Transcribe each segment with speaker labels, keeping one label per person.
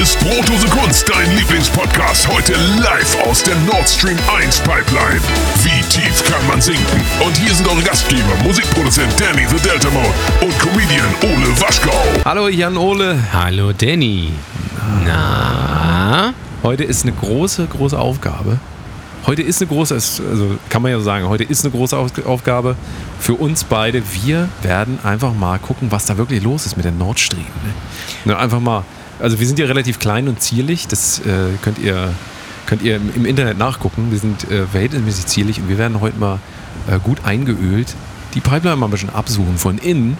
Speaker 1: ist Brotdose Kunst, dein Lieblingspodcast. Heute live aus der Nord Stream 1 Pipeline. Wie tief kann man sinken? Und hier sind eure Gastgeber, Musikproduzent Danny the Delta Mode und Comedian Ole Waschkau.
Speaker 2: Hallo Jan Ole.
Speaker 3: Hallo Danny. Na?
Speaker 2: Heute ist eine große, große Aufgabe. Heute ist eine große, also kann man ja so sagen, heute ist eine große Auf- Aufgabe für uns beide. Wir werden einfach mal gucken, was da wirklich los ist mit der Nord Stream. Ne? Na, einfach mal, also wir sind ja relativ klein und zierlich, das äh, könnt ihr, könnt ihr im, im Internet nachgucken. Wir sind äh, verhältnismäßig zierlich und wir werden heute mal äh, gut eingeölt die Pipeline mal ein bisschen absuchen von innen.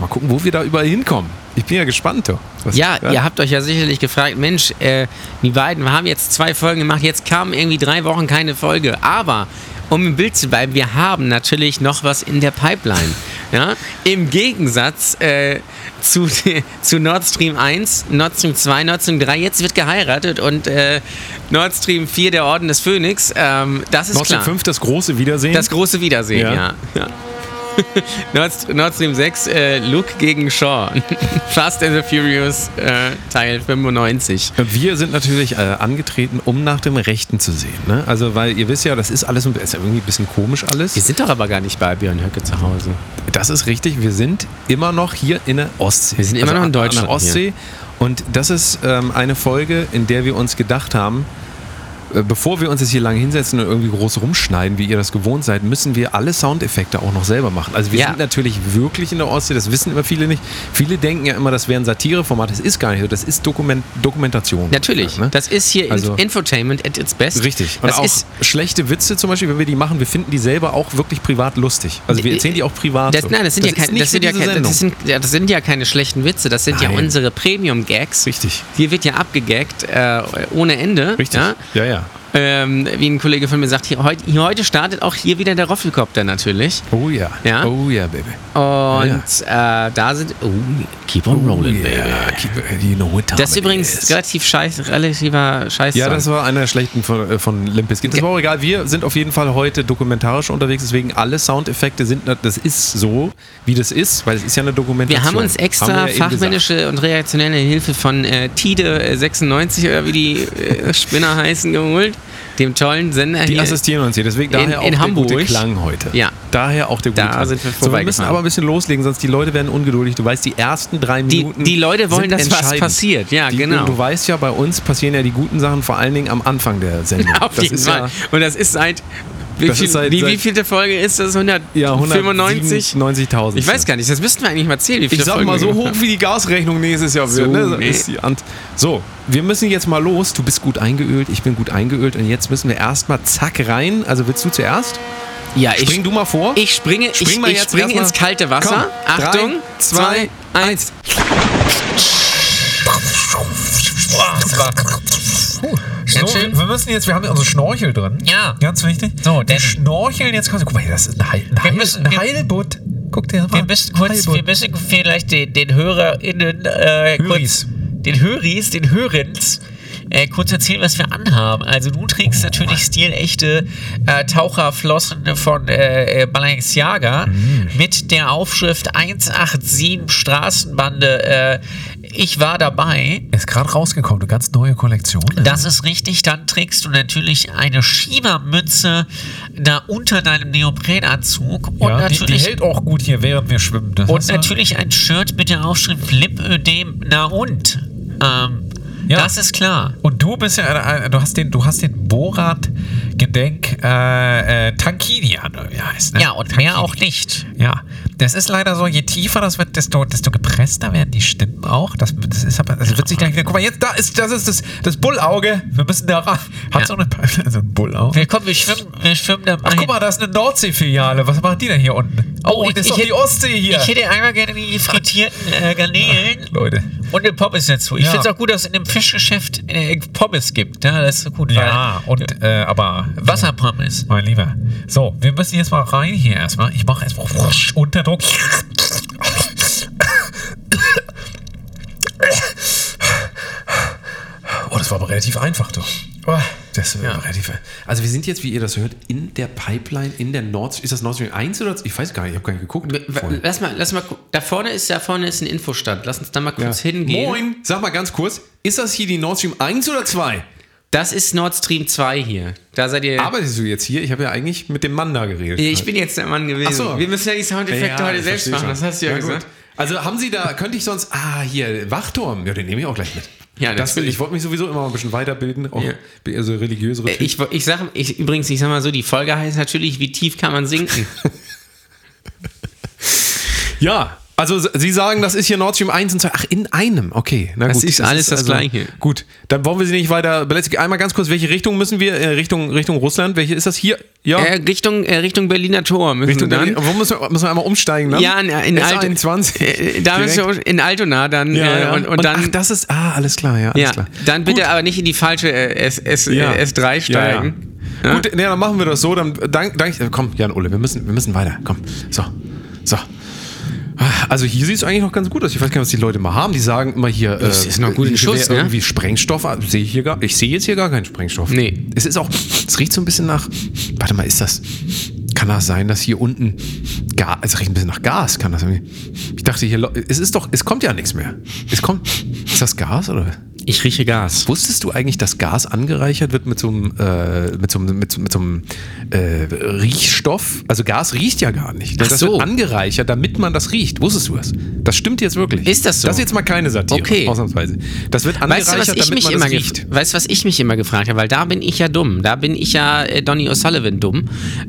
Speaker 2: Mal gucken, wo wir da überall hinkommen. Ich bin ja gespannt. du. Was-
Speaker 3: Ja, ihr habt euch ja sicherlich gefragt, Mensch, äh, die beiden, wir haben jetzt zwei Folgen gemacht, jetzt kamen irgendwie drei Wochen keine Folge. Aber, um im Bild zu bleiben, wir haben natürlich noch was in der Pipeline. Ja? Im Gegensatz äh, zu, zu Nord Stream 1, Nord Stream 2, Nord Stream 3, jetzt wird geheiratet und äh, Nord Stream 4, der Orden des Phönix, ähm, das ist
Speaker 2: Nord Stream
Speaker 3: klar.
Speaker 2: 5, das große Wiedersehen.
Speaker 3: Das große Wiedersehen,
Speaker 2: Ja.
Speaker 3: ja. ja. Nord, Nord Stream 6, äh, Luke gegen Shaw. Fast and the Furious, äh, Teil 95.
Speaker 2: Wir sind natürlich äh, angetreten, um nach dem Rechten zu sehen. Ne? Also, weil ihr wisst ja, das ist alles ein- ist ja irgendwie ein bisschen komisch
Speaker 3: Wir
Speaker 2: alles.
Speaker 3: sind doch aber gar nicht bei Björn Höcke zu Hause.
Speaker 2: Das ist richtig. Wir sind immer noch hier in der Ostsee. Also
Speaker 3: Wir sind immer noch in
Speaker 2: an- an der
Speaker 3: Deutschland
Speaker 2: Ostsee. Und das ist ähm, eine Folge, in der wir uns gedacht haben, äh, bevor wir uns jetzt hier lange hinsetzen und irgendwie groß rumschneiden, wie ihr das gewohnt seid, müssen wir alle Soundeffekte auch noch selber machen. Also wir
Speaker 3: Ja.
Speaker 2: sind natürlich wirklich in der Ostsee, das wissen immer viele nicht. Viele denken ja immer, das wäre ein Satireformat. Das ist gar nicht so, das ist Dokument Dokumentation.
Speaker 3: Natürlich.
Speaker 2: Ja, ne?
Speaker 3: Das ist hier
Speaker 2: Also-
Speaker 3: also, Infotainment at its best.
Speaker 2: Richtig. Und
Speaker 3: Das
Speaker 2: auch
Speaker 3: ist.
Speaker 2: schlechte Witze zum Beispiel, wenn wir die machen, wir finden die selber auch wirklich privat lustig. Also wir erzählen die auch privat.
Speaker 3: Das,
Speaker 2: so.
Speaker 3: nein, das sind, ja,
Speaker 2: ist
Speaker 3: keine,
Speaker 2: nicht
Speaker 3: das, sind
Speaker 2: für
Speaker 3: ja,
Speaker 2: diese
Speaker 3: keine,
Speaker 2: Sendung.
Speaker 3: das, sind, ja, das sind ja keine schlechten Witze, das sind ja
Speaker 2: Nein.
Speaker 3: unsere Premium-Gags.
Speaker 2: Richtig.
Speaker 3: Hier wird ja abgegaggt äh, ohne Ende.
Speaker 2: Richtig.
Speaker 3: Ja?
Speaker 2: ja. ja.
Speaker 3: Ähm, wie ein Kollege von mir sagt, hier, heute, hier heute startet auch hier wieder der Roffelkopter natürlich.
Speaker 2: Oh ja.
Speaker 3: Ja?
Speaker 2: Oh ja, Baby.
Speaker 3: Und äh, da sind. Oh, keep on rolling, baby.
Speaker 2: Ah, Yeah, Oh keep, you know what time
Speaker 3: Das ist
Speaker 2: it
Speaker 3: übrigens
Speaker 2: is.
Speaker 3: relativ scheiß, relativer Scheiß.
Speaker 2: Ja, das war einer der schlechten von, äh, von Limp Bizkit. Das war auch egal. Wir sind auf jeden Fall heute dokumentarisch unterwegs, deswegen alle Soundeffekte sind, na- das ist so, wie das ist, weil es ist ja eine Dokumentation.
Speaker 3: wir haben uns extra
Speaker 2: Haben wir ja eben
Speaker 3: fachmännische und reaktionelle Hilfe von äh, Tide96 oder wie die äh, Spinner heißen geholt, dem tollen Sender
Speaker 2: Die
Speaker 3: hier.
Speaker 2: assistieren uns hier, deswegen
Speaker 3: In-
Speaker 2: daher auch
Speaker 3: in
Speaker 2: der
Speaker 3: Hamburg.
Speaker 2: gute Klang heute.
Speaker 3: Ja.
Speaker 2: Daher auch der gute
Speaker 3: Da
Speaker 2: Klang. so,
Speaker 3: sind wir
Speaker 2: wir müssen
Speaker 3: vorbeigefahren.
Speaker 2: aber ein bisschen loslegen, sonst die Leute werden ungeduldig. Du weißt, die ersten drei
Speaker 3: Die-
Speaker 2: Minuten
Speaker 3: die Leute wollen,
Speaker 2: sind
Speaker 3: dass was
Speaker 2: entscheidend.
Speaker 3: passiert. Ja,
Speaker 2: die,
Speaker 3: genau.
Speaker 2: und Du weißt ja, bei uns passieren ja die guten Sachen vor allen Dingen am Anfang der Sendung.
Speaker 3: Auf
Speaker 2: das
Speaker 3: jeden
Speaker 2: ist
Speaker 3: Fall. und das ist seit. Wie,
Speaker 2: Das
Speaker 3: viel,
Speaker 2: ist seit-
Speaker 3: wie,
Speaker 2: seit-
Speaker 3: wie vielte Folge ist das?
Speaker 2: ja, ja
Speaker 3: 195?
Speaker 2: 197.000.
Speaker 3: Ich weiß gar nicht, das müssten wir eigentlich mal zählen. Wie
Speaker 2: Ich
Speaker 3: viele
Speaker 2: sag
Speaker 3: Folgen
Speaker 2: mal,
Speaker 3: wir
Speaker 2: so
Speaker 3: gemacht
Speaker 2: hoch
Speaker 3: haben.
Speaker 2: wie die Gasrechnung nächstes Jahr wird.
Speaker 3: So,
Speaker 2: ne?
Speaker 3: nee.
Speaker 2: ist die Ant so, wir müssen jetzt mal los. Du bist gut eingeölt, ich bin gut eingeölt. Und jetzt müssen wir erstmal zack rein. Also willst du zuerst?
Speaker 3: Ja, ich,
Speaker 2: Spring du mal vor.
Speaker 3: ich springe,
Speaker 2: Spring mal
Speaker 3: ich, ich
Speaker 2: jetzt
Speaker 3: springe
Speaker 2: erstmal.
Speaker 3: ins kalte Wasser.
Speaker 2: Komm, drei,
Speaker 3: Achtung,
Speaker 2: zwei,
Speaker 3: zwei, eins.
Speaker 2: So, wir, wir müssen jetzt, wir haben ja unsere Schnorchel drin.
Speaker 3: Ja.
Speaker 2: Ganz wichtig.
Speaker 4: So, denn-
Speaker 2: wir schnorcheln jetzt quasi. Guck mal, hier, das ist ein, Heil, ein, Heil,
Speaker 4: müssen-
Speaker 2: ein
Speaker 4: wir-
Speaker 2: Heilbutt. Guck dir das mal
Speaker 4: Wir
Speaker 2: an.
Speaker 4: müssen, kurz, wir
Speaker 2: Heilbutt.
Speaker 4: müssen vielleicht den, den HörerInnen äh,
Speaker 2: Höris.
Speaker 4: kurz, den Höris, den Hörens äh, kurz erzählen, was wir anhaben. Also du
Speaker 2: Oh,
Speaker 4: trägst natürlich stilechte äh, Taucherflossen von äh, äh, Balenciaga
Speaker 2: Mhm.
Speaker 4: mit der Aufschrift 187 Straßenbande äh, Ich war dabei.
Speaker 2: ist gerade rausgekommen, eine ganz neue Kollektion.
Speaker 4: Das ist richtig. Dann trägst du natürlich eine Schiebermütze da unter deinem Neoprenanzug und
Speaker 2: ja, die, die
Speaker 4: natürlich
Speaker 2: hält auch gut hier, während wir schwimmen. Das
Speaker 4: Und
Speaker 2: hast du-
Speaker 4: natürlich ein Shirt mit der Aufschrift Lipödem, na und? Ähm,
Speaker 2: Ja.
Speaker 4: Das ist klar.
Speaker 2: Und du bist ja, eine- eine- du hast den, du hast den Borat-Gedenk äh, äh, Tankini an, oder wie er heißt. Ne?
Speaker 4: Ja, und mehr auch nicht.
Speaker 2: Ja, das ist leider so, je tiefer das wird, desto, desto gepresster werden die Stimmen auch. Das, das, ist aber, das wird sich gleich wieder. Guck mal, jetzt da ist, das ist das, das Bullauge. Wir müssen da ran. Hat
Speaker 4: Ja.
Speaker 2: so eine Pipeline, so ein Bullauge.
Speaker 4: Willkommen, wir schwimmen, wir schwimmen da mal
Speaker 2: Ach,
Speaker 4: hin.
Speaker 2: guck mal, da ist eine Nordsee-Filiale. Was machen die denn hier unten?
Speaker 4: Oh,
Speaker 2: das
Speaker 4: ich-
Speaker 2: ist doch
Speaker 4: ich
Speaker 2: die
Speaker 4: hätt-
Speaker 2: Ostsee hier.
Speaker 4: Ich hätte einmal gerne die frittierten äh, Garnelen
Speaker 2: Leute.
Speaker 4: und eine Pommes dazu. Ich
Speaker 2: Ja.
Speaker 4: finde es auch gut, dass es in dem Fischgeschäft äh, Pommes gibt. Ja, das ist gut.
Speaker 2: Ja,
Speaker 4: weil-
Speaker 2: und, äh, aber.
Speaker 4: Wasserpommes.
Speaker 2: Mein Lieber. So, wir müssen jetzt mal rein hier erstmal. Ich mache erstmal Unterdruck. Oh, das war aber relativ einfach, doch.
Speaker 5: Oh,
Speaker 2: Das wird relativ. Also wir sind jetzt, wie ihr das hört, in der Pipeline, in der Nord. Ist das Nord Stream 1 oder? Ich weiß gar nicht, ich habe gar nicht geguckt. vorhin.
Speaker 3: Lass mal, lass mal, gu- da vorne ist, da vorne ist ein Infostand. Lass uns da mal kurz hingehen.
Speaker 2: Moin! Sag mal ganz kurz, ist das hier die Nord Stream 1 oder 2?
Speaker 3: Das ist Nord Stream 2 hier. Da seid ihr.
Speaker 2: Arbeitest du jetzt hier? Ich habe ja eigentlich mit dem Mann da geredet.
Speaker 3: Äh. ich bin jetzt der Mann gewesen.
Speaker 2: Ach so.
Speaker 3: Wir müssen ja die Soundeffekte heute
Speaker 2: ich
Speaker 3: selbst
Speaker 2: verstehe
Speaker 3: machen.
Speaker 2: schon.
Speaker 3: Das hast du ja,
Speaker 2: Na gut.
Speaker 3: gesagt.
Speaker 2: Also haben Sie da, könnte ich sonst, ah, hier, Wachturm, ja, den nehme ich auch gleich mit.
Speaker 3: Ja,
Speaker 2: das will,
Speaker 3: natürlich.
Speaker 2: ich wollte mich sowieso immer mal ein bisschen weiterbilden, auch
Speaker 3: Ja.
Speaker 2: also religiösere
Speaker 3: Äh, Ich, wo- ich sag, ich, übrigens, ich sag mal so, die Folge heißt natürlich, wie tief kann man sinken?
Speaker 2: Ja, also s- Sie sagen, das ist hier Nord Stream 1 und 2. Ach, in einem, okay. Na
Speaker 3: Das ist alles das Gleiche.
Speaker 2: also Gut, dann wollen wir Sie nicht weiter belästigen. Einmal ganz kurz, welche Richtung müssen wir? Äh, Richtung, Richtung Russland, welche ist das hier? Ja,
Speaker 3: äh, Richtung, äh, Richtung Berliner Tor müssen
Speaker 2: Richtung
Speaker 3: wir dann.
Speaker 2: Berlin. oh, Wo müssen wir, müssen wir einmal umsteigen? Dann?
Speaker 3: Ja, in, in,
Speaker 2: S21.
Speaker 3: äh, da müssen wir
Speaker 2: Direkt.
Speaker 3: auch in Altona dann.
Speaker 2: ja,
Speaker 3: äh,
Speaker 2: ja.
Speaker 3: Und, und dann.
Speaker 2: ach, das ist, ah, alles klar, ja, alles
Speaker 3: ja,
Speaker 2: klar.
Speaker 3: dann bitte aber nicht in die falsche äh, S, S,
Speaker 2: Ja.
Speaker 3: äh, S3 steigen.
Speaker 2: Ja, ja. Gut, nee, dann machen wir das so. Dann dank, dank, komm, Jan Ole, wir müssen, wir müssen weiter. Komm. So. So. Also hier sieht es eigentlich noch ganz gut aus. Ich weiß gar nicht, was die Leute mal haben. Die sagen immer hier, äh,
Speaker 3: Das ist noch gut in
Speaker 2: hier
Speaker 3: Schuss,
Speaker 2: wäre
Speaker 3: ne?
Speaker 2: irgendwie Sprengstoff. Also sehe ich hier gar, ich sehe jetzt hier gar keinen Sprengstoff.
Speaker 3: Nee.
Speaker 2: Es ist auch, es riecht so ein bisschen nach. Warte mal, ist das? Kann das sein, dass hier unten Gas? Es riecht ein bisschen nach Gas. Kann das? Irgendwie, ich dachte hier, lo- es ist doch, es kommt ja nichts mehr. Es kommt. Ist das Gas oder?
Speaker 3: Ich rieche Gas.
Speaker 2: Wusstest du eigentlich, dass Gas angereichert wird mit so einem, äh, mit so einem, mit, so- mit so einem äh, Riechstoff? Also Gas riecht ja gar nicht.
Speaker 3: Ach
Speaker 2: das
Speaker 3: so.
Speaker 2: wird angereichert, damit man das riecht. Wusstest du das? Das stimmt jetzt wirklich.
Speaker 3: Ist das so?
Speaker 2: Das ist jetzt mal keine Satire,
Speaker 3: Okay.
Speaker 2: ausnahmsweise. Das wird
Speaker 3: Weißt
Speaker 2: angereichert,
Speaker 3: du, was ich
Speaker 2: damit
Speaker 3: mich
Speaker 2: man
Speaker 3: immer
Speaker 2: das riecht.
Speaker 3: gef- weißt, du, was ich mich immer gefragt habe, weil da bin ich ja dumm, da bin ich ja äh, Donny O'Sullivan dumm,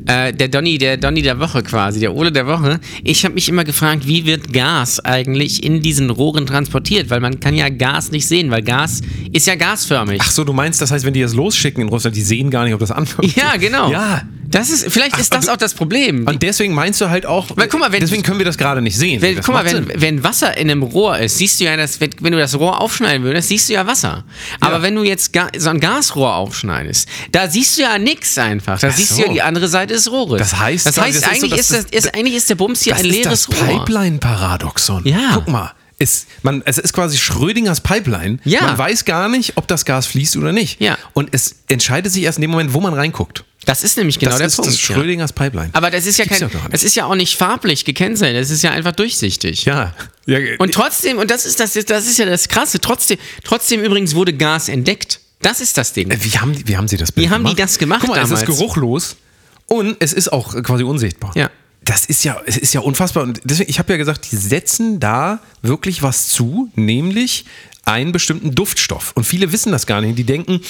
Speaker 3: äh, der Donny, der Donny der Woche quasi, der Ole der Woche. Ich habe mich immer gefragt, wie wird Gas eigentlich in diesen Rohren transportiert, weil man kann ja Gas nicht sehen, weil Gas ist ja gasförmig.
Speaker 2: Ach so, du meinst, das heißt, wenn die das losschicken in Russland, die sehen gar nicht, ob das ankommt.
Speaker 3: Ja, genau.
Speaker 2: Ja.
Speaker 3: Das ist, vielleicht ist
Speaker 2: Ach,
Speaker 3: das
Speaker 2: aber-
Speaker 3: auch das Problem.
Speaker 2: Und deswegen meinst du halt auch,
Speaker 3: Weil guck mal, wenn-
Speaker 2: deswegen können wir das gerade nicht sehen.
Speaker 3: Wenn,
Speaker 2: Das
Speaker 3: guck mal,
Speaker 2: macht
Speaker 3: wenn,
Speaker 2: Sinn.
Speaker 3: wenn Wasser in einem Rohr ist, siehst du ja, dass, wenn, wenn du das Rohr aufschneiden würdest, siehst du ja Wasser. Aber wenn du jetzt ga, so ein Gasrohr aufschneidest, da siehst du ja nichts einfach. Da siehst
Speaker 2: so.
Speaker 3: du ja die andere Seite des Rohres.
Speaker 2: Das heißt,
Speaker 3: das heißt
Speaker 2: das ist so,
Speaker 3: eigentlich,
Speaker 2: dass
Speaker 3: ist
Speaker 2: das-
Speaker 3: das, ist, eigentlich ist der Bums hier ein leeres
Speaker 2: ist das
Speaker 3: Rohr.
Speaker 2: Pipeline-Paradoxon.
Speaker 3: Ja.
Speaker 2: Guck mal. Es, man, es ist quasi Schrödingers Pipeline.
Speaker 3: Ja.
Speaker 2: Man weiß gar nicht, ob das Gas fließt oder nicht.
Speaker 3: Ja.
Speaker 2: Und es entscheidet sich erst in dem Moment, wo man reinguckt.
Speaker 3: Das ist nämlich genau
Speaker 2: das
Speaker 3: der
Speaker 2: ist
Speaker 3: Punkt.
Speaker 2: das
Speaker 3: ja.
Speaker 2: Schrödingers Pipeline.
Speaker 3: Aber das ist ja
Speaker 2: Gibt's
Speaker 3: kein,
Speaker 2: ja gar nicht.
Speaker 3: das ist ja auch nicht farblich gekennzeichnet. Das ist ja einfach durchsichtig.
Speaker 2: ja. ja.
Speaker 3: Und trotzdem, und das ist das, das ist ja das Krasse. Trotzdem, trotzdem übrigens wurde Gas entdeckt. Das ist das Ding.
Speaker 2: Äh, wie, haben, die- wie haben sie das Bild
Speaker 3: Wie haben die das gemacht
Speaker 2: Guck mal, es ist
Speaker 3: damals?
Speaker 2: geruchlos und es ist auch äh, quasi unsichtbar.
Speaker 3: Ja.
Speaker 2: Das ist ja, es ist ja unfassbar. Und deswegen, ich habe ja gesagt, die setzen da wirklich was zu, nämlich einen bestimmten Duftstoff. Und viele wissen das gar nicht. Die denken,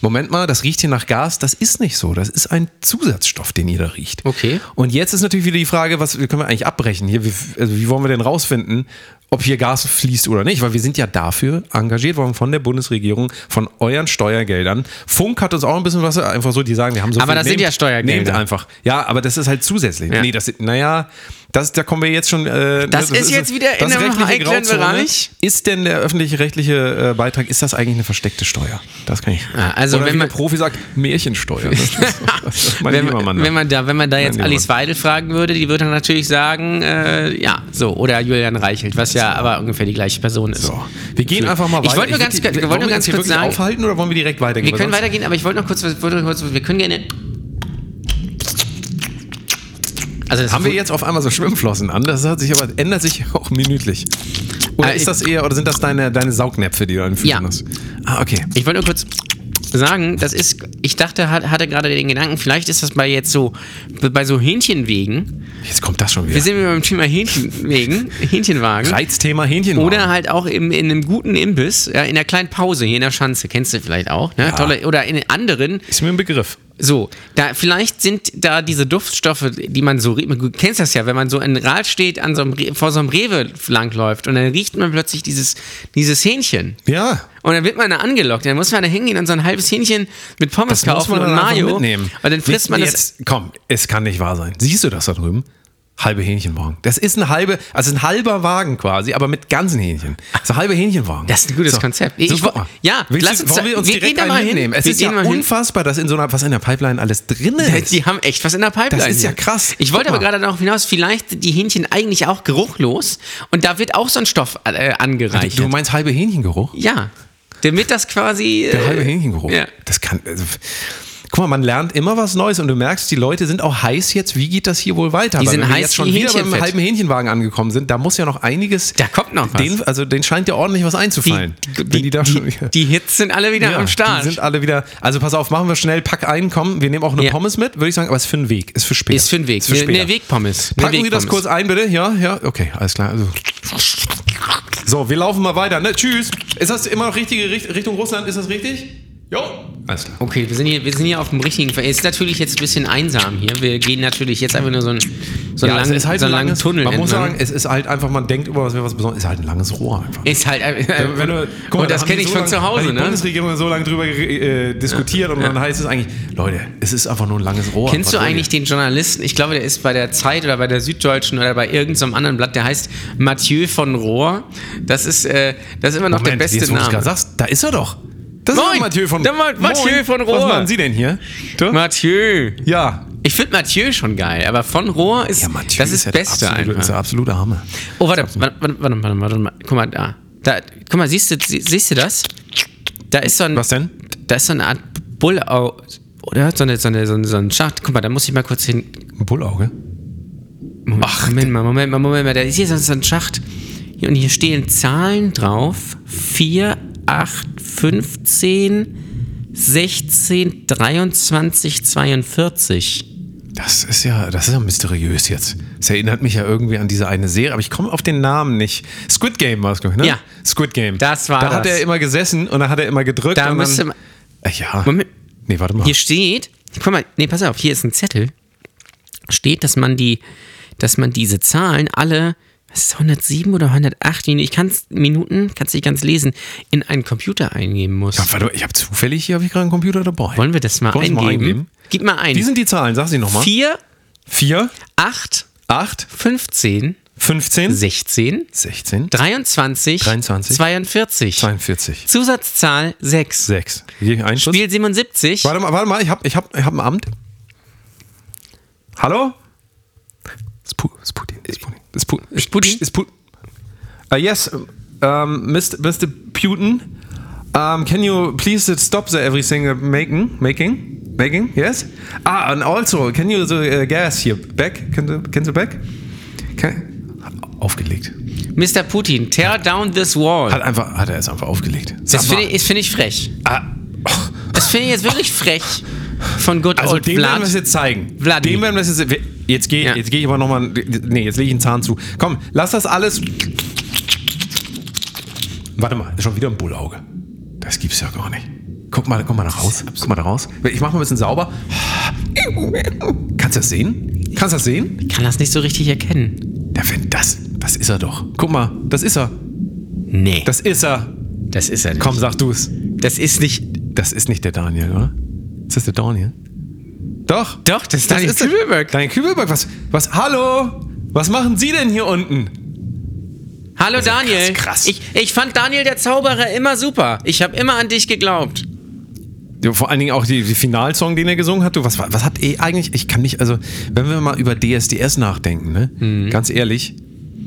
Speaker 2: Moment mal, das riecht hier nach Gas. Das ist nicht so. Das ist ein Zusatzstoff, den jeder riecht.
Speaker 3: Okay.
Speaker 2: Und jetzt ist natürlich wieder die Frage, was wie können wir eigentlich abbrechen? Hier, wie, also wie wollen wir denn rausfinden, ob hier Gas fließt oder nicht? Weil wir sind ja dafür engagiert worden von der Bundesregierung, von euren Steuergeldern. Funk hat uns auch ein bisschen was, einfach so, die sagen, wir haben so
Speaker 3: Aber
Speaker 2: viel,
Speaker 3: das sind
Speaker 2: nehmt-
Speaker 3: ja Steuergelder.
Speaker 2: Nehmt einfach. Ja, aber das ist halt zusätzlich.
Speaker 3: Ja.
Speaker 2: Nee, das sind, naja, das, da kommen wir jetzt schon. Äh,
Speaker 3: Das ist jetzt wieder in
Speaker 2: das ist
Speaker 3: einem
Speaker 2: rechtliche
Speaker 3: heiklen
Speaker 2: Grauzone.
Speaker 3: Bereich.
Speaker 2: Ist denn der öffentlich-rechtliche äh, Beitrag, ist das eigentlich eine versteckte Steuer? Das kann ich.
Speaker 3: Ah, also
Speaker 2: oder
Speaker 3: wenn
Speaker 2: wie
Speaker 3: man-
Speaker 2: der Profi sagt, Märchensteuer. Das ist, das ist mein
Speaker 3: wenn,
Speaker 2: lieber Mann.
Speaker 3: wenn man da, wenn man da jetzt
Speaker 2: lieber
Speaker 3: Alice Weidel fragen würde, die würde dann natürlich sagen, äh, ja, so oder Julian Reichelt, was ja aber ungefähr die gleiche Person ist.
Speaker 2: So, wir gehen einfach mal weiter.
Speaker 3: Ich wollte nur ganz,
Speaker 2: würd-
Speaker 3: wir
Speaker 2: wollen
Speaker 3: wollte nur
Speaker 2: uns
Speaker 3: ganz
Speaker 2: hier
Speaker 3: kurz
Speaker 2: wirklich
Speaker 3: sagen,
Speaker 2: aufhalten oder wollen wir direkt weitergehen?
Speaker 3: wir können
Speaker 2: Weil sonst-
Speaker 3: weitergehen, aber ich wollte noch kurz, was- wollte noch kurz, wir können gerne. Also das
Speaker 2: Haben wir jetzt auf einmal so Schwimmflossen an? Das hat sich aber ändert sich auch minütlich. Oder
Speaker 3: Ah, ich-
Speaker 2: ist das eher oder sind das deine, deine Saugnäpfe, die du an den Füßen
Speaker 3: Ja.
Speaker 2: hast? Ah, okay.
Speaker 3: Ich wollte nur kurz sagen, das ist, ich dachte, hat- hatte gerade den Gedanken, vielleicht ist das bei jetzt so, bei so Hähnchenwegen.
Speaker 2: Jetzt kommt das schon wieder.
Speaker 3: Wir sind wieder beim Thema Hähnchenwegen, Hähnchenwagen.
Speaker 2: Reizthema Hähnchen.
Speaker 3: Oder halt auch im, in einem guten Imbiss, ja, in der kleinen Pause hier in der Schanze, kennst du vielleicht auch, ne? Tolle, oder in anderen,
Speaker 2: ist mir ein Begriff.
Speaker 3: so, da vielleicht sind da diese Duftstoffe, die man so, riecht- du kennst das ja, wenn man so in Rahl steht, an so einem, Re- vor so einem Rewe langläuft und dann riecht man plötzlich dieses, dieses Hähnchen.
Speaker 2: Ja.
Speaker 3: Und dann wird man da angelockt, dann muss man da hingehen und so ein halbes Hähnchen mit Pommes kaufen und
Speaker 2: einfach
Speaker 3: Mayo.
Speaker 2: mitnehmen.
Speaker 3: Und dann frisst man das.
Speaker 2: jetzt. Komm, es kann nicht wahr sein. Siehst du das da drüben? Halbe Hähnchenwagen. Das ist ein halbe, also ein halber Wagen quasi, aber mit ganzen Hähnchen. So halbe Hähnchenwagen.
Speaker 3: Das ist ein gutes Konzept. Ich-
Speaker 2: so,
Speaker 3: ich-
Speaker 2: guck mal.
Speaker 3: ja,
Speaker 2: Willst
Speaker 3: lass
Speaker 2: du,
Speaker 3: uns
Speaker 2: wollen
Speaker 3: da-
Speaker 2: wir uns
Speaker 3: wir
Speaker 2: direkt
Speaker 3: gehen da
Speaker 2: einen
Speaker 3: mal hin.
Speaker 2: mitnehmen? Es
Speaker 3: Wir
Speaker 2: ist ja
Speaker 3: gehen mal hin.
Speaker 2: unfassbar, dass in so einer, was in der Pipeline alles drin ist.
Speaker 3: Äh, Die haben echt was in der Pipeline.
Speaker 2: Das ist ja
Speaker 3: hier.
Speaker 2: krass.
Speaker 3: Ich
Speaker 2: Guck
Speaker 3: wollte aber
Speaker 2: mal.
Speaker 3: gerade darauf hinaus, vielleicht sind die Hähnchen eigentlich auch geruchlos und da wird auch so ein Stoff äh, angereichert.
Speaker 2: du meinst halbe Hähnchengeruch?
Speaker 3: ja. Damit das quasi.
Speaker 2: Der halbe
Speaker 3: äh,
Speaker 2: Hähnchengeruch.
Speaker 3: Ja.
Speaker 2: Das kann. Also, guck mal, man lernt immer was Neues und du merkst, die Leute sind auch heiß jetzt. Wie geht das hier wohl weiter?
Speaker 3: Die sind
Speaker 2: wenn wir
Speaker 3: heiß
Speaker 2: jetzt schon
Speaker 3: wie
Speaker 2: wieder beim
Speaker 3: Hähnchenfett.
Speaker 2: halben Hähnchenwagen angekommen sind. Da muss ja noch einiges.
Speaker 3: Da kommt noch was.
Speaker 2: Den, also den scheint ja ordentlich was einzufallen.
Speaker 3: die,
Speaker 2: wenn
Speaker 3: die,
Speaker 2: da
Speaker 3: die,
Speaker 2: schon wieder-
Speaker 3: die Hits sind alle wieder
Speaker 2: Ja,
Speaker 3: am Start.
Speaker 2: Die sind alle wieder. Also pass auf, machen wir schnell, pack ein, komm, wir nehmen auch eine
Speaker 3: Ja.
Speaker 2: Pommes mit, würde ich sagen, aber ist für den Weg, ist für später.
Speaker 3: ist für den Weg.
Speaker 2: Ist für
Speaker 3: Eine
Speaker 2: später.
Speaker 3: ne Wegpommes. Ne
Speaker 2: Packen Sie das kurz
Speaker 3: Wegpommes.
Speaker 2: ein, bitte. Ja, ja, okay, alles klar. Also. So, wir laufen mal weiter. Ne? Tschüss. Ist das immer noch richtige Richt- Richtung Russland? Ist das richtig? Jo. Alles klar.
Speaker 3: Okay, wir sind, hier, wir sind hier auf dem richtigen Ver- Ist natürlich jetzt ein bisschen einsam hier. Wir gehen natürlich jetzt einfach nur so einen, so einen,
Speaker 2: Ja,
Speaker 3: langen,
Speaker 2: es ist halt
Speaker 3: so einen
Speaker 2: ein
Speaker 3: langen
Speaker 2: langes,
Speaker 3: Tunnel ne?
Speaker 2: Man muss
Speaker 3: entlang.
Speaker 2: sagen, es ist halt einfach, man denkt über was, was Besonderes. Ist halt ein langes Rohr einfach.
Speaker 3: ist halt.
Speaker 2: Wenn- wenn du- guck mal,
Speaker 3: und
Speaker 2: da
Speaker 3: das
Speaker 2: haben
Speaker 3: kenne
Speaker 2: die
Speaker 3: ich
Speaker 2: so
Speaker 3: von
Speaker 2: lang-
Speaker 3: zu
Speaker 2: hat
Speaker 3: Hause,
Speaker 2: Die
Speaker 3: ne?
Speaker 2: Bundesregierung hat so lange drüber ge- äh, diskutiert und dann heißt es eigentlich, Leute, es ist einfach nur ein langes Rohr.
Speaker 3: Kennst du
Speaker 2: Was soll
Speaker 3: eigentlich
Speaker 2: hier?
Speaker 3: den Journalisten? Ich glaube, der ist bei der Zeit oder bei der Süddeutschen oder bei irgendeinem anderen Blatt. Der heißt Mathieu von Rohr. Das ist, äh, das ist immer noch
Speaker 2: Moment,
Speaker 3: der beste
Speaker 2: jetzt, wo du's
Speaker 3: Name.
Speaker 2: gerade sagst, da ist er doch. Das
Speaker 3: Moin,
Speaker 2: doch
Speaker 3: der Ma- Mathieu
Speaker 2: Moin,
Speaker 3: von
Speaker 2: Was
Speaker 3: Rohr.
Speaker 2: machen Sie denn hier? Du?
Speaker 3: Mathieu.
Speaker 2: Ja.
Speaker 3: Ich finde Mathieu schon geil, aber von Rohr ist,
Speaker 2: Ja, Mathieu
Speaker 3: das ist
Speaker 2: ja
Speaker 3: das Beste
Speaker 2: absolute, Ist der
Speaker 3: einfach.
Speaker 2: absolute Hammer.
Speaker 3: Oh, warte, warte, warte, warte, warte, warte mal. Guck mal da. da guck mal, siehst du, sie- siehst du das? Da ist so ein.
Speaker 2: Was denn?
Speaker 3: Da ist so eine Art Bull, oder? So, eine, so, eine, so, ein- so ein Schacht. Guck mal, da muss ich mal kurz hin.
Speaker 2: Ein Bullauge?
Speaker 3: Ach, Moment mal, Moment mal, Moment mal. Da ist hier so- so ein Schacht. Hier, und hier stehen Zahlen drauf. 4, 8, 15, 16, 23, 42.
Speaker 2: Das ist ja, das ist ja mysteriös jetzt. Das erinnert mich ja irgendwie an diese eine Serie, aber ich komme auf den Namen nicht. Squid Game war es, glaube ich, ne?
Speaker 3: Ja.
Speaker 2: Squid Game.
Speaker 3: Das war
Speaker 2: Da hat
Speaker 3: das.
Speaker 2: er immer gesessen und da hat er immer gedrückt.
Speaker 3: Da
Speaker 2: und
Speaker 3: müsste
Speaker 2: dann,
Speaker 3: man-
Speaker 2: Äh, Ja.
Speaker 3: Moment.
Speaker 2: Nee, warte mal.
Speaker 3: Hier steht, guck mal, nee, pass auf, hier ist ein Zettel. Steht, dass man die, dass man diese Zahlen alle, was ist das, 107 oder 108 Minuten, ich kann's, Minuten, kann's nicht ganz lesen, in einen Computer eingeben muss.
Speaker 2: Ja, warte, ich habe zufällig hier hab ich gerade einen Computer dabei.
Speaker 3: Wollen wir das mal,
Speaker 2: Wollen wir
Speaker 3: eingeben?
Speaker 2: es mal eingeben?
Speaker 3: Gib mal ein.
Speaker 2: Die sind die Zahlen, sag sie nochmal.
Speaker 3: 4,
Speaker 2: 4,
Speaker 3: 8,
Speaker 2: 8,
Speaker 3: 15,
Speaker 2: 15,
Speaker 3: 16,
Speaker 2: 16,
Speaker 3: 23,
Speaker 2: 23,
Speaker 3: 42.
Speaker 2: 42,
Speaker 3: Zusatzzahl 6.
Speaker 2: 6. Gegen einen Schuss.
Speaker 3: Spiel 77.
Speaker 2: Warte mal, warte mal, ich hab, ich hab, ich hab ein Amt. Hallo? Ist Pu- ist Putin. Ist Putin. Ist Pu-
Speaker 3: Ist Putin?
Speaker 2: Ist Putin. Uh, yes, um, Mr. Mr. Putin. Um, can you please stop the everything uh, making, making, making? Yes. Ah, and also, can you the uh, gas here back? Can you, can you back? Can Aufgelegt.
Speaker 3: Mr. Putin, tear down this wall.
Speaker 2: Hat einfach, hat er es einfach aufgelegt. Sag
Speaker 3: Das
Speaker 2: mal.
Speaker 3: finde ich, das find ich frech.
Speaker 2: Ah,
Speaker 3: Das finde ich jetzt wirklich frech von Good
Speaker 2: Also
Speaker 3: Old
Speaker 2: dem werden wir es
Speaker 3: Vlad.
Speaker 2: jetzt zeigen.
Speaker 3: Vladi.
Speaker 2: Dem werden wir es jetzt. wir- Jetzt gehe
Speaker 3: Ja.
Speaker 2: jetzt geh ich aber nochmal. Nee, jetzt lege ich einen Zahn zu. Komm, lass das alles. Warte mal, ist schon wieder ein Bullauge. Das gibt's ja gar nicht. Guck mal, guck mal da raus. Guck mal da raus. Ich mach mal ein bisschen sauber. Kannst du das sehen? Kannst du das sehen?
Speaker 3: Ich kann das nicht so richtig erkennen.
Speaker 2: Ja, wenn das. Das ist er doch. Guck mal, das ist er.
Speaker 3: Nee. Das,
Speaker 2: Das ist er.
Speaker 3: ist er nicht.
Speaker 2: Komm, sag du's.
Speaker 3: Das ist nicht.
Speaker 2: Das ist nicht der Daniel, oder? Ist das der Daniel? Doch.
Speaker 3: Doch, das ist Daniel
Speaker 2: er.
Speaker 3: Kübelberg.
Speaker 2: Daniel Kübelberg, was, was, hallo? Was machen Sie denn hier unten?
Speaker 3: Hallo Daniel.
Speaker 2: krass, krass.
Speaker 3: Ich, ich fand Daniel der Zauberer immer super. Ich habe immer an dich geglaubt.
Speaker 2: Ja, Vor allen Dingen auch die, die Finalsong, den er gesungen hat. Du, was, war- was hat eh eigentlich, ich kann nicht, also, wenn wir mal über DSDS nachdenken, ne?
Speaker 3: Mhm.
Speaker 2: Ganz ehrlich,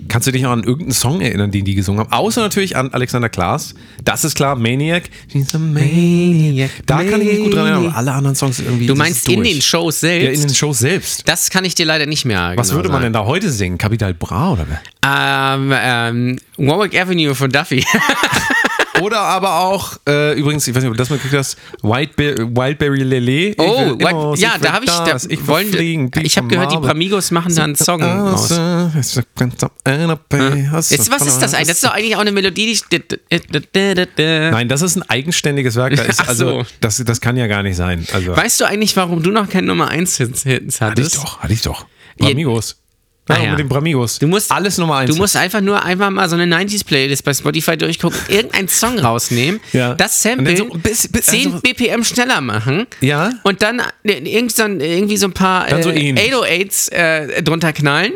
Speaker 2: kannst du dich noch an irgendeinen Song erinnern, den die gesungen haben? Außer natürlich an Alexander Klaas. Das ist klar, Maniac. She's a Maniac. Da kann ich mich gut dran erinnern, aber alle anderen Songs sind irgendwie.
Speaker 3: Du
Speaker 2: das
Speaker 3: meinst
Speaker 2: ist
Speaker 3: in
Speaker 2: durch.
Speaker 3: den Shows
Speaker 2: Ja,
Speaker 3: selbst? Genau,
Speaker 2: in den Shows selbst.
Speaker 3: das kann ich dir leider nicht mehr.
Speaker 2: Was würde man denn da heute singen? Capital Bra oder wer?
Speaker 3: Ähm, ähm, Warwick Avenue von Duffy.
Speaker 2: Oder aber auch, äh, übrigens, ich weiß nicht, ob du das mal gekriegt hast, Whiteberry, Wildberry Lele. Ich
Speaker 3: Oh,
Speaker 2: will immer
Speaker 3: White- ja,
Speaker 2: Siegfried
Speaker 3: da habe ich, da
Speaker 2: Dars, will
Speaker 3: wollen,
Speaker 2: fliegen, die Ah,
Speaker 3: ich habe
Speaker 2: vom
Speaker 3: gehört, die
Speaker 2: Marble.
Speaker 3: Bramigos machen da einen Song raus.
Speaker 2: Äh,
Speaker 3: Ist, was ist das eigentlich? Das ist doch eigentlich auch eine Melodie, die.
Speaker 2: Nein, das ist ein eigenständiges Werk. Da ist
Speaker 3: Ach so.
Speaker 2: also, das, das kann ja gar nicht sein. Also,
Speaker 3: Weißt du eigentlich, warum du noch keinen Nummer 1 Hits hattest?
Speaker 2: hatte ich doch, hatte ich doch.
Speaker 3: Ja.
Speaker 2: Bramigos.
Speaker 3: Ah,
Speaker 2: Ja,
Speaker 3: ja.
Speaker 2: Mit den Bramigos.
Speaker 3: Du musst
Speaker 2: Alles Nummer eins.
Speaker 3: Du musst einfach nur einfach mal so eine 90s Playlist bei Spotify durchgucken, irgendeinen Song rausnehmen,
Speaker 2: Ja.
Speaker 3: das
Speaker 2: Und
Speaker 3: Sample
Speaker 2: dann so ein bisschen- bisschen-
Speaker 3: 10
Speaker 2: also-
Speaker 3: BPM schneller machen
Speaker 2: Ja.
Speaker 3: und dann äh, irgend so ein, irgendwie so ein paar
Speaker 2: Dann so
Speaker 3: äh,
Speaker 2: ähnlich.
Speaker 3: 808s äh, drunter knallen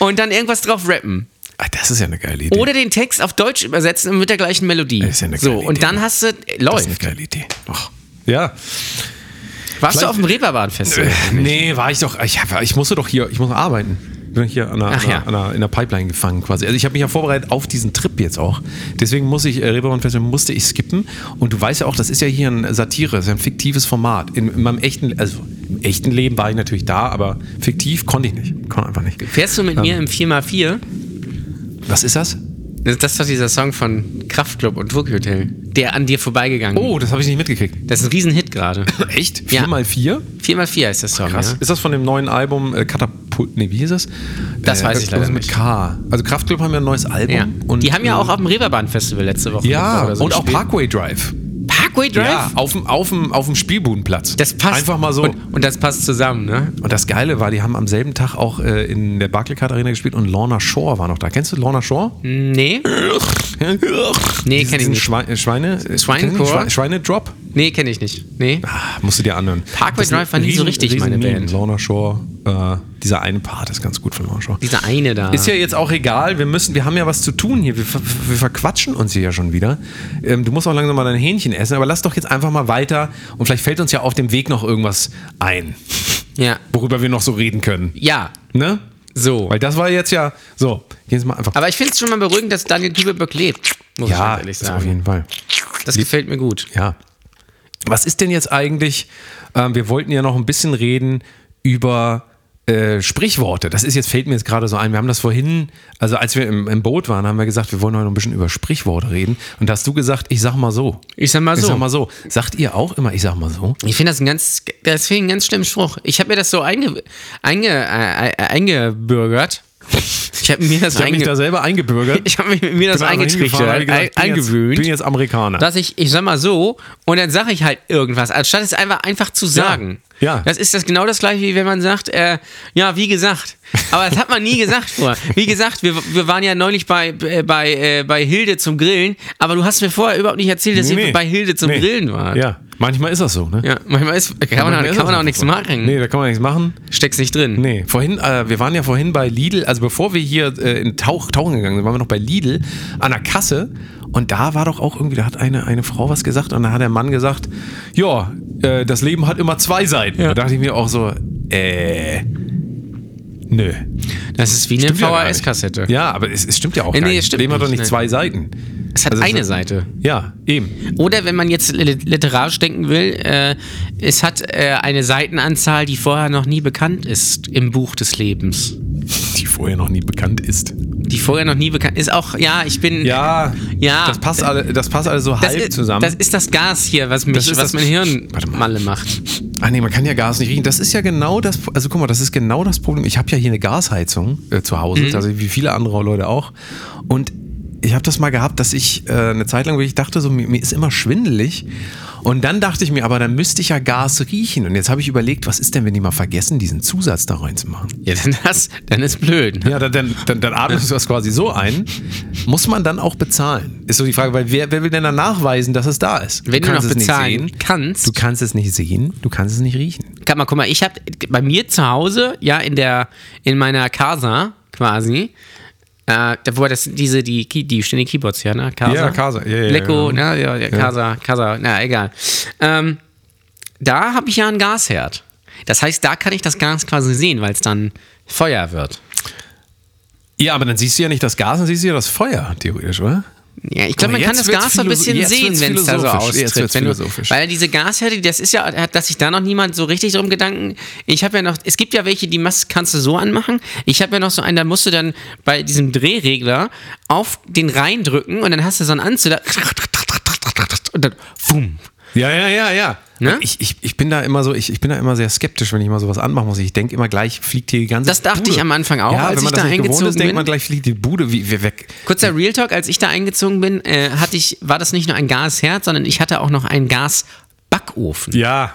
Speaker 3: und dann irgendwas drauf rappen.
Speaker 2: Ah, das ist ja eine geile Idee.
Speaker 3: Oder den Text auf Deutsch übersetzen und mit der gleichen Melodie.
Speaker 2: Das ist ja eine
Speaker 3: so,
Speaker 2: geile
Speaker 3: und
Speaker 2: Idee.
Speaker 3: dann hast du, äh,
Speaker 2: das ist eine
Speaker 3: läuft.
Speaker 2: geile Idee. Ach, ja.
Speaker 3: Warst du
Speaker 2: Vielleicht-
Speaker 3: auf dem Reeperbahn-Festival?
Speaker 2: Äh, Nee, war ich doch. Ich, hab- ich musste doch hier. Ich muss arbeiten. bin hier an der,
Speaker 3: Ach
Speaker 2: an der,
Speaker 3: ja.
Speaker 2: an der, in der Pipeline gefangen quasi. Also ich habe mich ja vorbereitet auf diesen Trip jetzt auch. Deswegen muss ich, äh, Reeperbahn Festival musste ich skippen. Und du weißt ja auch, das ist ja hier ein Satire, das ist ja ein fiktives Format. In, in meinem echten, also im echten Leben war ich natürlich da, aber fiktiv konnte ich nicht. Konnte einfach nicht.
Speaker 3: Fährst du mit
Speaker 2: Ähm.
Speaker 3: mir im 4x4?
Speaker 2: Was ist das?
Speaker 3: Das ist doch dieser Song von Kraftklub und Tokyo Hotel, der an dir vorbeigegangen ist.
Speaker 2: Oh, das habe ich nicht mitgekriegt.
Speaker 3: Das ist ein Riesenhit gerade.
Speaker 2: Echt?
Speaker 3: Ja.
Speaker 2: 4x4?
Speaker 3: 4x4 heißt der Song, ne?
Speaker 2: Krass.
Speaker 3: ja.
Speaker 2: Ist das von dem neuen Album äh, Katapult? Nee, wie hieß es?
Speaker 3: Das weiß ich leider
Speaker 2: irgendwas mit
Speaker 3: nicht.
Speaker 2: K. Also Kraftklub haben ja ein neues Album.
Speaker 3: ja.
Speaker 2: Und,
Speaker 3: die haben ja
Speaker 2: äh,
Speaker 3: auch auf dem Reeperbahn-Festival letzte Woche.
Speaker 2: Ja,
Speaker 3: oder so
Speaker 2: und auch
Speaker 3: gespielt.
Speaker 2: Parkway Drive.
Speaker 3: Parkway Drive?
Speaker 2: Ja, auf dem, auf, dem, auf dem Spielbudenplatz.
Speaker 3: Das passt.
Speaker 2: Einfach mal so.
Speaker 3: Und, und das passt zusammen, ne?
Speaker 2: Und das Geile war, die haben am selben Tag auch äh, in der Barclaycard Arena gespielt und Lorna Shore war noch da. Kennst du Lorna Shore?
Speaker 3: Hm. Nee,
Speaker 2: nee,
Speaker 3: kenn ich nicht.
Speaker 2: Schweine, Schweine, äh,
Speaker 3: Schweinechor?
Speaker 2: Schwe- Schweinedrop?
Speaker 3: nee, kenne ich nicht. Nee.
Speaker 2: Ah, musst du dir anhören.
Speaker 3: Parkway
Speaker 2: Das ist ein
Speaker 3: Drive war nie so
Speaker 2: riesen-
Speaker 3: richtig
Speaker 2: riesen
Speaker 3: meine
Speaker 2: Meme.
Speaker 3: Band.
Speaker 2: Lorna Shore, äh, dieser eine Part ist ganz gut von Lorna Shore.
Speaker 3: Dieser eine da.
Speaker 2: Ist ja jetzt auch egal, wir müssen, wir haben ja was zu tun hier. Wir, ver wir verquatschen uns hier ja schon wieder. Ähm, du musst auch langsam mal dein Hähnchen essen, aber lass doch jetzt einfach mal weiter und vielleicht fällt uns ja auf dem Weg noch irgendwas ein,
Speaker 3: ja.
Speaker 2: worüber wir noch so reden können.
Speaker 3: Ja,
Speaker 2: Ne?
Speaker 3: so.
Speaker 2: Weil das war jetzt ja so. Jetzt mal einfach.
Speaker 3: Aber ich finde es schon mal beruhigend, dass Daniel Kübelböck lebt. Muss ich
Speaker 2: ja,
Speaker 3: ganz ehrlich
Speaker 2: das auf
Speaker 3: sagen.
Speaker 2: jeden Fall.
Speaker 3: Das gefällt mir gut.
Speaker 2: Ja. Was ist denn jetzt eigentlich? Ähm, wir wollten ja noch ein bisschen reden über äh, Sprichworte. Das ist jetzt, fällt mir jetzt gerade so ein. Wir haben das vorhin, also als wir im, im Boot waren, haben wir gesagt, wir wollen heute noch ein bisschen über Sprichworte reden. Und da hast du gesagt, ich sag mal so.
Speaker 3: Ich sag mal
Speaker 2: Ich
Speaker 3: so.
Speaker 2: sag mal so. Sagt ihr auch immer, ich sag mal so?
Speaker 3: Ich finde das ein ganz, das finde ich einen ganz schlimmen Spruch. Ich habe mir das so einge, einge, äh, äh, eingebürgert. Ich habe mir das so
Speaker 2: Ich habe mich da
Speaker 3: einge,
Speaker 2: selber eingebürgert.
Speaker 3: ich habe mir, mir das
Speaker 2: Bin einfach
Speaker 3: eingetrichtert,
Speaker 2: hingefahren, hab ich gesagt,
Speaker 3: ein,
Speaker 2: bin jetzt-
Speaker 3: eingewöhnt,
Speaker 2: Bin jetzt Amerikaner.
Speaker 3: dass ich, ich sag mal so, und dann sage ich halt irgendwas, anstatt es einfach einfach zu sagen.
Speaker 2: ja.
Speaker 3: Das ist das genau das gleiche, wie wenn man sagt, äh, ja, wie gesagt. Aber das hat man nie gesagt vorher. Wie gesagt, wir, wir waren ja neulich bei, äh, bei, äh, bei Hilde zum Grillen, aber du hast mir vorher überhaupt nicht erzählt, dass ihr bei Hilde zum
Speaker 2: Nee.
Speaker 3: Grillen wart.
Speaker 2: Ja, manchmal ist das so, ne?
Speaker 3: Ja, manchmal ist, kann man,
Speaker 2: Manchmal
Speaker 3: auch-
Speaker 2: ist das
Speaker 3: kann man auch
Speaker 2: einfach
Speaker 3: nichts
Speaker 2: so.
Speaker 3: machen.
Speaker 2: Nee, da kann man nichts machen.
Speaker 3: Steckst nicht drin.
Speaker 2: Nee, vorhin, äh, wir waren ja vorhin bei Lidl, also bevor wir hier äh, in Tauch, Tauchen gegangen sind, waren wir noch bei Lidl an der Kasse und da war doch auch irgendwie, da hat eine, eine Frau was gesagt und da hat der Mann gesagt, ja, äh, das Leben hat immer zwei Seiten. Da dachte ich mir auch so, äh, nö.
Speaker 3: Das ist wie eine
Speaker 2: Stimmt ja gar nicht.
Speaker 3: VHS-Kassette.
Speaker 2: Ja, aber es, es stimmt ja auch
Speaker 3: Nee,
Speaker 2: gar
Speaker 3: nee,
Speaker 2: nicht.
Speaker 3: stimmt
Speaker 2: Leben hat doch
Speaker 3: nicht,
Speaker 2: nicht
Speaker 3: nee.
Speaker 2: zwei Seiten.
Speaker 3: Es hat
Speaker 2: Also es
Speaker 3: eine
Speaker 2: ist-
Speaker 3: Seite.
Speaker 2: Ja, eben.
Speaker 3: Oder wenn man jetzt li- literarisch denken will, äh, es hat äh, eine Seitenanzahl, die vorher noch nie bekannt ist im Buch des Lebens.
Speaker 2: Die vorher noch nie bekannt ist.
Speaker 3: Die vorher noch nie bekannt ist. Auch, ja, ich bin.
Speaker 2: Ja,
Speaker 3: Ja.
Speaker 2: das passt alle, das passt alle so
Speaker 3: das
Speaker 2: halb
Speaker 3: ist,
Speaker 2: zusammen.
Speaker 3: Das ist das Gas hier, was, mich,
Speaker 2: Das ist das-
Speaker 3: was mein Hirn
Speaker 2: Warte mal.
Speaker 3: malle macht.
Speaker 2: Ach nee, man kann ja Gas nicht riechen. Das ist ja genau das, also guck mal, das ist genau das Problem. Ich habe ja hier eine Gasheizung äh, zu Hause,
Speaker 3: Mhm.
Speaker 2: also wie viele andere Leute auch. Und ich habe das mal gehabt, dass ich äh, eine Zeit lang, wirklich dachte, so, mir, mir ist immer schwindelig. Und dann dachte ich mir, aber dann müsste ich ja Gas riechen. Und jetzt habe ich überlegt, was ist denn, wenn die mal vergessen, diesen Zusatz da reinzumachen?
Speaker 3: Ja, dann, das, dann ist blöd. ne?
Speaker 2: Ja, dann, dann, dann, dann atmest du das quasi so ein. Muss man dann auch bezahlen? Ist so die Frage, weil wer, wer will denn dann nachweisen, dass es da ist?
Speaker 3: Wenn du
Speaker 2: kannst
Speaker 3: noch
Speaker 2: es nicht
Speaker 3: bezahlen
Speaker 2: sehen.
Speaker 3: kannst.
Speaker 2: Du kannst es nicht sehen, du kannst es nicht riechen.
Speaker 3: Kann mal, guck mal, ich habe bei mir zu Hause, ja, in der, in meiner Casa quasi, äh, da- wo das diese, die, Key- die stehen die Keyboards ja, ne? Casa.
Speaker 2: Ja, Casa, ja, ja,
Speaker 3: Lecco,
Speaker 2: ja.
Speaker 3: na, ja, ja, Casa, Casa, na, egal. Ähm, da habe ich ja einen Gasherd. Das heißt, da kann ich das Gas quasi sehen, weil es dann Feuer wird.
Speaker 2: Ja, aber dann siehst du ja nicht das Gas, dann siehst du ja das Feuer, theoretisch, oder?
Speaker 3: Ja, ich glaube, man
Speaker 2: Guck mal,
Speaker 3: kann
Speaker 2: jetzt
Speaker 3: das Gas so ein
Speaker 2: wird's philosoph-
Speaker 3: bisschen
Speaker 2: jetzt
Speaker 3: sehen,
Speaker 2: wird's
Speaker 3: wenn es da so
Speaker 2: philosophisch. Jetzt
Speaker 3: austritt.
Speaker 2: wird's
Speaker 3: Wenn du,
Speaker 2: philosophisch.
Speaker 3: weil diese Gasherde, das ist ja, dass sich da noch niemand so richtig drum Gedanken. Ich habe ja noch, es gibt ja welche, die machst, kannst du so anmachen. Ich habe ja noch so einen, da musst du dann bei diesem Drehregler auf den reindrücken und dann hast du so einen Anzünder. Und dann, wumm.
Speaker 2: Ja, ja, ja, ja.
Speaker 3: Ne?
Speaker 2: Ich, ich, ich bin da immer so, ich, ich bin da immer sehr skeptisch, wenn ich mal sowas anmachen muss. Ich denke immer gleich fliegt hier die ganze
Speaker 3: Das dachte
Speaker 2: Bude.
Speaker 3: ich am Anfang auch,
Speaker 2: ja,
Speaker 3: als
Speaker 2: wenn man
Speaker 3: ich da
Speaker 2: das nicht gewohnt
Speaker 3: eingezogen
Speaker 2: ist, denkt man
Speaker 3: bin.
Speaker 2: gleich fliegt die Bude wie, wie weg.
Speaker 3: Kurzer Real Talk, als ich da eingezogen bin, äh, hatte ich, war das nicht nur ein Gasherd, sondern ich hatte auch noch einen Gasbackofen.
Speaker 2: Ja.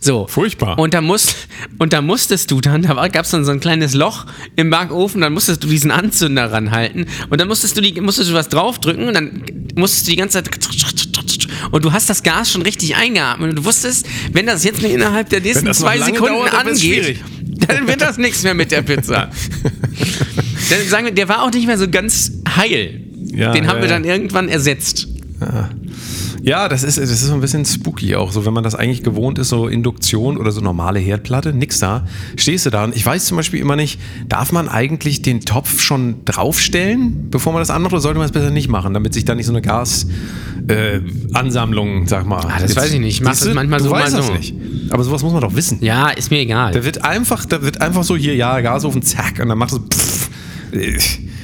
Speaker 3: So.
Speaker 2: Furchtbar.
Speaker 3: Und da, musst, und da musstest du dann, da gab es dann so ein kleines Loch im Backofen, dann musstest du diesen Anzünder ranhalten und dann musstest du, die, musstest du was draufdrücken und dann musstest du die ganze Zeit und du hast das Gas schon richtig eingeatmet und du wusstest, wenn das jetzt nicht innerhalb der nächsten
Speaker 2: das noch
Speaker 3: zwei
Speaker 2: lange
Speaker 3: Sekunden
Speaker 2: dauert, dann wird's
Speaker 3: angeht,
Speaker 2: schwierig.
Speaker 3: dann wird das nichts mehr mit der Pizza. dann sagen wir, der war auch nicht mehr so ganz heil.
Speaker 2: Ja,
Speaker 3: Den haben
Speaker 2: ja,
Speaker 3: wir
Speaker 2: ja.
Speaker 3: dann irgendwann ersetzt.
Speaker 2: Ja, das ist, das ist so ein bisschen spooky auch. So, wenn man das eigentlich gewohnt ist, so Induktion oder so normale Herdplatte, nix da, stehst du da. Und ich weiß zum Beispiel immer nicht, darf man eigentlich den Topf schon draufstellen, bevor man das anmacht, oder sollte man es besser nicht machen, damit sich da nicht so eine Gas-Ansammlung, sag mal.
Speaker 3: Ah, das weiß ich nicht. Ich mach
Speaker 2: Siehst
Speaker 3: das
Speaker 2: du?
Speaker 3: manchmal
Speaker 2: du
Speaker 3: so,
Speaker 2: weißt
Speaker 3: mal
Speaker 2: das
Speaker 3: so.
Speaker 2: nicht. Aber sowas muss man doch wissen.
Speaker 3: Ja, ist mir
Speaker 2: Da
Speaker 3: egal.
Speaker 2: wird einfach, da wird einfach so hier, ja, Gasofen, zack, und dann macht es pff. äh,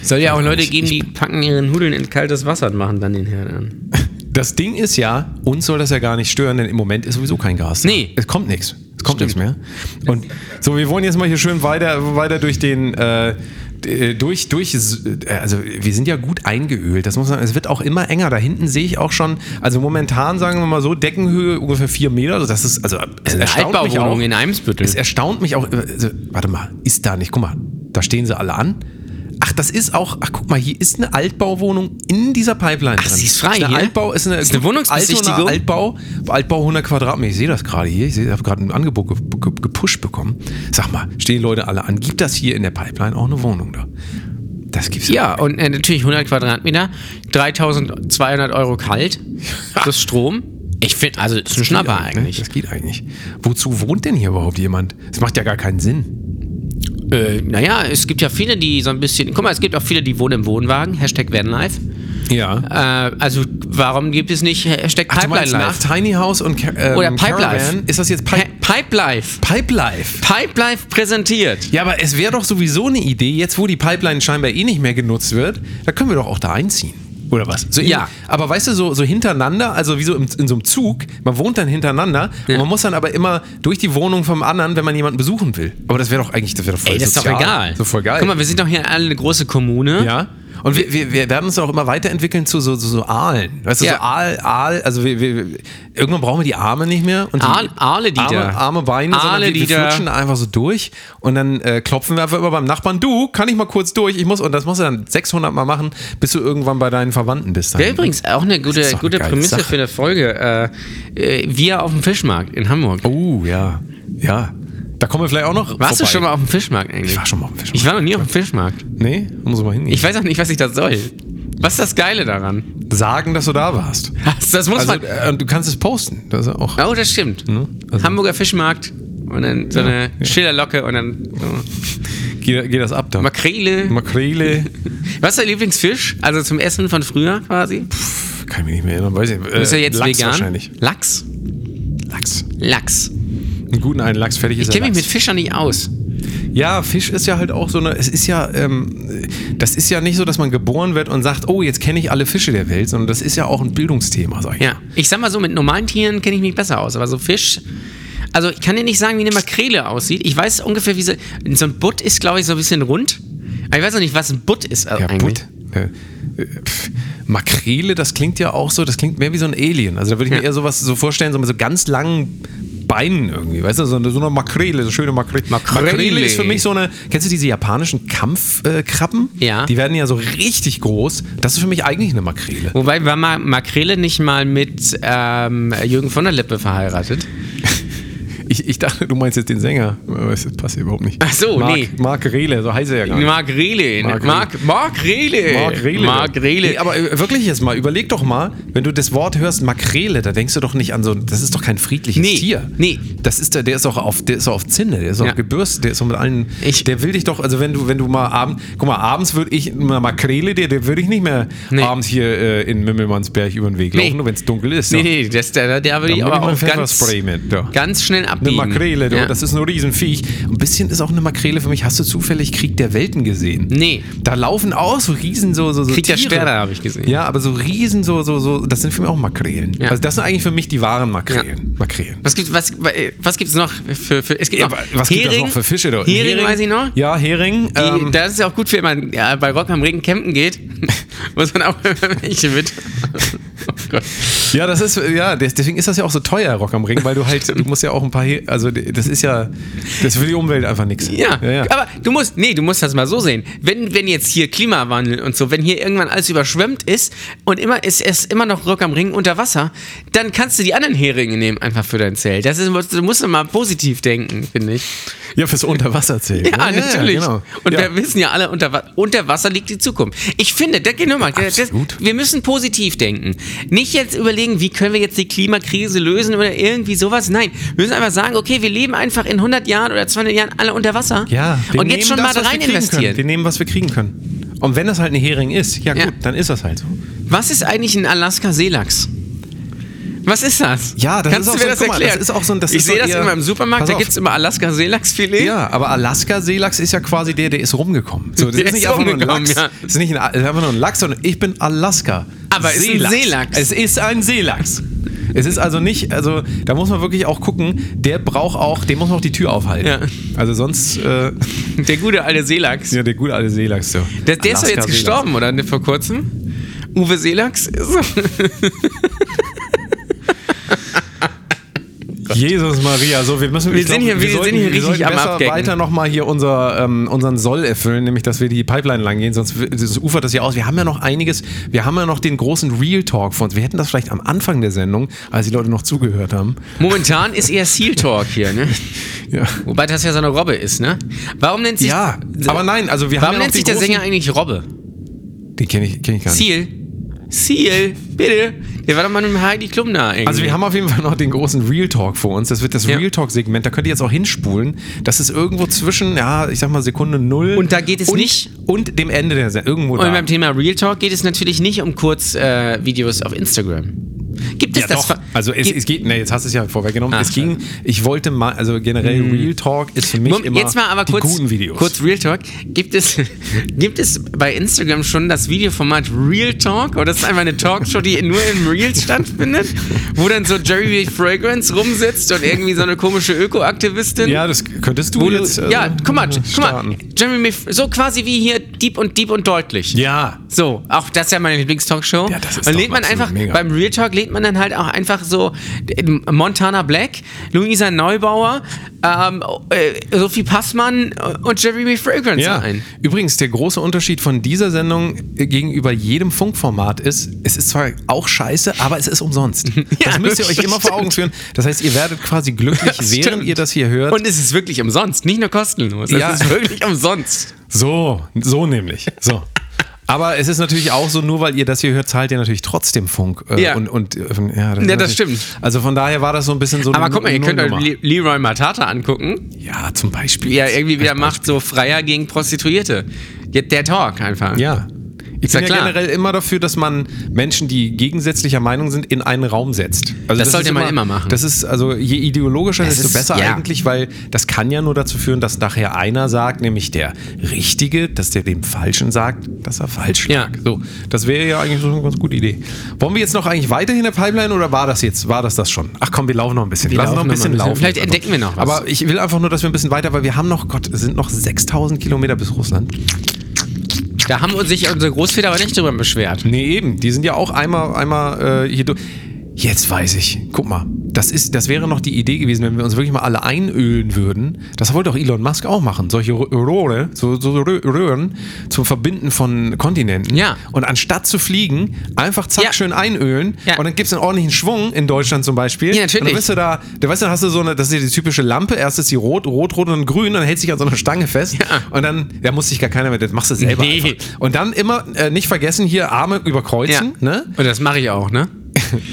Speaker 3: Soll ja auch Leute
Speaker 2: Ich-
Speaker 3: geben, die packen ihre Nudeln in kaltes Wasser und machen dann den Herd an.
Speaker 2: Das Ding ist ja, uns soll das ja gar nicht stören, denn im Moment ist sowieso kein Gas. da.
Speaker 3: Nee.
Speaker 2: Es kommt nichts. Es kommt nichts mehr. Und so, wir wollen jetzt mal hier schön weiter, weiter durch den. Äh, d- durch, durch, äh, also wir sind ja gut eingeölt, das muss man sagen. Es wird auch immer enger. Da hinten sehe ich auch schon, also momentan sagen wir mal so, Deckenhöhe ungefähr vier Meter. Also das ist, also es
Speaker 3: Eine
Speaker 2: erstaunt mich auch.
Speaker 3: Altbauwohnung in Eimsbüttel.
Speaker 2: Es erstaunt mich auch. Also, warte mal, ist da nicht? Guck mal, da stehen sie alle an. Ach, das ist auch. Ach, guck mal, hier ist eine Altbauwohnung in dieser Pipeline. Ach, drin.
Speaker 3: sie ist frei
Speaker 2: Ist eine
Speaker 3: hier?
Speaker 2: Altbau, ist eine,
Speaker 3: Ist eine
Speaker 2: gut, Altona
Speaker 3: Wohnungsbesichtigung?
Speaker 2: Altbau, Altbau 100 Quadratmeter. Ich sehe das gerade hier. Ich sehe, ich habe gerade ein Angebot ge ge gepusht bekommen. Sag mal, stehen die Leute alle an? Gibt das hier in der Pipeline auch eine Wohnung da? Das gibt's
Speaker 3: Ja, und äh, natürlich 100 Quadratmeter, 3200 Euro kalt, plus Strom. Ich finde, also ist ein
Speaker 2: Das geht
Speaker 3: Schnapper
Speaker 2: ne?
Speaker 3: eigentlich.
Speaker 2: Das geht eigentlich. Wozu wohnt denn hier überhaupt jemand? Das macht ja gar keinen Sinn.
Speaker 3: Äh, naja, es gibt ja viele, die so ein bisschen. Guck mal, es gibt auch viele, die wohnen im Wohnwagen. Hashtag Vanlife.
Speaker 2: Ja.
Speaker 3: Äh, also, warum gibt es nicht Hashtag
Speaker 2: Ach, du meinst
Speaker 3: Pipeline
Speaker 2: nach
Speaker 3: Life?
Speaker 2: Tiny House und Car- ähm,
Speaker 3: Oder Pipe
Speaker 2: Caravan?
Speaker 3: Life.
Speaker 2: Ist das jetzt Pipe
Speaker 3: Pi Pipelife.
Speaker 2: Pipelife.
Speaker 3: Pipelife präsentiert.
Speaker 2: Ja, aber es wäre doch sowieso eine Idee, jetzt wo die Pipeline scheinbar eh nicht mehr genutzt wird, da können wir doch auch da einziehen. Oder was? So
Speaker 3: Ja.
Speaker 2: ähnlich. Aber weißt du, so, so hintereinander, also wie so im, in so einem Zug, man wohnt dann hintereinander
Speaker 3: Ja.
Speaker 2: und man muss dann aber immer durch die Wohnung vom anderen, wenn man jemanden besuchen will. Aber das wäre doch eigentlich, das wäre doch voll
Speaker 3: Ey, das ist doch
Speaker 2: sozial.
Speaker 3: egal.
Speaker 2: So voll geil.
Speaker 3: Guck mal, wir sind doch hier alle eine große Kommune.
Speaker 2: Ja. Und wir, wir, wir werden uns auch immer weiterentwickeln zu so, so, so Aalen. Weißt du,
Speaker 3: Ja.
Speaker 2: so Aal, Aal, also wir, wir, wir- irgendwann brauchen wir die Arme nicht mehr. Und die
Speaker 3: Aal- Aale, die
Speaker 2: arme,
Speaker 3: da.
Speaker 2: arme Beine,
Speaker 3: Aale,
Speaker 2: sondern wir,
Speaker 3: die
Speaker 2: wir
Speaker 3: da.
Speaker 2: flutschen einfach so durch und dann äh, klopfen wir einfach immer beim Nachbarn, du, kann ich mal kurz durch? Ich muss, und das musst du dann 600 Mal machen, bis du irgendwann bei deinen Verwandten bist.
Speaker 3: Wäre übrigens auch eine gute,
Speaker 2: ist doch eine
Speaker 3: gute
Speaker 2: geile
Speaker 3: Prämisse
Speaker 2: Sache.
Speaker 3: für eine Folge. Äh, äh, wir auf dem Fischmarkt in Hamburg.
Speaker 2: Oh, ja. Ja. Da kommen wir vielleicht auch noch vorbei.
Speaker 3: Warst du schon mal auf dem Fischmarkt eigentlich?
Speaker 2: Ich war schon mal auf dem Fischmarkt.
Speaker 3: Ich war noch nie auf dem Fischmarkt.
Speaker 2: Nee, muss mal hin.
Speaker 3: Ich weiß auch nicht, was ich da soll. Was ist das Geile daran?
Speaker 2: sagen, dass du da warst.
Speaker 3: Das, das muss
Speaker 2: Also,
Speaker 3: man.
Speaker 2: äh, und du kannst es posten. Das ist ja auch.
Speaker 3: Oh, das stimmt.
Speaker 2: Also-
Speaker 3: Hamburger Fischmarkt und dann so eine Schillerlocke und dann so
Speaker 2: Geh, geh das ab da.
Speaker 3: Makrele.
Speaker 2: Makrele.
Speaker 3: Was ist dein Lieblingsfisch? Also zum Essen von früher quasi?
Speaker 2: Kann ich mich nicht mehr erinnern, weiß ich nicht.
Speaker 3: ist ja jetzt
Speaker 2: Lachs
Speaker 3: vegan.
Speaker 2: wahrscheinlich.
Speaker 3: Lachs?
Speaker 2: Lachs.
Speaker 3: Lachs.
Speaker 2: Einen guten einen Lachs, fertig ist
Speaker 3: Ich kenne
Speaker 2: er
Speaker 3: mich mit
Speaker 2: Lachs.
Speaker 3: Fischern nicht aus.
Speaker 2: Ja, Fisch ist ja halt auch so eine, es ist ja, ähm, das ist ja nicht so, dass man geboren wird und sagt, oh, jetzt kenne ich alle Fische der Welt, sondern das ist ja auch ein Bildungsthema, sag ich.
Speaker 3: Ja. Ich sag mal so, mit normalen Tieren kenne ich mich besser aus, aber so Fisch. Also ich kann dir nicht sagen, wie eine Makrele aussieht. Ich weiß ungefähr, wie sie. So ein Butt ist, glaube ich, so ein bisschen rund. Aber ich weiß noch nicht, was ein Butt ist. äh,
Speaker 2: Ja,
Speaker 3: eigentlich.
Speaker 2: Butt. Äh, äh, pf, Makrele, das klingt ja auch so, das klingt mehr wie so ein Alien. Also da würde ich mir
Speaker 3: Ja.
Speaker 2: eher sowas so vorstellen, so mit so ganz langen Beinen irgendwie, weißt du, so eine, so eine Makrele, so schöne Makrele.
Speaker 3: Makrele.
Speaker 2: ist für mich so eine, kennst du diese japanischen Kampfkrabben? Äh, Krabben?
Speaker 3: Ja.
Speaker 2: Die werden ja so richtig groß. Das ist für mich eigentlich eine Makrele.
Speaker 3: Wobei war Ma Makrele nicht mal mit ähm, Jürgen von der Lippe verheiratet.
Speaker 2: Ich, ich dachte, du meinst jetzt den Sänger, aber das passt hier überhaupt nicht.
Speaker 3: Ach so,
Speaker 2: Mark,
Speaker 3: nee.
Speaker 2: Mark Rehle, so heißt er ja gar nicht.
Speaker 3: Makrele.
Speaker 2: Makrele.
Speaker 3: Mark Makrele.
Speaker 2: Makrele. Nee, aber äh, wirklich jetzt mal, überleg doch mal, wenn du das Wort hörst Makrele, da denkst du doch nicht an so, das ist doch kein friedliches
Speaker 3: Nee,
Speaker 2: Tier.
Speaker 3: nee.
Speaker 2: Das ist der, der ist auch auf, der ist auch auf Zinne, der ist auch
Speaker 3: Ja.
Speaker 2: gebürstet, der ist auch mit allen.
Speaker 3: Ich-
Speaker 2: der will dich doch, also wenn du, wenn du mal abends, guck mal, abends würde ich eine Makrele dir, der würde ich nicht mehr
Speaker 3: Nee.
Speaker 2: abends hier äh, in Mimmelmannsberg über den Weg
Speaker 3: Nee.
Speaker 2: laufen, nur wenn es dunkel ist.
Speaker 3: Nee,
Speaker 2: ja.
Speaker 3: nee, das, da, da würde
Speaker 2: Da
Speaker 3: ich
Speaker 2: muss ich
Speaker 3: aber
Speaker 2: mal
Speaker 3: auch
Speaker 2: ein
Speaker 3: ganz,
Speaker 2: Pfefferspray mit, ja.
Speaker 3: ganz schnell
Speaker 2: Eine
Speaker 3: abbiegen.
Speaker 2: Makrele, du,
Speaker 3: Ja.
Speaker 2: das ist ein Riesenviech. Ein bisschen ist auch eine Makrele für mich. Hast du zufällig Krieg der Welten gesehen?
Speaker 3: Nee.
Speaker 2: Da laufen auch so Riesen, so, so, so
Speaker 3: Krieg der
Speaker 2: Tiere.
Speaker 3: Sterne habe ich gesehen.
Speaker 2: Ja, aber so Riesen, so, so, so, das sind für mich auch Makrelen.
Speaker 3: Ja.
Speaker 2: Also das sind eigentlich für mich die wahren Makrelen. Makrelen.
Speaker 3: Was gibt was, was gibt's noch für, für es gibt
Speaker 2: Ja,
Speaker 3: noch
Speaker 2: aber was
Speaker 3: Hering,
Speaker 2: gibt das noch für Fische? da?
Speaker 3: Hering, weiß ich noch.
Speaker 2: Ja, Hering.
Speaker 3: Die,
Speaker 2: ähm,
Speaker 3: das ist ja auch gut, wenn man ja, bei Rock am Ring campen geht. Muss man auch welche mit. Oh Gott.
Speaker 2: ja, das ist, ja, des- deswegen ist das ja auch so teuer, Rock am Ring, weil du halt, du musst ja auch ein paar, He also das ist ja, das ist für die Umwelt einfach nichts.
Speaker 3: Ja, aber du musst, nee, du musst das mal so sehen. Wenn, wenn jetzt hier Klimawandel und so, wenn hier irgendwann alles überschwemmt ist und immer ist es immer noch Rock am Ring unter Wasser, dann kannst du die anderen Heringe nehmen einfach für dein Zelt. Das ist, du musst immer positiv denken, finde ich.
Speaker 2: ja fürs Unterwasserzählen.
Speaker 3: Ja, natürlich. Und
Speaker 2: ja.
Speaker 3: wir wissen ja alle, unter, Wa- unter Wasser liegt die Zukunft. Ich finde, da, genau mal, das,
Speaker 2: Absolut.
Speaker 3: wir müssen positiv denken. Nicht jetzt überlegen, wie können wir jetzt die Klimakrise lösen oder irgendwie sowas. Nein, wir müssen einfach sagen, okay, wir leben einfach in 100 Jahren oder 200 Jahren alle unter Wasser.
Speaker 2: Ja, wir
Speaker 3: und jetzt
Speaker 2: nehmen
Speaker 3: schon
Speaker 2: das,
Speaker 3: mal
Speaker 2: was wir
Speaker 3: rein
Speaker 2: kriegen
Speaker 3: investieren.
Speaker 2: Können. Wir nehmen, was wir kriegen können. Und wenn das halt ein Hering ist, ja gut,
Speaker 3: Ja.
Speaker 2: dann ist das halt so.
Speaker 3: Was ist eigentlich ein Alaska-Seelachs? Was ist das?
Speaker 2: Ja, das
Speaker 3: Kannst
Speaker 2: ist auch
Speaker 3: du mir
Speaker 2: so-
Speaker 3: das
Speaker 2: guck mal,
Speaker 3: erklären?
Speaker 2: das ist auch so ein- das
Speaker 3: ich
Speaker 2: ist so
Speaker 3: sehe das
Speaker 2: eher-
Speaker 3: immer im Supermarkt,
Speaker 2: Pass
Speaker 3: da
Speaker 2: auf.
Speaker 3: gibt es immer Alaska-Seelachsfilet.
Speaker 2: Ja, aber Alaska-Seelachs ist ja quasi der, der ist rumgekommen. So, das
Speaker 3: Der
Speaker 2: ist nicht
Speaker 3: ist
Speaker 2: einfach nur ein
Speaker 3: rumgekommen,
Speaker 2: Lachs.
Speaker 3: ja.
Speaker 2: Das ist nicht ein, das ist einfach nur ein Lachs, sondern ich bin Alaska.
Speaker 3: Aber es ist ein Seelachs.
Speaker 2: Es ist ein Seelachs. Es ist also nicht, also da muss man wirklich auch gucken, der braucht auch, dem muss man auch die Tür aufhalten.
Speaker 3: Ja.
Speaker 2: Also sonst, äh,
Speaker 3: Der gute alte Seelachs.
Speaker 2: ja, der gute alte Seelachs. So.
Speaker 3: Der, der ist doch jetzt
Speaker 2: Alaska-Seelachs.
Speaker 3: gestorben, oder? Ne, Vor kurzem? Uwe Seelachs?
Speaker 2: Jesus Maria, so wir müssen.
Speaker 3: Wir
Speaker 2: ich
Speaker 3: sind hier- wir sind
Speaker 2: sollten-
Speaker 3: hier richtig
Speaker 2: sollten
Speaker 3: am
Speaker 2: besser
Speaker 3: Abgängen.
Speaker 2: weiter nochmal hier unser, ähm, unseren Soll erfüllen, nämlich dass wir die Pipeline lang gehen, sonst w- das ufert das ja aus. Wir haben ja noch einiges, wir haben ja noch den großen Real Talk von uns. Wir hätten das vielleicht am Anfang der Sendung, als die Leute noch zugehört haben.
Speaker 3: Momentan ist eher Seal Talk hier, ne?
Speaker 2: Ja.
Speaker 3: Wobei das ja so eine Robbe ist, ne? Warum nennt sich,
Speaker 2: Ja, aber nein, also wir haben
Speaker 3: warum
Speaker 2: ja noch
Speaker 3: nennt sich
Speaker 2: den
Speaker 3: der
Speaker 2: großen,
Speaker 3: Sänger eigentlich Robbe?
Speaker 2: Den kenne ich, kenn ich gar nicht.
Speaker 3: Seal. Seal, bitte. Der war doch mal mit dem Heidi Klum da irgendwie.
Speaker 2: Also wir haben auf jeden Fall noch den großen Real Talk vor uns. Das wird das
Speaker 3: Ja.
Speaker 2: Real Talk-Segment. Da könnt ihr jetzt auch hinspulen. Das ist irgendwo zwischen, ja, ich sag mal Sekunde null.
Speaker 3: Und da geht es nicht-
Speaker 2: Und dem Ende der Sendung. Irgendwo
Speaker 3: Und
Speaker 2: da.
Speaker 3: beim Thema Real Talk geht es natürlich nicht um Kurzvideos auf Instagram. Gibt es
Speaker 2: Ja,
Speaker 3: das?
Speaker 2: doch.
Speaker 3: Ver-
Speaker 2: Also es,
Speaker 3: Gibt-
Speaker 2: es geht, ne, jetzt hast du es ja vorweggenommen.
Speaker 3: Ah, Mhm.
Speaker 2: es ging, ich wollte mal, also generell Real Talk ist für mich
Speaker 3: Moment,
Speaker 2: immer
Speaker 3: jetzt mal aber
Speaker 2: die
Speaker 3: kurz,
Speaker 2: guten Videos.
Speaker 3: kurz Real Talk. Gibt es, gibt es bei Instagram schon das Videoformat Real Talk? Oder ist es einfach eine Talkshow, die nur im Real stattfindet? Wo dann so Jerry Fragrance rumsitzt und irgendwie so eine komische Ökoaktivistin?
Speaker 2: ja, das könntest du
Speaker 3: Wo
Speaker 2: jetzt
Speaker 3: du,
Speaker 2: äh,
Speaker 3: ja, guck mal, guck mal,
Speaker 2: starten.
Speaker 3: Jeremy, F- so quasi wie hier Deep und Deep und deutlich.
Speaker 2: Ja.
Speaker 3: So, auch das ist ja meine Lieblingstalkshow.
Speaker 2: Ja, das ist
Speaker 3: und
Speaker 2: doch
Speaker 3: lädt man
Speaker 2: absolut
Speaker 3: einfach,
Speaker 2: mega.
Speaker 3: beim Real Talk lädt man dann halt auch einfach so äh, Montana Black, Luisa Neubauer, ähm, äh, Sophie Passmann und Jeremy Fragrance
Speaker 2: Ja.
Speaker 3: ein.
Speaker 2: Übrigens, der große Unterschied von dieser Sendung äh, gegenüber jedem Funkformat ist, es ist zwar auch scheiße, aber es ist umsonst. das müsst ihr euch
Speaker 3: das
Speaker 2: immer vor Augen führen. Das heißt, ihr werdet quasi glücklich,
Speaker 3: Das
Speaker 2: während
Speaker 3: stimmt.
Speaker 2: ihr das hier hört.
Speaker 3: Und es ist wirklich umsonst, nicht nur kostenlos. Es
Speaker 2: Ja.
Speaker 3: ist wirklich umsonst.
Speaker 2: So, so nämlich. So. Aber es ist natürlich auch so, nur weil ihr das hier hört, zahlt ihr natürlich trotzdem Funk. äh,
Speaker 3: Ja.
Speaker 2: Und, und, äh, ja, das, ist
Speaker 3: Ja, das
Speaker 2: natürlich-
Speaker 3: stimmt.
Speaker 2: Also von daher war das so ein bisschen so
Speaker 3: Aber
Speaker 2: eine
Speaker 3: guck mal, ihr
Speaker 2: Nu-
Speaker 3: könnt euch
Speaker 2: Nullnummer.
Speaker 3: Le- Leroy Matata angucken.
Speaker 2: Ja, zum Beispiel.
Speaker 3: wie er irgendwie wieder macht, so Freier gegen Prostituierte. Ja, Der Talk einfach.
Speaker 2: Ja. Ich
Speaker 3: ja
Speaker 2: bin ja
Speaker 3: klar.
Speaker 2: generell immer dafür, dass man Menschen, die gegensätzlicher Meinung sind, in einen Raum setzt. Also
Speaker 3: Das sollte
Speaker 2: ist
Speaker 3: man immer machen.
Speaker 2: Das ist, also je ideologischer,
Speaker 3: Das
Speaker 2: desto
Speaker 3: ist-
Speaker 2: besser
Speaker 3: ja.
Speaker 2: eigentlich, weil das kann ja nur dazu führen, dass nachher einer sagt, nämlich der Richtige, dass der dem Falschen sagt, dass er falsch
Speaker 3: Ja.
Speaker 2: lag. So, das wäre ja eigentlich so eine ganz gute Idee. Wollen wir jetzt noch eigentlich weiter in der Pipeline oder war das jetzt, war das das schon? Ach komm, wir laufen noch ein bisschen.
Speaker 3: Wir
Speaker 2: Lass
Speaker 3: laufen
Speaker 2: noch ein
Speaker 3: noch mal
Speaker 2: bisschen
Speaker 3: ein bisschen.
Speaker 2: laufen.
Speaker 3: Vielleicht entdecken wir noch was.
Speaker 2: Aber ich will einfach nur, dass wir ein bisschen weiter, weil wir haben noch, Gott, es sind noch 6000 Kilometer bis Russland.
Speaker 3: Da haben uns sich unsere Großväter aber nicht drüber beschwert.
Speaker 2: Nee, eben. Die sind ja auch einmal, einmal äh, hier durch. Jetzt weiß ich. Guck mal, das, ist, das wäre noch die Idee gewesen, wenn wir uns wirklich mal alle einölen würden. Das wollte auch Elon Musk auch machen. Solche Rö- Rohre, so, so Rö- Röhren zum Verbinden von Kontinenten.
Speaker 3: Ja.
Speaker 2: Und anstatt zu fliegen, einfach zack,
Speaker 3: Ja.
Speaker 2: schön einölen.
Speaker 3: Ja.
Speaker 2: Und dann gibt es einen ordentlichen Schwung in Deutschland zum Beispiel.
Speaker 3: Ja, natürlich.
Speaker 2: Und dann bist du da, da weißt du, dann hast du so eine, das ist ja die typische Lampe. Erst ist die rot, rot, rot und dann grün. Dann hält sich an so einer Stange fest.
Speaker 3: Ja.
Speaker 2: Und dann, da muss sich gar keiner mehr, das machst du selber.
Speaker 3: Nee.
Speaker 2: Einfach. Und dann immer äh, nicht vergessen, hier Arme überkreuzen, ne?
Speaker 3: Und das mache ich auch, ne?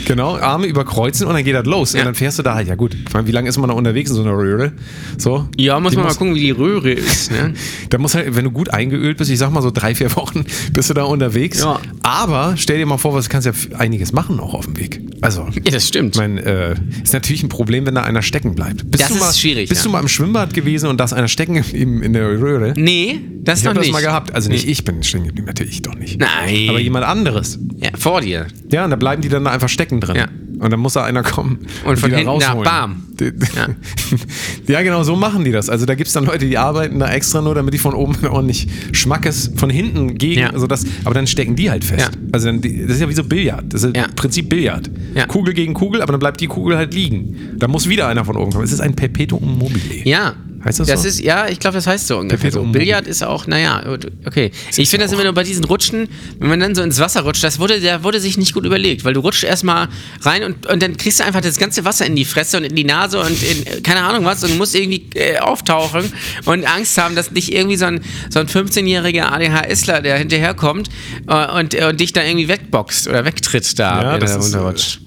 Speaker 2: Genau, Arme überkreuzen und dann geht das los.
Speaker 3: Ja.
Speaker 2: Und dann fährst du da halt, ja gut. Ich meine, wie lange ist man da unterwegs in so einer Röhre? So.
Speaker 3: Ja, muss
Speaker 2: Die
Speaker 3: man mal gucken, wie die Röhre ist, ne?
Speaker 2: Da muss halt, wenn du gut eingeölt bist, ich sag mal so drei, vier Wochen, bist du da unterwegs.
Speaker 3: Ja.
Speaker 2: Aber stell dir mal vor, was du kannst ja f- einiges machen auch auf dem Weg. Also.
Speaker 3: Ja, das stimmt.
Speaker 2: Ich meine, äh, ist natürlich ein Problem, wenn da einer stecken bleibt. Bist
Speaker 3: Das
Speaker 2: du
Speaker 3: ist
Speaker 2: mal,
Speaker 3: schwierig,
Speaker 2: Bist
Speaker 3: ja.
Speaker 2: du mal im Schwimmbad gewesen und da ist einer stecken geblieben in der Röhre?
Speaker 3: nee, das
Speaker 2: Ich
Speaker 3: noch
Speaker 2: habe das
Speaker 3: nicht.
Speaker 2: mal gehabt. Also nicht ich bin stehen geblieben, natürlich ich doch nicht.
Speaker 3: Nein.
Speaker 2: Aber jemand anderes.
Speaker 3: ja, vor dir.
Speaker 2: Ja, und da bleiben die dann einfach stecken drin.
Speaker 3: Ja.
Speaker 2: Und dann muss da einer kommen
Speaker 3: Und von
Speaker 2: die da
Speaker 3: hinten
Speaker 2: rausholen.
Speaker 3: da, bam.
Speaker 2: Die-
Speaker 3: Ja.
Speaker 2: ja, genau, so machen die das. Also da gibt es dann Leute, die arbeiten da extra nur, damit die von oben ordentlich Schmackes von hinten gegen,
Speaker 3: Ja.
Speaker 2: sodass, aber dann stecken die halt fest.
Speaker 3: Ja.
Speaker 2: Also dann, die- das ist ja wie so Billard. Das ist
Speaker 3: Ja.
Speaker 2: im Prinzip Billard.
Speaker 3: Ja.
Speaker 2: Kugel gegen Kugel, aber dann bleibt die Kugel halt liegen. Da muss wieder einer von oben kommen. Es ist ein Perpetuum mobile.
Speaker 3: Ja,
Speaker 2: Heißt das,
Speaker 3: Das
Speaker 2: so?
Speaker 3: ist, ja, ich glaube, das heißt so ungefähr
Speaker 2: Tapete
Speaker 3: so.
Speaker 2: umbiegen.
Speaker 3: Billard ist auch, naja, okay. Ich finde das immer nur bei diesen Rutschen, wenn man dann so ins Wasser rutscht, das wurde, der wurde sich nicht gut überlegt, weil du rutschst erstmal rein und, und dann kriegst du einfach das ganze Wasser in die Fresse und in die Nase und in, keine Ahnung was und musst irgendwie äh, auftauchen und Angst haben, dass dich irgendwie so ein, so ein 15-jähriger ADHSler, der hinterherkommt äh, und, äh, und dich da irgendwie wegboxt oder wegtritt da.
Speaker 2: Ja,
Speaker 3: wenn du
Speaker 2: das
Speaker 3: da
Speaker 2: ist, äh,
Speaker 3: runterrutscht.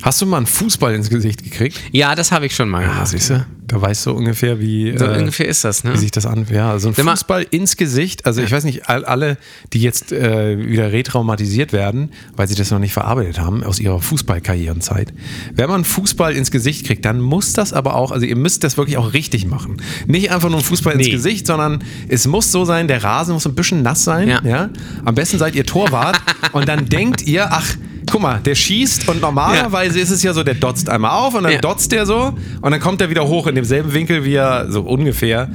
Speaker 2: Hast du mal einen Fußball ins Gesicht gekriegt?
Speaker 3: ja, das habe ich schon mal.
Speaker 2: Ah, siehst du? Da weißt du ungefähr, wie,
Speaker 3: so
Speaker 2: äh,
Speaker 3: ungefähr ist das, ne?
Speaker 2: wie sich das an. Ja, also ein
Speaker 3: Sag mal-
Speaker 2: Fußball ins Gesicht. Also ich weiß nicht, all, alle, die jetzt äh, wieder retraumatisiert werden, weil sie das noch nicht verarbeitet haben aus ihrer Fußballkarrierenzeit. Wenn man Fußball ins Gesicht kriegt, dann muss das aber auch, also ihr müsst das wirklich auch richtig machen. Nicht einfach nur ein Fußball ins
Speaker 3: Nee.
Speaker 2: Gesicht, sondern es muss so sein, der Rasen muss ein bisschen nass sein.
Speaker 3: Ja.
Speaker 2: Ja? Am besten seid ihr Torwart und dann denkt ihr, ach, guck mal, der schießt und normalerweise ist es ja so, der dotzt einmal auf und dann
Speaker 3: Ja.
Speaker 2: dotzt der so und dann kommt er wieder hoch in demselben Winkel wie er, so ungefähr.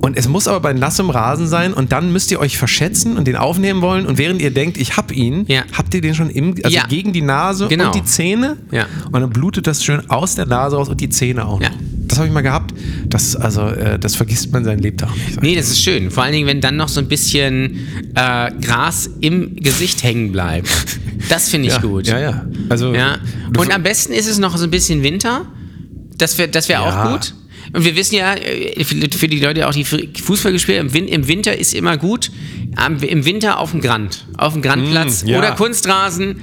Speaker 2: Und es muss aber bei nassem Rasen sein und dann müsst ihr euch verschätzen und den aufnehmen wollen und während ihr denkt, ich hab ihn,
Speaker 3: Ja.
Speaker 2: habt ihr den schon im, also
Speaker 3: Ja.
Speaker 2: gegen die Nase
Speaker 3: Genau.
Speaker 2: und die Zähne
Speaker 3: Ja.
Speaker 2: und dann blutet das schön aus der Nase raus und die Zähne auch noch.
Speaker 3: Ja.
Speaker 2: Das habe ich mal gehabt. Das, also, äh, das vergisst man seinen Lebtag nicht.
Speaker 3: Nee, das ist schön. Vor allen Dingen, wenn dann noch so ein bisschen äh, Gras im Gesicht hängen bleibt. Das finde ich
Speaker 2: ja.
Speaker 3: gut.
Speaker 2: Ja, ja. Also,
Speaker 3: Ja.
Speaker 2: du-
Speaker 3: Und am besten ist es noch so ein bisschen Winter. Das wäre das wär
Speaker 2: Ja.
Speaker 3: auch gut. Und wir wissen ja, äh, für für die Leute auch, die Fu- Fußball gespielt haben, im Win- im Winter ist immer gut. Am, Im Winter auf dem Grand. Auf dem Grandplatz
Speaker 2: Mm, ja.
Speaker 3: oder Kunstrasen.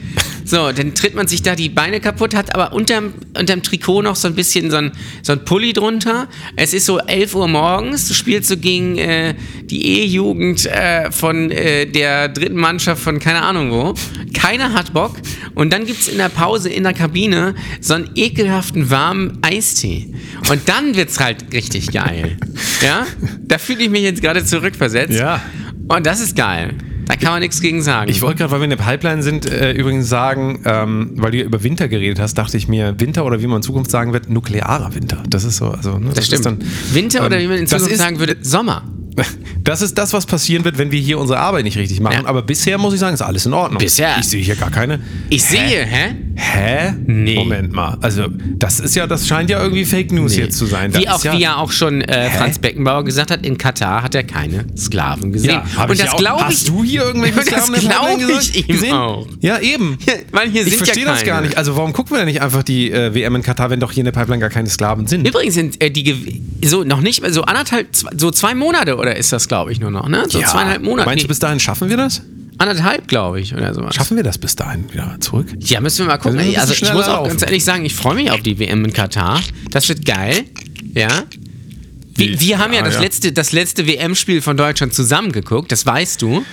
Speaker 3: So, dann tritt man sich da die Beine kaputt, hat aber unterm, unterm Trikot noch so ein bisschen so ein, so ein Pulli drunter. Es ist so 11 Uhr morgens, du spielst so gegen äh, die E-Jugend äh, von äh, der dritten Mannschaft von keine Ahnung wo. Keiner hat Bock. Und dann gibt es in der Pause in der Kabine so einen ekelhaften warmen Eistee. Und dann wird's halt richtig geil. Ja? Da fühle ich mich jetzt gerade zurückversetzt.
Speaker 2: Ja.
Speaker 3: Und das ist geil. Da kann man nichts gegen sagen.
Speaker 2: Ich wollte gerade, weil wir in der Pipeline sind, äh, übrigens sagen, ähm, weil du ja über Winter geredet hast, dachte ich mir, Winter oder wie man in Zukunft sagen wird, nuklearer Winter. Das ist so. Also, ne,
Speaker 3: Das stimmt.
Speaker 2: Ist dann,
Speaker 3: Winter oder
Speaker 2: ähm,
Speaker 3: wie man in
Speaker 2: das
Speaker 3: Zukunft
Speaker 2: ist-
Speaker 3: sagen würde, Sommer.
Speaker 2: Das ist das, was passieren wird, wenn wir hier unsere Arbeit nicht richtig machen.
Speaker 3: Ja.
Speaker 2: Aber bisher muss ich sagen, ist alles in Ordnung.
Speaker 3: Bisher.
Speaker 2: Ich sehe hier gar keine.
Speaker 3: Ich
Speaker 2: Hä?
Speaker 3: sehe, hä?
Speaker 2: Hä?
Speaker 3: Nee.
Speaker 2: Moment mal. Also, das ist ja, das scheint ja irgendwie Fake News jetzt zu sein. Da
Speaker 3: Wie
Speaker 2: ist
Speaker 3: auch,
Speaker 2: ja,
Speaker 3: wie ja auch schon äh, Franz Beckenbauer gesagt hat, in Katar hat er keine Sklaven gesehen.
Speaker 2: Ja, hab
Speaker 3: Und
Speaker 2: ich ja
Speaker 3: das
Speaker 2: auch-
Speaker 3: glaube ich.
Speaker 2: Hast du hier irgendwelche
Speaker 3: Und das
Speaker 2: Sklaven in der
Speaker 3: glaub
Speaker 2: Pipeline
Speaker 3: ich
Speaker 2: gesagt-
Speaker 3: ihm
Speaker 2: gesehen?
Speaker 3: auch.
Speaker 2: Ja, eben.
Speaker 3: Weil hier
Speaker 2: ich
Speaker 3: sind ja
Speaker 2: verstehe das gar
Speaker 3: keine.
Speaker 2: nicht. Also, warum gucken wir denn nicht einfach die äh, WM in Katar, wenn doch hier in der Pipeline gar keine Sklaven sind?
Speaker 3: Übrigens sind äh, die gew- so noch nicht so anderthalb zwei, so zwei Monate oder ist das glaube ich nur noch ne so
Speaker 2: Ja.
Speaker 3: zweieinhalb Monate
Speaker 2: Meinst du,
Speaker 3: Nee,
Speaker 2: bis dahin schaffen wir das?
Speaker 3: anderthalb glaube ich oder sowas.
Speaker 2: Schaffen wir das bis dahin wieder zurück?
Speaker 3: Ja, müssen wir mal gucken.
Speaker 2: Also, wir müssen
Speaker 3: Also, ich
Speaker 2: schneller
Speaker 3: muss auch
Speaker 2: laufen.
Speaker 3: ganz ehrlich sagen, ich freue mich auf die WM in Katar. Das wird geil. Ja.
Speaker 2: Wie?
Speaker 3: Wir, wir haben ja,
Speaker 2: Ah,
Speaker 3: das
Speaker 2: ja.
Speaker 3: letzte, das letzte WM-Spiel von Deutschland zusammengeguckt, das weißt du.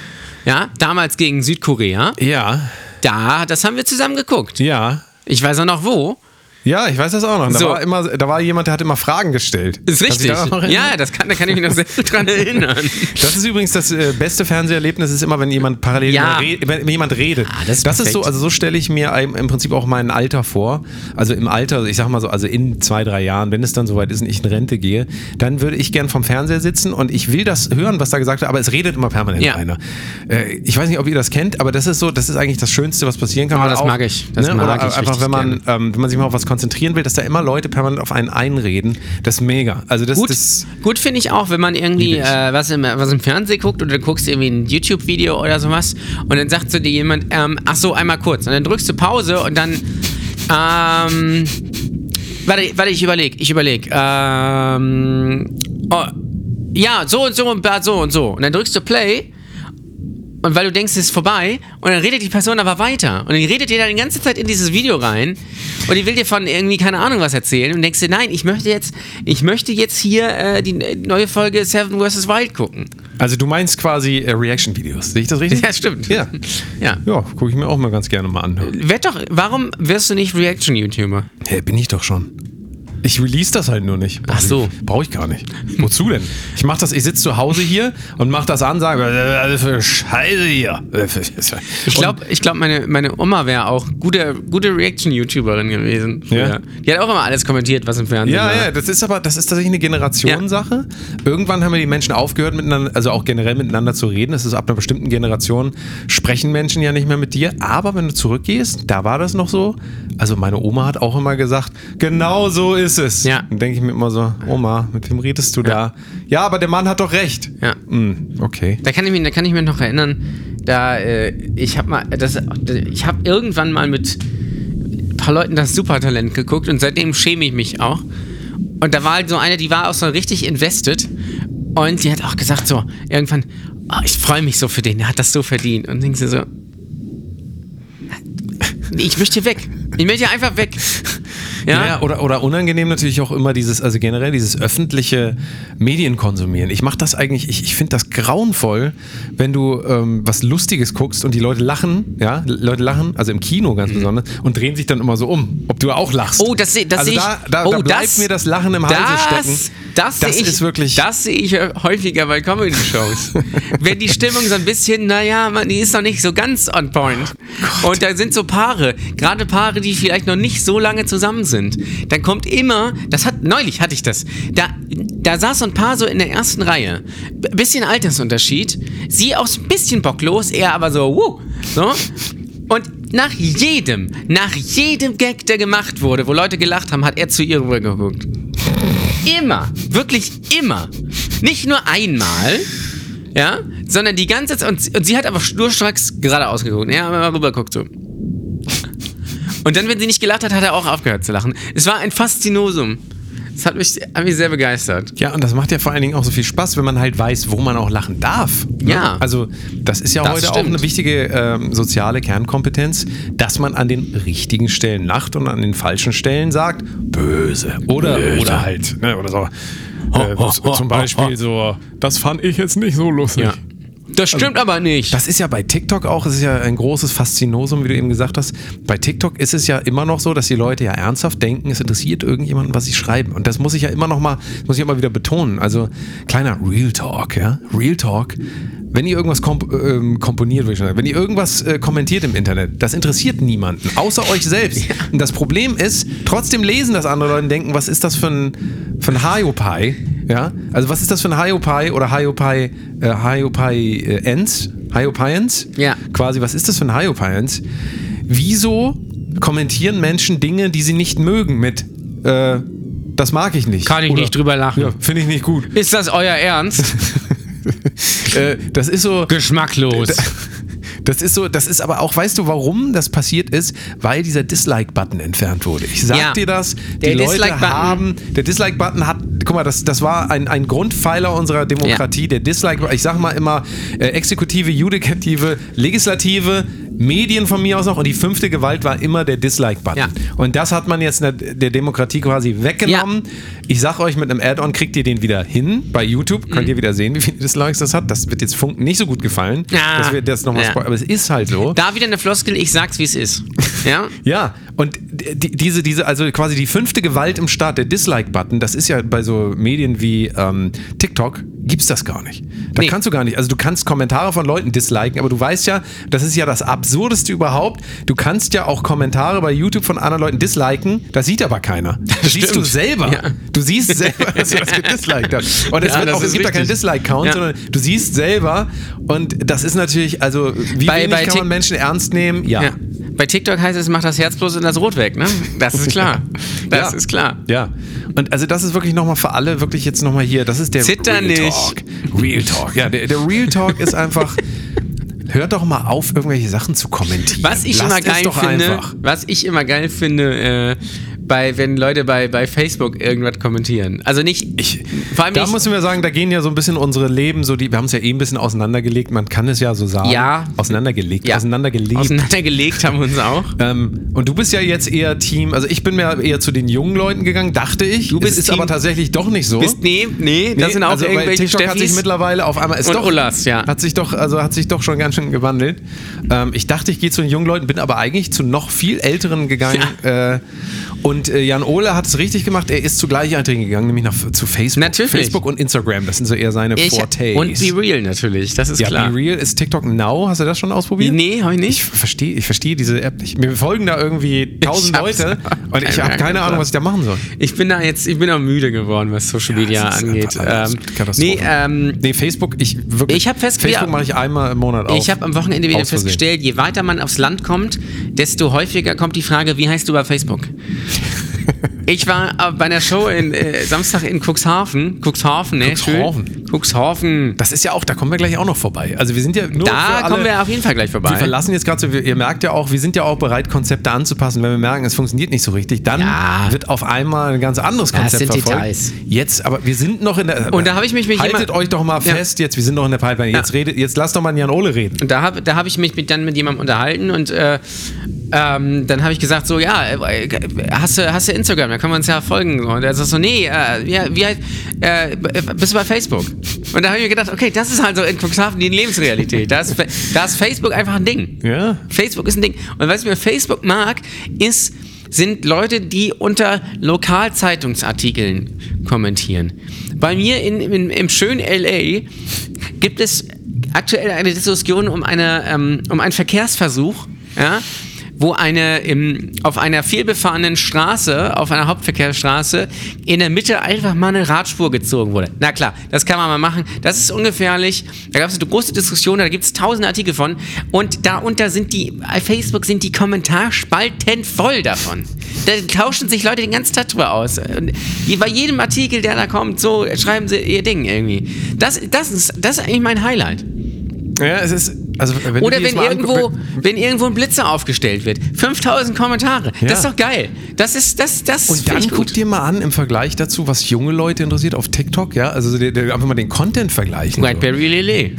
Speaker 3: Ja, damals gegen Südkorea.
Speaker 2: Ja,
Speaker 3: Da, das haben wir zusammen geguckt.
Speaker 2: ja.
Speaker 3: Ich weiß auch noch wo.
Speaker 2: Ja, ich weiß das auch noch. Da,
Speaker 3: So.
Speaker 2: war, immer, da war jemand, der hat immer Fragen gestellt. Kannst
Speaker 3: Ist
Speaker 2: du dich
Speaker 3: richtig.
Speaker 2: daran noch erinnern?
Speaker 3: Ja, das kann, da kann ich mich noch sehr gut dran erinnern.
Speaker 2: Das ist übrigens das äh, beste Fernseherlebnis, ist immer, wenn jemand parallel
Speaker 3: Ja. Ah,
Speaker 2: re wenn jemand redet.
Speaker 3: das ist perfekt.
Speaker 2: so, also so stelle ich mir im im Prinzip auch mein Alter vor. Also im Alter, ich sag mal so, also in zwei, drei Jahren, wenn es dann soweit ist und ich in Rente gehe, dann würde ich gern vom Fernseher sitzen und ich will das hören, was da gesagt wird, aber es redet immer permanent
Speaker 3: Ja.
Speaker 2: einer. Äh, ich weiß nicht, ob ihr das kennt, aber das ist so, das ist eigentlich das Schönste, was passieren kann.
Speaker 3: Oh,
Speaker 2: Weil ne,
Speaker 3: das mag ich. Das mag
Speaker 2: oder
Speaker 3: ich
Speaker 2: Einfach,
Speaker 3: richtig
Speaker 2: wenn man, ähm, wenn man sich mal auf was konzentrieren will, dass da immer Leute permanent auf einen einreden, das ist mega. Also das,
Speaker 3: Gut,
Speaker 2: das
Speaker 3: gut finde ich auch, wenn man irgendwie
Speaker 2: Liebe ich.
Speaker 3: äh, was, im, was im Fernsehen guckt oder du guckst irgendwie ein YouTube-Video oder sowas und dann sagt zu dir jemand, ähm, ach so, einmal kurz. Und dann drückst du Pause und dann, ähm, warte, warte, ich überlege, ich überlege, ähm, oh, ja, so und so und so und so. Und dann drückst du Play und weil du denkst, es ist vorbei, und dann redet die Person aber weiter. Und dann redet ihr da die ganze Zeit in dieses Video rein. Und die will dir von irgendwie keine Ahnung was erzählen. Und denkst dir, nein, ich möchte jetzt, ich möchte jetzt hier äh, die äh, neue Folge Seven vs. Wild gucken.
Speaker 2: Also du meinst quasi äh, Reaction-Videos, sehe ich das richtig?
Speaker 3: Ja, stimmt.
Speaker 2: Ja,
Speaker 3: Ja.
Speaker 2: ja gucke ich mir auch mal ganz gerne mal an.
Speaker 3: Werd doch, warum wirst du nicht Reaction-YouTuber?
Speaker 2: Hey, bin ich doch schon. Ich release das halt nur nicht.
Speaker 3: Ach so.
Speaker 2: Brauche ich gar nicht. Wozu denn? Ich mach das, ich sitze zu Hause hier und mach das an, sage, äh, alles für Scheiße hier.
Speaker 3: Ich glaube, ich glaub, meine, meine Oma wäre auch gute, gute Reaction-YouTuberin gewesen. früher.
Speaker 2: Ja.
Speaker 3: Die hat auch immer alles kommentiert, was im Fernsehen ne?
Speaker 2: Ja,
Speaker 3: war.
Speaker 2: ja, das ist aber, das ist tatsächlich eine Generationssache. Irgendwann haben wir die Menschen aufgehört, miteinander, also auch generell miteinander zu reden. Es ist ab einer bestimmten Generation, sprechen Menschen ja nicht mehr mit dir. Aber wenn du zurückgehst, da war das noch so. Also meine Oma hat auch immer gesagt, genau so ist ist es.
Speaker 3: Ja.
Speaker 2: Dann denke ich mir immer so, Oma, mit wem redest du da? Ja, aber der Mann hat doch recht.
Speaker 3: Ja.
Speaker 2: Hm, okay.
Speaker 3: Da kann ich mich, da kann ich mich noch erinnern, da äh, ich habe mal, das, ich habe irgendwann mal mit ein paar Leuten das Supertalent geguckt und seitdem schäme ich mich auch. Und da war halt so eine, die war auch so richtig invested und die hat auch gesagt so irgendwann, oh, ich freue mich so für den, der hat das so verdient. Und denkst du so, nee, ich möchte weg, ich möchte einfach weg.
Speaker 2: Ja, oder, oder unangenehm natürlich auch immer dieses, also generell dieses öffentliche Medienkonsumieren. Ich mache das eigentlich, ich, ich finde das grauenvoll, wenn du ähm, was Lustiges guckst und die Leute lachen, ja, Leute lachen, also im Kino ganz besonders, und drehen sich dann immer so um, ob du auch lachst.
Speaker 3: Mhm. Oh, das sehe das
Speaker 2: also
Speaker 3: seh ich.
Speaker 2: da, da,
Speaker 3: oh,
Speaker 2: da bleibt mir das Lachen im Halse
Speaker 3: das,
Speaker 2: stecken.
Speaker 3: das,
Speaker 2: Das
Speaker 3: seh ich,
Speaker 2: ist wirklich-
Speaker 3: Das sehe ich äh, häufiger bei Comedy-Shows. Wenn die Stimmung so ein bisschen, naja, man, die ist noch nicht so ganz on point. Und da sind so Paare, gerade Paare, die vielleicht noch nicht so lange zusammen sind. Dann kommt immer, das hat, neulich hatte ich das, da, da saß so ein Paar so in der ersten Reihe. B bisschen Altersunterschied. Sie auch so ein bisschen bocklos, er aber so, wuh, so. Und nach jedem, nach jedem Gag, der gemacht wurde, wo Leute gelacht haben, hat er zu ihr rübergeguckt. Immer, wirklich immer. Nicht nur einmal, ja, sondern die ganze Zeit. Und, und sie hat aber schnurstracks geradeaus geguckt. Ja, aber mal rüberguckt so. Und dann, wenn sie nicht gelacht hat, hat er auch aufgehört zu lachen. Es war ein Faszinosum. Das hat mich, hat mich sehr begeistert.
Speaker 2: Ja, und das macht ja vor allen Dingen auch so viel Spaß, wenn man halt weiß, wo man auch lachen darf. ne?
Speaker 3: Ja.
Speaker 2: Also das ist ja
Speaker 3: Das
Speaker 2: heute auch
Speaker 3: stimmt.
Speaker 2: eine wichtige ähm, soziale Kernkompetenz, dass man an den richtigen Stellen lacht und an den falschen Stellen sagt, böse. Oder, oder halt, ne, oder so. Äh,
Speaker 3: ho,
Speaker 2: z-
Speaker 3: ho,
Speaker 2: zum
Speaker 3: ho,
Speaker 2: Beispiel
Speaker 3: ho.
Speaker 2: so, das fand ich jetzt nicht so lustig.
Speaker 3: Das stimmt aber nicht.
Speaker 2: Das ist ja bei TikTok auch, es ist ja ein großes Faszinosum, wie du eben gesagt hast. Bei TikTok ist es ja immer noch so, dass die Leute ja ernsthaft denken, es interessiert irgendjemanden, was sie schreiben. Und das muss ich ja immer noch mal, das muss ich immer wieder betonen. Also kleiner Real Talk, ja, Real Talk. Wenn ihr irgendwas komp ähm, komponiert, würde ich schon sagen, wenn ihr irgendwas äh, kommentiert im Internet, das interessiert niemanden, außer euch selbst. Und das Problem ist, trotzdem lesen das andere Leute und denken, was ist das für ein, für ein Haiopai? Ja? Also was ist das für ein Haiopai oder Haiopai, äh, Haiopai äh, Ends? Hyopians?
Speaker 3: Ja.
Speaker 2: Quasi, was ist das für ein Hyopians? Wieso kommentieren Menschen Dinge, die sie nicht mögen mit, äh, das mag ich nicht.
Speaker 3: Kann ich
Speaker 2: Oder,
Speaker 3: nicht drüber lachen.
Speaker 2: Ja, finde ich nicht gut.
Speaker 3: Ist das euer Ernst?
Speaker 2: Äh, das ist so.
Speaker 3: Geschmacklos.
Speaker 2: Das ist so, das ist aber auch, weißt du, warum das passiert ist? Weil dieser Dislike-Button entfernt wurde. Ich sag
Speaker 3: Ja.
Speaker 2: dir das,
Speaker 3: Der
Speaker 2: die Leute
Speaker 3: Dislike-Button-
Speaker 2: haben, der Dislike-Button hat, guck mal, das, das war ein, ein Grundpfeiler unserer Demokratie, der Dislike, ich sag mal immer, äh, Exekutive, Judikative, Legislative, Medien von mir aus noch und die fünfte Gewalt war immer der Dislike-Button.
Speaker 3: Ja.
Speaker 2: Und das hat man jetzt in der, der Demokratie quasi weggenommen. Ich sag euch, mit einem Add-on kriegt ihr den wieder hin. Bei YouTube
Speaker 3: Mhm.
Speaker 2: könnt ihr wieder sehen, wie viele Dislikes das hat. Das wird jetzt Funken nicht so gut gefallen,
Speaker 3: Ja.
Speaker 2: dass wir das nochmal
Speaker 3: Ah. Ja.
Speaker 2: spoilern. Aber es ist halt so.
Speaker 3: Da wieder eine Floskel, ich sag's wie es ist. Ja?
Speaker 2: Ja, und die, diese, diese, also quasi die fünfte Gewalt im Staat, der Dislike-Button, das ist ja bei so Medien wie ähm, TikTok, gibt's das gar nicht. Da
Speaker 3: Nee.
Speaker 2: kannst du gar nicht. Also du kannst Kommentare von Leuten disliken, aber du weißt ja, das ist ja das Absurdeste überhaupt. Du kannst ja auch Kommentare bei YouTube von anderen Leuten disliken, das sieht aber keiner. Das siehst du
Speaker 3: Stimmt.
Speaker 2: selber.
Speaker 3: Ja.
Speaker 2: Du siehst selber, dass du das gedisliked hast. Und es,
Speaker 3: Ja,
Speaker 2: wird
Speaker 3: das
Speaker 2: auch, es
Speaker 3: ist
Speaker 2: gibt da keinen
Speaker 3: richtig.
Speaker 2: Dislike-Count,
Speaker 3: Ja.
Speaker 2: sondern du siehst selber und das ist natürlich, also wie
Speaker 3: Bei-
Speaker 2: wenig
Speaker 3: bei
Speaker 2: kann man
Speaker 3: Tik-
Speaker 2: Menschen ernst nehmen?
Speaker 3: Ja. Bei TikTok heißt es, mach das Herz bloß in das Rot weg, ne? Das ist klar. Das
Speaker 2: Ja.
Speaker 3: ist klar.
Speaker 2: Ja. Und also das ist wirklich nochmal für alle, wirklich jetzt nochmal hier. Das ist der
Speaker 3: Zitter
Speaker 2: Real
Speaker 3: nicht.
Speaker 2: Talk. Real Talk. Ja, der, der Real Talk ist einfach. Hört doch mal auf, irgendwelche Sachen zu kommentieren.
Speaker 3: Was ich
Speaker 2: Lasst
Speaker 3: immer geil
Speaker 2: es doch
Speaker 3: finde,
Speaker 2: einfach.
Speaker 3: was ich immer geil finde, äh, bei, wenn Leute bei, bei Facebook irgendwas kommentieren. Also nicht,
Speaker 2: Ich,
Speaker 3: vor allem
Speaker 2: da
Speaker 3: nicht,
Speaker 2: müssen wir sagen, da gehen ja so ein bisschen unsere Leben, so die, wir haben es ja eh ein bisschen auseinandergelegt, man kann es ja so sagen.
Speaker 3: Ja.
Speaker 2: Auseinandergelegt.
Speaker 3: ja,
Speaker 2: Auseinandergelegt.
Speaker 3: auseinandergelegt haben wir uns auch.
Speaker 2: ähm, und du bist ja jetzt eher Team, also ich bin mir eher zu den jungen Leuten gegangen, dachte ich. Du
Speaker 3: bist
Speaker 2: es ist
Speaker 3: Team-
Speaker 2: aber tatsächlich doch nicht so.
Speaker 3: Bist, nee, nee, das
Speaker 2: Nee,
Speaker 3: sind auch
Speaker 2: also, weil
Speaker 3: irgendwelche
Speaker 2: TikTok hat sich
Speaker 3: Steffis.
Speaker 2: mittlerweile auf einmal ist
Speaker 3: und
Speaker 2: doch,
Speaker 3: Ullas, ja.
Speaker 2: hat sich doch also hat sich doch schon ganz schön gewandelt. Ähm, ich dachte, ich gehe zu den jungen Leuten, bin aber eigentlich zu noch viel älteren gegangen. Äh, und äh, Jan Ole hat es richtig gemacht. Er ist zu Gleichaltrigen gegangen, nämlich nach, zu Facebook.
Speaker 3: Natürlich.
Speaker 2: Facebook und Instagram, das sind so eher seine
Speaker 3: Ich,
Speaker 2: Fortes.
Speaker 3: und Be Real natürlich, das ist
Speaker 2: ja,
Speaker 3: klar.
Speaker 2: Be Real ist TikTok Now. Hast du das schon ausprobiert?
Speaker 3: Nee, hab ich nicht.
Speaker 2: Ich verstehe ich verstehe diese App nicht. Mir folgen da irgendwie tausend
Speaker 3: hab's
Speaker 2: Leute
Speaker 3: auch
Speaker 2: und ich
Speaker 3: keine
Speaker 2: habe keine
Speaker 3: Ahnung,
Speaker 2: Ahnung, was ich da machen soll.
Speaker 3: Ich bin da jetzt, ich bin auch müde geworden, was Social Media
Speaker 2: das ist
Speaker 3: angeht.
Speaker 2: einfach alles
Speaker 3: Ähm,
Speaker 2: Katastrophe.
Speaker 3: nee, ähm,
Speaker 2: Nee, Facebook, ich wirklich.
Speaker 3: Ich hab fest-
Speaker 2: Facebook
Speaker 3: ja.
Speaker 2: mache ich einmal im Monat auf.
Speaker 3: Ich habe am Wochenende wieder
Speaker 2: Aus Versehen.
Speaker 3: festgestellt, je weiter man aufs Land kommt, desto häufiger kommt die Frage, wie heißt du bei Facebook? Ich war äh, bei einer Show in, äh, Samstag in Cuxhaven. Cuxhaven, ne?
Speaker 2: Cuxhaven.
Speaker 3: Schön. Cuxhaven.
Speaker 2: Das ist ja auch, da kommen wir gleich auch noch vorbei. Also wir sind ja nur für
Speaker 3: Da
Speaker 2: alle,
Speaker 3: kommen wir auf jeden Fall gleich
Speaker 2: Wir
Speaker 3: vorbei.
Speaker 2: verlassen jetzt gerade so, wir- ihr merkt ja auch, wir sind ja auch bereit, Konzepte anzupassen. Wenn wir merken, es funktioniert nicht so richtig, dann
Speaker 3: Ja.
Speaker 2: wird auf einmal ein ganz anderes
Speaker 3: Das
Speaker 2: Konzept
Speaker 3: sind
Speaker 2: verfolgt.
Speaker 3: Details.
Speaker 2: Jetzt, aber wir sind noch in der.
Speaker 3: Und da habe ich mich mit
Speaker 2: Haltet
Speaker 3: jemand-
Speaker 2: euch doch mal
Speaker 3: Ja.
Speaker 2: fest, jetzt, wir sind noch in der Pipeline. Jetzt, redet, jetzt lasst doch mal Jan Ole reden.
Speaker 3: Und da habe da hab ich mich mit, dann mit jemandem unterhalten und äh, ähm, dann habe ich gesagt, so, ja, äh, äh, hast du, hast du Instagram, da können wir uns ja folgen. Und er sagt so, nee, äh, ja, wie halt, äh, b- äh, bist du bei Facebook? Und da habe ich mir gedacht, okay, das ist halt so in Cuxhaven die Lebensrealität. Da ist, Fa- da ist Facebook einfach ein Ding.
Speaker 2: Ja.
Speaker 3: Facebook ist ein Ding. Und was ich mir Facebook mag, ist, sind Leute, die unter Lokalzeitungsartikeln kommentieren. Bei mir in, in, im schönen LA gibt es aktuell eine Diskussion um, eine, ähm, um einen Verkehrsversuch, ja, wo eine im, auf einer vielbefahrenen Straße, auf einer Hauptverkehrsstraße, in der Mitte einfach mal eine Radspur gezogen wurde. Na klar, das kann man mal machen. Das ist ungefährlich. Da gab es eine große Diskussion, da gibt es tausende Artikel von. Und darunter sind die, bei Facebook sind die Kommentarspalten voll davon. Da tauschen sich Leute den ganzen Tag drüber aus. Und je- bei jedem Artikel, der da kommt, so schreiben sie ihr Ding irgendwie. Das, das, ist, das ist eigentlich mein Highlight.
Speaker 2: Ja, es ist. Also, wenn
Speaker 3: Oder
Speaker 2: du dir das
Speaker 3: wenn
Speaker 2: mal
Speaker 3: irgendwo,
Speaker 2: anguck-
Speaker 3: wenn irgendwo ein Blitzer aufgestellt wird. 5000 Kommentare.
Speaker 2: Ja.
Speaker 3: Das ist doch geil. Das ist, das, das
Speaker 2: Und
Speaker 3: find
Speaker 2: dann
Speaker 3: ich
Speaker 2: guck dir mal an im Vergleich dazu, was junge Leute interessiert auf TikTok, ja, also der, der, einfach mal den Content vergleichen.
Speaker 3: Whiteberry Lele.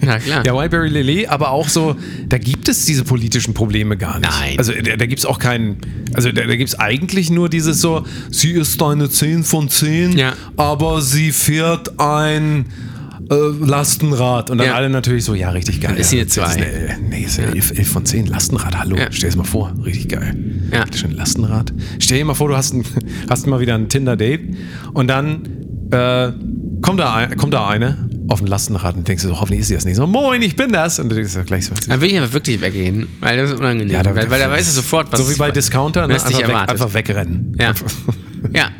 Speaker 3: Na klar.
Speaker 2: Ja, Whiteberry Lele, aber auch so, da gibt es diese politischen Probleme gar nicht.
Speaker 3: Nein.
Speaker 2: Also da, da gibt es auch keinen, also da, da gibt es eigentlich nur dieses so, sie ist eine 10 von 10,
Speaker 3: Ja.
Speaker 2: aber sie fährt ein äh, Lastenrad. Und dann
Speaker 3: Ja.
Speaker 2: alle natürlich so, ja, richtig geil.
Speaker 3: Ist
Speaker 2: ja.
Speaker 3: sie eine
Speaker 2: Das ist
Speaker 3: zwei.
Speaker 2: eine- Nee, ist eine 11, 11 von 10, Lastenrad, hallo,
Speaker 3: Ja.
Speaker 2: stell es mal vor, richtig geil.
Speaker 3: Ja.
Speaker 2: Habt ihr schon ein Lastenrad? Stell dir mal vor, du hast, ein, hast mal wieder ein Tinder-Date und dann äh, kommt, da ein, kommt da eine auf ein Lastenrad und denkst du so, hoffentlich ist sie das nicht. So, moin, ich bin das. Und du denkst so, gleich so.
Speaker 3: Dann will ich aber wirklich weggehen, weil das ist unangenehm.
Speaker 2: Ja, da-
Speaker 3: weil, weil da weißt du sofort, was
Speaker 2: So wie bei Discounter, ne?
Speaker 3: was dich
Speaker 2: einfach, weg,
Speaker 3: erwartet.
Speaker 2: einfach wegrennen.
Speaker 3: Ja. ja.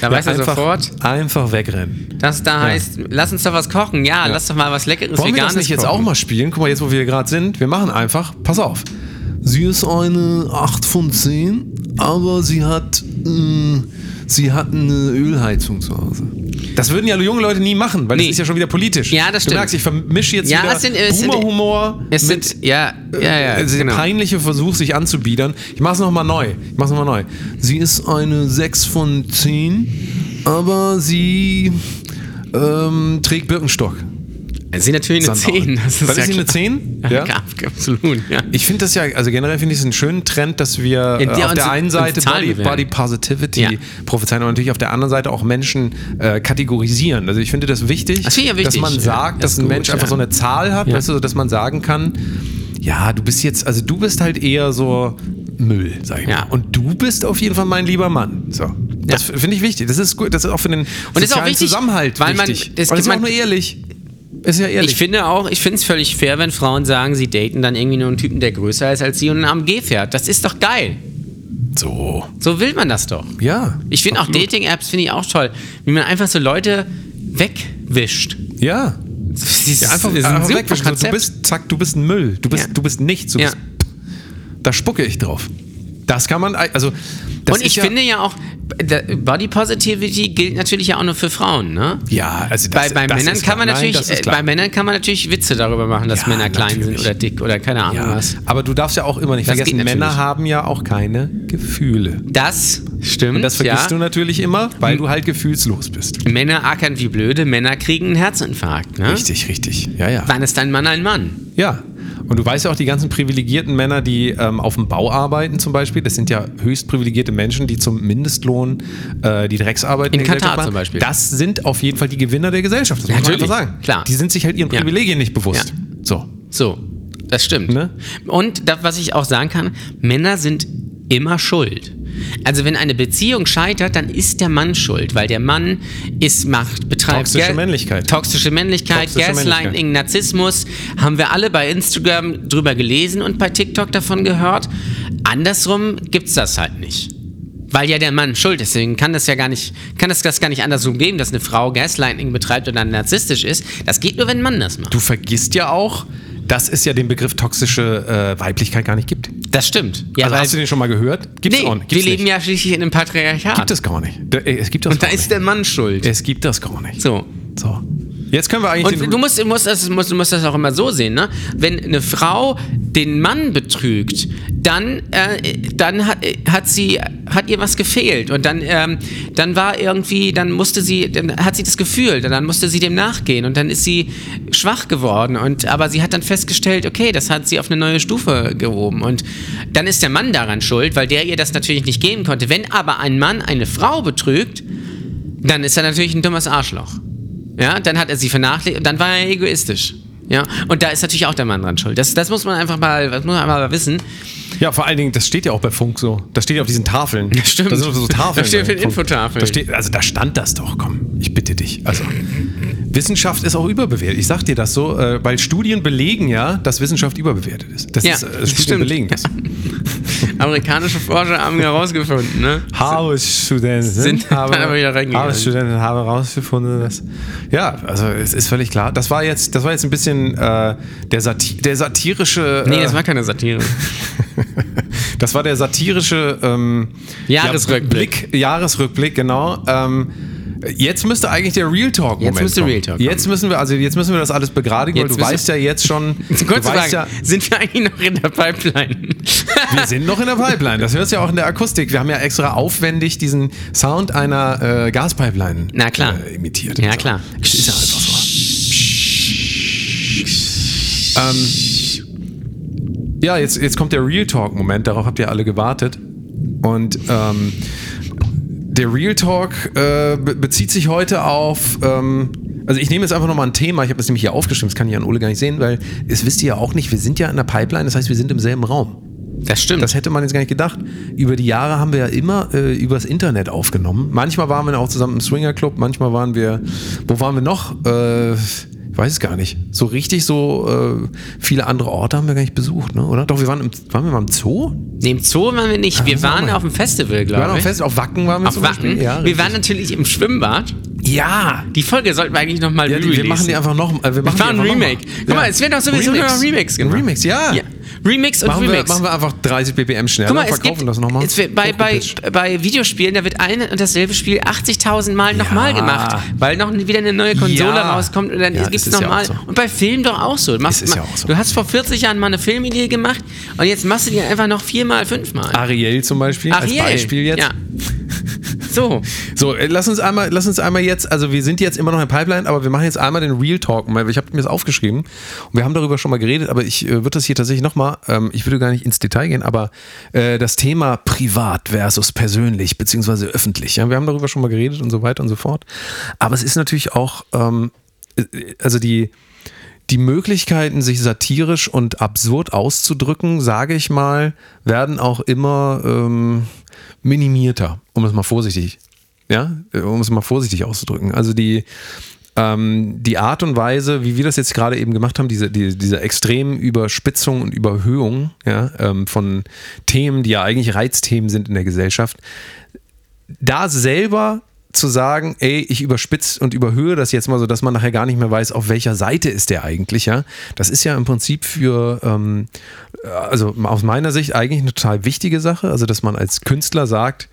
Speaker 3: Da weißt du
Speaker 2: einfach,
Speaker 3: sofort,
Speaker 2: Einfach wegrennen.
Speaker 3: dass da heißt, lass uns doch was kochen. Ja, lass doch mal was Leckeres
Speaker 2: Wollen wir das
Speaker 3: Veganes
Speaker 2: nicht jetzt auch
Speaker 3: kochen.
Speaker 2: mal spielen? Guck mal, jetzt wo wir hier gerade sind, wir machen einfach, pass auf. Sie ist eine 8 von 10, aber sie hat, mh, sie hat eine Ölheizung zu Hause. Das würden ja junge Leute nie machen, weil
Speaker 3: Nee.
Speaker 2: das ist ja schon wieder politisch.
Speaker 3: Ja, das
Speaker 2: Du
Speaker 3: stimmt.
Speaker 2: merkst, ich vermische jetzt
Speaker 3: Ja,
Speaker 2: wieder
Speaker 3: es sind- äh, es sind-
Speaker 2: Boomer-Humor
Speaker 3: Es sind, ja, ja, ja,
Speaker 2: also der
Speaker 3: genau.
Speaker 2: peinliche Versuch, sich anzubiedern. Ich mach's nochmal neu. Ich mach's nochmal neu. Sie ist eine 6 von 10, aber sie ähm, trägt Birkenstock.
Speaker 3: Es sind natürlich eine
Speaker 2: Sandalen.
Speaker 3: 10. Das ist,
Speaker 2: Was
Speaker 3: ja
Speaker 2: ist sie, eine
Speaker 3: klar.
Speaker 2: 10?
Speaker 3: Ja, absolut, ja.
Speaker 2: Ich finde das ja, also generell finde ich es einen schönen Trend, dass wir
Speaker 3: In
Speaker 2: äh,
Speaker 3: der
Speaker 2: auf
Speaker 3: uns-
Speaker 2: der einen
Speaker 3: uns
Speaker 2: Seite
Speaker 3: Zahlen
Speaker 2: Body,
Speaker 3: bewerben.
Speaker 2: Body Positivity
Speaker 3: Ja.
Speaker 2: prophezeien und natürlich auf der anderen Seite auch Menschen äh, kategorisieren. Also ich finde das wichtig,
Speaker 3: Das finde ich ja
Speaker 2: dass
Speaker 3: wichtig.
Speaker 2: man
Speaker 3: Ja,
Speaker 2: sagt,
Speaker 3: das
Speaker 2: dass
Speaker 3: ist
Speaker 2: ein
Speaker 3: gut,
Speaker 2: Mensch einfach
Speaker 3: ja.
Speaker 2: so eine Zahl hat,
Speaker 3: Ja.
Speaker 2: weißt du, so, dass man sagen kann, ja, du bist jetzt, also du bist halt eher so Müll, sag ich mal.
Speaker 3: Ja.
Speaker 2: Und du bist auf jeden Fall mein lieber Mann. So. Das
Speaker 3: Ja.
Speaker 2: f- finde ich wichtig. Das ist gut. Das ist auch für den
Speaker 3: Und ist auch
Speaker 2: sozialen
Speaker 3: wichtig,
Speaker 2: Zusammenhalt
Speaker 3: weil man-
Speaker 2: wichtig.
Speaker 3: es
Speaker 2: und ist
Speaker 3: gibt
Speaker 2: auch
Speaker 3: man-
Speaker 2: nur ehrlich. Ist ja ehrlich.
Speaker 3: Ich finde auch, ich finde es völlig fair, wenn Frauen sagen, sie daten dann irgendwie nur einen Typen, der größer ist als sie und einen AMG fährt. Das ist doch geil.
Speaker 2: so.
Speaker 3: So will man das doch.
Speaker 2: Ja.
Speaker 3: Ich finde auch Dating-Apps finde ich auch toll, wie man einfach so Leute wegwischt.
Speaker 2: Ja.
Speaker 3: Das ist,
Speaker 2: Ja, einfach,
Speaker 3: das ist ein
Speaker 2: äh, einfach
Speaker 3: super
Speaker 2: wegwischen. So, Du
Speaker 3: Konzept.
Speaker 2: bist, zack, du bist ein Müll. Du bist,
Speaker 3: Ja.
Speaker 2: du bist nichts. Du
Speaker 3: Ja.
Speaker 2: bist, da spucke ich drauf. Das kann man, also, das
Speaker 3: Und
Speaker 2: ist
Speaker 3: ich
Speaker 2: ja,
Speaker 3: finde ja auch, da- Body Positivity gilt natürlich ja auch nur für Frauen, ne?
Speaker 2: ja, also
Speaker 3: Bei,
Speaker 2: das,
Speaker 3: bei,
Speaker 2: das
Speaker 3: Männern
Speaker 2: ist
Speaker 3: kann man
Speaker 2: klar. Nein,
Speaker 3: natürlich,
Speaker 2: das ist
Speaker 3: äh,
Speaker 2: klar.
Speaker 3: bei Männern kann man natürlich Witze darüber machen, dass
Speaker 2: Ja,
Speaker 3: Männer klein
Speaker 2: natürlich.
Speaker 3: sind oder dick oder keine Ahnung
Speaker 2: ja,
Speaker 3: was.
Speaker 2: aber du darfst ja auch immer nicht
Speaker 3: Das
Speaker 2: vergessen,
Speaker 3: geht natürlich.
Speaker 2: Männer haben ja auch keine Gefühle.
Speaker 3: Das stimmt.
Speaker 2: Und das vergisst
Speaker 3: ja. Hm.
Speaker 2: du natürlich immer, weil du halt gefühlslos bist.
Speaker 3: Männer ackern wie blöde, Männer kriegen einen Herzinfarkt. Ne?
Speaker 2: Richtig, richtig. Ja, ja.
Speaker 3: Wann ist ein Mann ein Mann?
Speaker 2: Ja. Und du weißt ja auch, die ganzen privilegierten Männer, die ähm, auf dem Bau arbeiten zum Beispiel, das sind ja höchst privilegierte Menschen, die zum Mindestlohn äh, die Drecksarbeit der
Speaker 3: In
Speaker 2: Gesellschaft
Speaker 3: Katar
Speaker 2: machen.
Speaker 3: zum Beispiel.
Speaker 2: Das sind auf jeden Fall die Gewinner der Gesellschaft. Das muss man
Speaker 3: Natürlich,
Speaker 2: einfach sagen.
Speaker 3: klar.
Speaker 2: Die sind sich halt ihren
Speaker 3: Ja.
Speaker 2: Privilegien nicht bewusst.
Speaker 3: Ja.
Speaker 2: So.
Speaker 3: So, das stimmt.
Speaker 2: Ne?
Speaker 3: Und das, was ich auch sagen kann, Männer sind immer schuld. Also wenn eine Beziehung scheitert, dann ist der Mann schuld, weil der Mann ist Macht, betreibt
Speaker 2: Toxische
Speaker 3: Ga-
Speaker 2: Männlichkeit.
Speaker 3: toxische Männlichkeit,
Speaker 2: Toxische
Speaker 3: Gaslighting,
Speaker 2: Männlichkeit.
Speaker 3: Narzissmus, haben wir alle bei Instagram drüber gelesen und bei TikTok davon gehört. Andersrum gibt's das halt nicht. Weil ja der Mann schuld ist, deswegen kann das ja gar nicht, kann das, das gar nicht andersrum geben, dass eine Frau Gaslighting betreibt und dann narzisstisch ist. Das geht nur, wenn ein Mann das macht.
Speaker 2: Du vergisst ja auch, dass es ja den Begriff toxische äh, Weiblichkeit gar nicht gibt.
Speaker 3: Das stimmt. Ja,
Speaker 2: also
Speaker 3: weil-
Speaker 2: hast du den schon mal gehört? Gibt's
Speaker 3: nee,
Speaker 2: auch nicht.
Speaker 3: wir
Speaker 2: Gibt's
Speaker 3: leben
Speaker 2: nicht.
Speaker 3: ja schließlich in einem Patriarchat.
Speaker 2: Gibt es gar nicht. Da- äh, Es gibt das
Speaker 3: Und da
Speaker 2: gar
Speaker 3: ist
Speaker 2: nicht.
Speaker 3: der Mann schuld.
Speaker 2: Es gibt das gar nicht.
Speaker 3: So.
Speaker 2: So. Jetzt können wir eigentlich den
Speaker 3: Und du musst, du musst, das, musst, du musst das auch immer so sehen, ne? Wenn eine Frau den Mann betrügt, dann, äh, dann hat, hat sie hat ihr was gefehlt und dann, ähm, dann war irgendwie, dann musste sie, dann hat sie das Gefühl, dann musste sie dem nachgehen und dann ist sie schwach geworden und aber sie hat dann festgestellt, okay, das hat sie auf eine neue Stufe gehoben und dann ist der Mann daran schuld, weil der ihr das natürlich nicht geben konnte. Wenn aber ein Mann eine Frau betrügt, dann ist er natürlich ein dummes Arschloch. Ja, dann hat er sie vernachlässigt und dann war er egoistisch. Ja, und da ist natürlich auch der Mann dran schuld. Das, das muss man einfach mal, das muss man mal wissen.
Speaker 2: Ja, vor allen Dingen, das steht ja auch bei Funk so. Das steht ja auf diesen Tafeln. Das
Speaker 3: stimmt.
Speaker 2: Das sind so Tafeln.
Speaker 3: Da steht
Speaker 2: bei
Speaker 3: viel
Speaker 2: Funk.
Speaker 3: Infotafeln.
Speaker 2: Da steht, also da stand das doch, komm. Ich bitte dich. Also, Wissenschaft ist auch überbewertet. Ich sag dir das so, äh, weil Studien belegen ja, dass Wissenschaft überbewertet ist. Das
Speaker 3: Ja,
Speaker 2: ist äh,
Speaker 3: das
Speaker 2: Studien
Speaker 3: stimmt.
Speaker 2: belegen das.
Speaker 3: Amerikanische Forscher haben herausgefunden, ne?
Speaker 2: Habe Studenten
Speaker 3: Sind dann aber wieder reingegangen.
Speaker 2: Habe Studenten habe herausgefunden, dass ja, also es ist völlig klar. Das war jetzt, das war jetzt ein bisschen äh, der, Sati der satirische.
Speaker 3: Nee,
Speaker 2: äh,
Speaker 3: das war keine Satire.
Speaker 2: Das war der satirische ähm,
Speaker 3: Jahresrückblick.
Speaker 2: Ja, Blick, Jahresrückblick, genau. Ähm, jetzt müsste eigentlich der Real Talk
Speaker 3: Jetzt müsste
Speaker 2: kommen.
Speaker 3: Real Talk kommen.
Speaker 2: Jetzt müssen wir also jetzt müssen wir das alles begradigen,
Speaker 3: Jetzt
Speaker 2: weil du
Speaker 3: müssen-
Speaker 2: weißt ja jetzt schon. du
Speaker 3: Kurze
Speaker 2: weißt
Speaker 3: Frage,
Speaker 2: ja,
Speaker 3: sind wir eigentlich noch in der Pipeline?
Speaker 2: wir sind noch in der Pipeline. Das hörst du ja auch in der Akustik. Wir haben ja extra aufwendig diesen Sound einer äh, Gaspipeline
Speaker 3: Na klar.
Speaker 2: Äh, imitiert.
Speaker 3: Ja,
Speaker 2: So.
Speaker 3: klar.
Speaker 2: Das ist ja einfach so. Ähm, ja, jetzt, jetzt kommt der Real Talk-Moment. Darauf habt ihr alle gewartet. Und ähm, der Real Talk äh, be- bezieht sich heute auf. Ähm, also ich nehme jetzt einfach nochmal ein Thema, ich habe das nämlich hier aufgeschrieben, das kann ich an Ole gar nicht sehen, weil es wisst ihr ja auch nicht, wir sind ja in der Pipeline, das heißt, wir sind im selben Raum.
Speaker 3: Das stimmt.
Speaker 2: Das hätte man jetzt gar nicht gedacht. Über die Jahre haben wir ja immer äh, übers Internet aufgenommen. Manchmal waren wir auch zusammen im Swinger Club, manchmal waren wir, wo waren wir noch? Äh, ich weiß es gar nicht. So richtig so äh, viele andere Orte haben wir gar nicht besucht, ne? oder? Doch, wir waren, im, waren wir mal im Zoo?
Speaker 3: Neben Zoo waren wir nicht. Wir waren auf dem Festival,
Speaker 2: Ah, Wir waren
Speaker 3: glaube
Speaker 2: auch
Speaker 3: ich.
Speaker 2: fest, auf Wacken waren wir
Speaker 3: Auf
Speaker 2: zum Beispiel.
Speaker 3: Wacken.
Speaker 2: Ja,
Speaker 3: wir
Speaker 2: richtig.
Speaker 3: waren natürlich im Schwimmbad.
Speaker 2: ja,
Speaker 3: Die Folge sollten wir eigentlich nochmal
Speaker 2: ja die, wir machen die einfach noch. Äh, wir machen die
Speaker 3: machen ein
Speaker 2: einfach noch mal.
Speaker 3: Remake. Guck mal, es werden doch sowieso
Speaker 2: Remix.
Speaker 3: nur noch Remix gemacht.
Speaker 2: Remix, ja.
Speaker 3: Ja. Remix und
Speaker 2: Machen, wir,
Speaker 3: Remix.
Speaker 2: machen wir einfach 30 BPM schneller,
Speaker 3: Guck mal, es
Speaker 2: verkaufen
Speaker 3: gibt,
Speaker 2: das nochmal.
Speaker 3: es wird bei, bei,
Speaker 2: Hochgepitcht.
Speaker 3: bei Videospielen, da wird ein und dasselbe Spiel 80.000 Mal
Speaker 2: Ja.
Speaker 3: nochmal gemacht, weil noch wieder eine neue Konsole
Speaker 2: Ja.
Speaker 3: rauskommt und dann
Speaker 2: Ja,
Speaker 3: gibt's
Speaker 2: es
Speaker 3: gibt es
Speaker 2: ist ja
Speaker 3: nochmal.
Speaker 2: auch so.
Speaker 3: Und bei Film doch auch so. Du,
Speaker 2: Es
Speaker 3: machst
Speaker 2: ist
Speaker 3: mal-
Speaker 2: ja auch so.
Speaker 3: du hast vor 40 Jahren mal eine Filmidee gemacht und jetzt machst du die einfach noch viermal, fünfmal.
Speaker 2: Ariel zum Beispiel,
Speaker 3: Ariel.
Speaker 2: Ah, als Beispiel jetzt.
Speaker 3: Ja. So,
Speaker 2: So, äh, lass uns einmal, lass uns einmal jetzt, also wir sind jetzt immer noch in Pipeline, aber wir machen jetzt einmal den Real Talk, weil ich habe mir das aufgeschrieben und wir haben darüber schon mal geredet, aber ich äh, würde das hier tatsächlich nochmal, ähm, ich würde gar nicht ins Detail gehen, aber äh, das Thema privat versus persönlich, beziehungsweise öffentlich, ja, wir haben darüber schon mal geredet und so weiter und so fort, aber es ist natürlich auch, ähm, äh, also die, die Möglichkeiten, sich satirisch und absurd auszudrücken, sage ich mal, werden auch immer ähm, minimierter, um es mal vorsichtig, ja, äh, um es mal vorsichtig auszudrücken. Also die, ähm, die Art und Weise, wie wir das jetzt gerade eben gemacht haben, diese, die, diese extremen Überspitzung und Überhöhung ja, ähm, von Themen, die ja eigentlich Reizthemen sind in der Gesellschaft, da selber zu sagen, ey, ich überspitze und überhöhe das jetzt mal so, dass man nachher gar nicht mehr weiß, auf welcher Seite ist der eigentlich, ja. Das ist ja im Prinzip für, ähm, also aus meiner Sicht eigentlich eine total wichtige Sache, also dass man als Künstler sagt,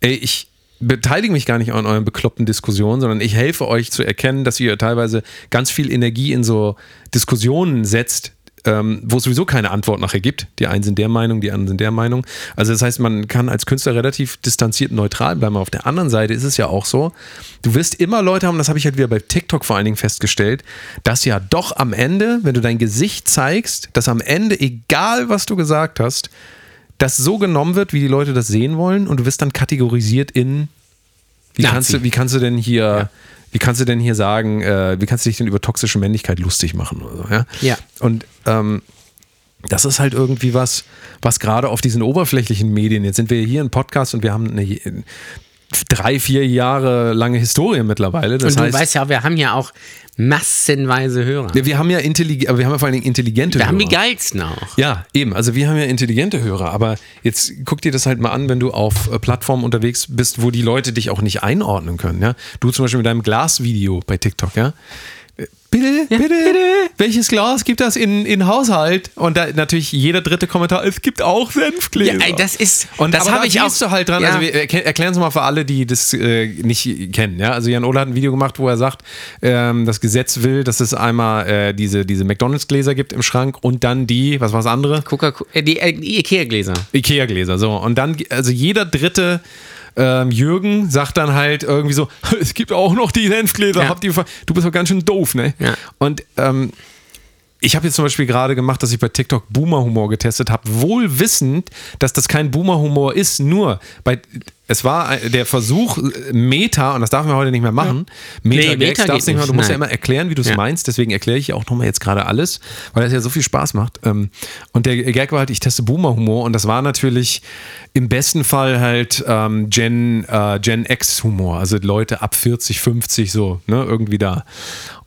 Speaker 2: ey, ich beteilige mich gar nicht an euren bekloppten Diskussionen, sondern ich helfe euch zu erkennen, dass ihr teilweise ganz viel Energie in so Diskussionen setzt, ähm, wo es sowieso keine Antwort nachher gibt. Die einen sind der Meinung, die anderen sind der Meinung. Also das heißt, man kann als Künstler relativ distanziert und neutral bleiben. Aber auf der anderen Seite ist es ja auch so, du wirst immer Leute haben, das habe ich halt wieder bei TikTok vor allen Dingen festgestellt, dass ja doch am Ende, wenn du dein Gesicht zeigst, dass am Ende, egal was du gesagt hast, das so genommen wird, wie die Leute das sehen wollen und du wirst dann kategorisiert in wie
Speaker 3: Nazi.
Speaker 2: kannst du wie kannst du denn hier wie kannst du denn hier sagen, äh, wie kannst du dich denn über toxische Männlichkeit lustig machen oder so, ja?
Speaker 3: Ja.
Speaker 2: Und ähm, das ist halt irgendwie was, was gerade auf diesen oberflächlichen Medien, jetzt sind wir hier im Podcast und wir haben eine drei, vier Jahre lange Historie mittlerweile. Das
Speaker 3: und du
Speaker 2: heißt,
Speaker 3: weißt ja, wir haben ja auch massenweise Hörer.
Speaker 2: ja, wir haben ja intelligent, aber wir haben ja vor allen Dingen intelligente
Speaker 3: Wir haben die
Speaker 2: Hörer.
Speaker 3: geilsten auch.
Speaker 2: Ja, eben. Also wir haben ja intelligente Hörer, aber jetzt guck dir das halt mal an, wenn du auf äh, Plattformen unterwegs bist, wo die Leute dich auch nicht einordnen können. Ja? Du zum Beispiel mit deinem Glasvideo bei TikTok, ja. Bitte, bitte, welches Glas gibt das in, in Haushalt? Und da natürlich jeder dritte Kommentar, es gibt auch Senfgläser.
Speaker 3: Ja, ey, das ist-
Speaker 2: und
Speaker 3: das
Speaker 2: aber
Speaker 3: hab
Speaker 2: da
Speaker 3: ich auch-
Speaker 2: siehst du halt dran.
Speaker 3: Ja.
Speaker 2: Also wir erkl- erklären es mal für alle, die das äh, nicht kennen. Ja? Also Jan Ole hat ein Video gemacht, wo er sagt, ähm, das Gesetz will, dass es einmal äh, diese, diese McDonalds-Gläser gibt im Schrank und dann die, was war das andere?
Speaker 3: Coca-Cola, äh, die, äh, die Ikea-Gläser.
Speaker 2: Ikea-Gläser, so. Und dann, also jeder dritte ähm, Jürgen sagt dann halt irgendwie so, es gibt auch noch die Senfgläser,
Speaker 3: Ja.
Speaker 2: habt ihr ver Du bist doch ganz schön doof, ne?
Speaker 3: Ja.
Speaker 2: Und ähm, ich habe jetzt zum Beispiel gerade gemacht, dass ich bei TikTok Boomer-Humor getestet habe, wohl wissend, dass das kein Boomer-Humor ist, nur bei... Es war äh, der Versuch, äh, Meta, und das darf man heute nicht mehr machen, Meta,
Speaker 3: Nee, Meta
Speaker 2: darfst
Speaker 3: geht
Speaker 2: nicht mehr, du
Speaker 3: nicht,
Speaker 2: musst ja
Speaker 3: nein.
Speaker 2: immer erklären, wie du es
Speaker 3: Ja.
Speaker 2: meinst. Deswegen erkläre ich auch nochmal jetzt gerade alles, weil das ja so viel Spaß macht. Ähm, Und der Gag war halt, ich teste Boomer-Humor und das war natürlich im besten Fall halt ähm, Gen, äh, Gen X-Humor, also Leute ab 40, 50 so, ne, irgendwie da.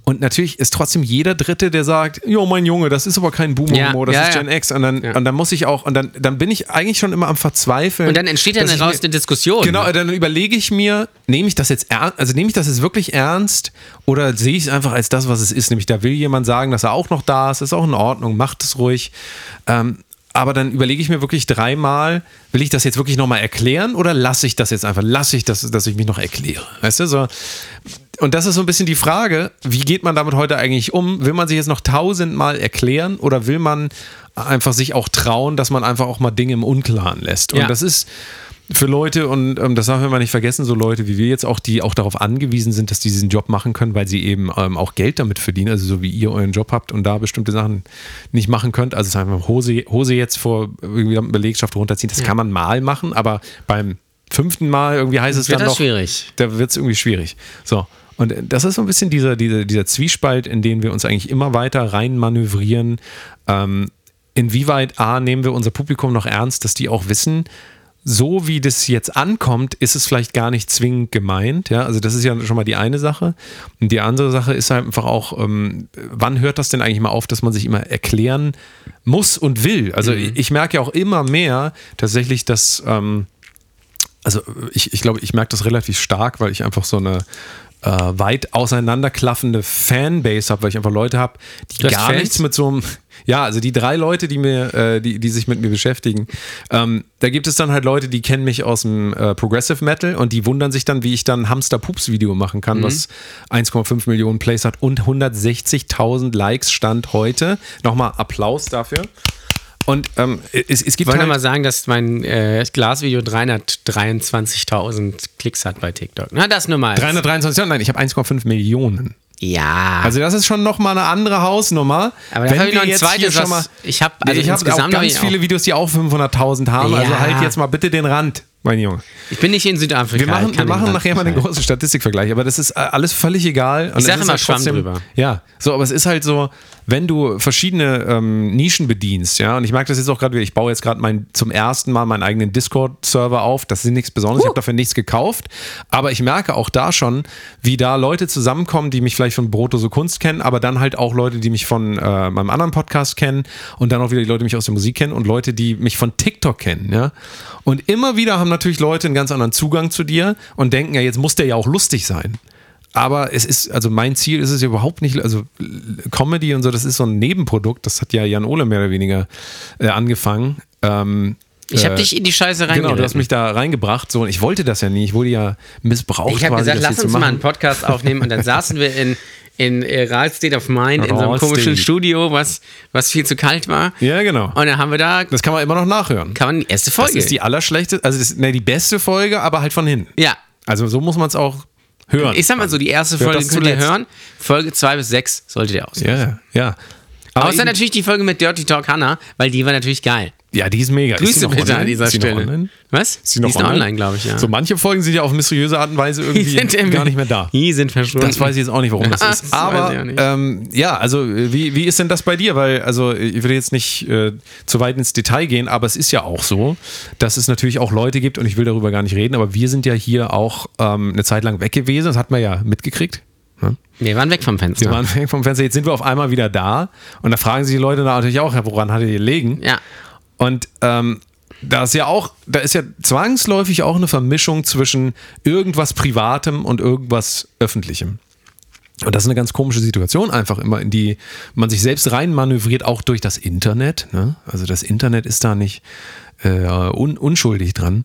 Speaker 2: Und natürlich ist trotzdem jeder Dritte, der sagt, jo, mein Junge, das ist aber kein Boomer-Humor,
Speaker 3: Ja,
Speaker 2: das
Speaker 3: ja,
Speaker 2: ist
Speaker 3: ja.
Speaker 2: Gen X. Und dann,
Speaker 3: Ja.
Speaker 2: und dann muss ich auch, und dann, dann bin ich eigentlich schon immer am Verzweifeln.
Speaker 3: Und dann entsteht dann
Speaker 2: dass ich
Speaker 3: daraus
Speaker 2: mir-
Speaker 3: eine Diskussion.
Speaker 2: Genau, dann überlege ich mir, nehme ich das jetzt ernst, also nehme ich das jetzt wirklich ernst oder sehe ich es einfach als das, was es ist? Nämlich, da will jemand sagen, dass er auch noch da ist, ist auch in Ordnung, macht es ruhig. Ähm, aber dann überlege ich mir wirklich dreimal, will ich das jetzt wirklich nochmal erklären oder lasse ich das jetzt einfach? Lasse ich das, dass ich mich noch erkläre? Weißt du, so, und das ist so ein bisschen die Frage, wie geht man damit heute eigentlich um? Will man sich jetzt noch tausendmal erklären oder will man einfach sich auch trauen, dass man einfach auch mal Dinge im Unklaren lässt? Und
Speaker 3: Ja.
Speaker 2: das ist für Leute, und ähm, das darf man mal nicht vergessen, so Leute wie wir jetzt auch, die auch darauf angewiesen sind, dass die diesen Job machen können, weil sie eben ähm, auch Geld damit verdienen, also so wie ihr euren Job habt und da bestimmte Sachen nicht machen könnt. Also es ist einfach Hose, Hose jetzt vor irgendwie Belegschaft runterziehen, das kann man mal machen, aber beim fünften Mal irgendwie heißt es
Speaker 3: Wird
Speaker 2: dann
Speaker 3: das
Speaker 2: noch,
Speaker 3: schwierig.
Speaker 2: da wird es irgendwie schwierig. So. Und äh, das ist so ein bisschen dieser, dieser, dieser Zwiespalt, in den wir uns eigentlich immer weiter rein manövrieren. Ähm, inwieweit A, nehmen wir unser Publikum noch ernst, dass die auch wissen, so wie das jetzt ankommt, ist es vielleicht gar nicht zwingend gemeint. Ja, also das ist ja schon mal die eine Sache. Und die andere Sache ist halt einfach auch, ähm, wann hört das denn eigentlich mal auf, dass man sich immer erklären muss und will? Also ich, ich merke ja auch immer mehr tatsächlich, dass ähm, also ich, ich glaube, ich merke das relativ stark, weil ich einfach so eine äh, weit auseinanderklaffende Fanbase habe, weil ich einfach Leute habe, die
Speaker 3: Du hast
Speaker 2: gar
Speaker 3: Fans?
Speaker 2: nichts mit so einem, ja, also die drei Leute, die mir, äh, die, die sich mit mir beschäftigen, ähm, da gibt es dann halt Leute, die kennen mich aus dem äh, Progressive Metal und die wundern sich dann, wie ich dann ein Hamster-Pups-Video machen kann,
Speaker 3: Mhm.
Speaker 2: was 1,5 Millionen Plays hat und 160.000 Likes stand heute. Nochmal Applaus dafür. Und ähm, es, es gibt
Speaker 3: Ich wollte
Speaker 2: halt,
Speaker 3: mal sagen, dass mein äh, Glasvideo 323.000 Klicks hat bei TikTok. Na, das nur mal.
Speaker 2: 323, nein, ich habe 1,5 Millionen.
Speaker 3: Ja.
Speaker 2: Also das ist schon nochmal eine andere Hausnummer.
Speaker 3: Aber dafür habe ich noch ein zweites, was- ich habe-
Speaker 2: also
Speaker 3: also
Speaker 2: ich habe auch
Speaker 3: insgesamt habe
Speaker 2: ganz
Speaker 3: ich auch-
Speaker 2: viele Videos, die auch 500.000 haben. Also
Speaker 3: Ja.
Speaker 2: halt jetzt mal bitte den Rand, mein Junge.
Speaker 3: ich bin nicht in Südafrika.
Speaker 2: Wir machen,
Speaker 3: ich
Speaker 2: wir
Speaker 3: kann
Speaker 2: machen
Speaker 3: nicht
Speaker 2: nachher mal den
Speaker 3: sagen.
Speaker 2: großen Statistikvergleich, aber das ist äh, alles völlig egal. Und
Speaker 3: Ich sag
Speaker 2: es ist halt
Speaker 3: immer Schwamm drüber.
Speaker 2: Ja, so, aber es ist halt so, wenn du verschiedene ähm, Nischen bedienst, ja, und ich merke das jetzt auch gerade wieder, ich baue jetzt gerade mein, zum ersten Mal meinen eigenen Discord-Server auf, das ist nichts Besonderes, ich habe dafür nichts gekauft, aber ich merke auch da schon, wie da Leute zusammenkommen, die mich vielleicht von Broto so Kunst kennen, aber dann halt auch Leute, die mich von äh, meinem anderen Podcast kennen und dann auch wieder die Leute, die mich aus der Musik kennen und Leute, die mich von TikTok kennen, ja. Und immer wieder haben natürlich Leute einen ganz anderen Zugang zu dir und denken, ja, jetzt muss der ja auch lustig sein. Aber es ist, also mein Ziel ist es ja überhaupt nicht, also Comedy und so, das ist so ein Nebenprodukt, das hat ja Jan Ole mehr oder weniger äh, angefangen. Ähm,
Speaker 3: Ich habe
Speaker 2: äh,
Speaker 3: dich in die Scheiße
Speaker 2: Genau, du hast
Speaker 3: reingeritten.
Speaker 2: mich da reingebracht so und ich wollte das ja nie, ich wurde ja missbraucht.
Speaker 3: ich habe
Speaker 2: quasi,
Speaker 3: gesagt,
Speaker 2: das hier
Speaker 3: lass
Speaker 2: zu
Speaker 3: uns mal
Speaker 2: machen.
Speaker 3: einen Podcast aufnehmen und dann saßen wir in, in äh, Raal State of Mind in so einem
Speaker 2: Raal
Speaker 3: komischen
Speaker 2: State.
Speaker 3: Studio, was, was viel zu kalt war.
Speaker 2: Ja, genau.
Speaker 3: Und dann haben wir da,
Speaker 2: Das kann man immer noch nachhören.
Speaker 3: kann man die erste
Speaker 2: Das
Speaker 3: Folge.
Speaker 2: ist die allerschlechteste, also das ist, ne, die beste Folge, aber halt von hinten.
Speaker 3: ja.
Speaker 2: Also so muss man es auch hören.
Speaker 3: Ich sag mal so, die erste
Speaker 2: Hört
Speaker 3: Folge
Speaker 2: das
Speaker 3: könnt ihr
Speaker 2: zuletzt.
Speaker 3: hören. Folge 2 bis 6 solltet ihr aus.
Speaker 2: ja, ja. Aber
Speaker 3: Außer
Speaker 2: eben-
Speaker 3: natürlich die Folge mit Dirty Talk Hannah, weil die war natürlich geil.
Speaker 2: Ja, die ist mega. Ist die
Speaker 3: Grüße
Speaker 2: noch
Speaker 3: bitte an
Speaker 2: online?
Speaker 3: dieser
Speaker 2: Ist die noch
Speaker 3: Stelle.
Speaker 2: online?
Speaker 3: Was?
Speaker 2: Ist die noch online,
Speaker 3: glaube ich, ja.
Speaker 2: So manche Folgen sind ja auf mysteriöse Art und Weise
Speaker 3: Die
Speaker 2: irgendwie
Speaker 3: irgendwie-
Speaker 2: gar nicht mehr da.
Speaker 3: Die sind verschwunden.
Speaker 2: Das weiß ich jetzt auch nicht, warum das
Speaker 3: Das
Speaker 2: ist.
Speaker 3: weiß
Speaker 2: Aber
Speaker 3: ich auch nicht.
Speaker 2: ähm, ja, also äh, wie, wie ist denn das bei dir? Weil, also äh, ich will jetzt nicht äh, zu weit ins Detail gehen, aber es ist ja auch so, dass es natürlich auch Leute gibt und ich will darüber gar nicht reden, aber wir sind ja hier auch ähm, eine Zeit lang weg gewesen, das hat man ja mitgekriegt.
Speaker 3: Wir waren weg vom Fenster.
Speaker 2: Wir waren weg vom Fenster, jetzt sind wir auf einmal wieder da und da fragen sich die Leute natürlich auch, ja, woran hattet ihr legen?
Speaker 3: ja.
Speaker 2: Und ähm, da ist ja auch, da ist ja zwangsläufig auch eine Vermischung zwischen irgendwas Privatem und irgendwas Öffentlichem. Und das ist eine ganz komische Situation, einfach immer, in die man sich selbst reinmanövriert, auch durch das Internet. Ne? Also das Internet ist da nicht äh, un unschuldig dran.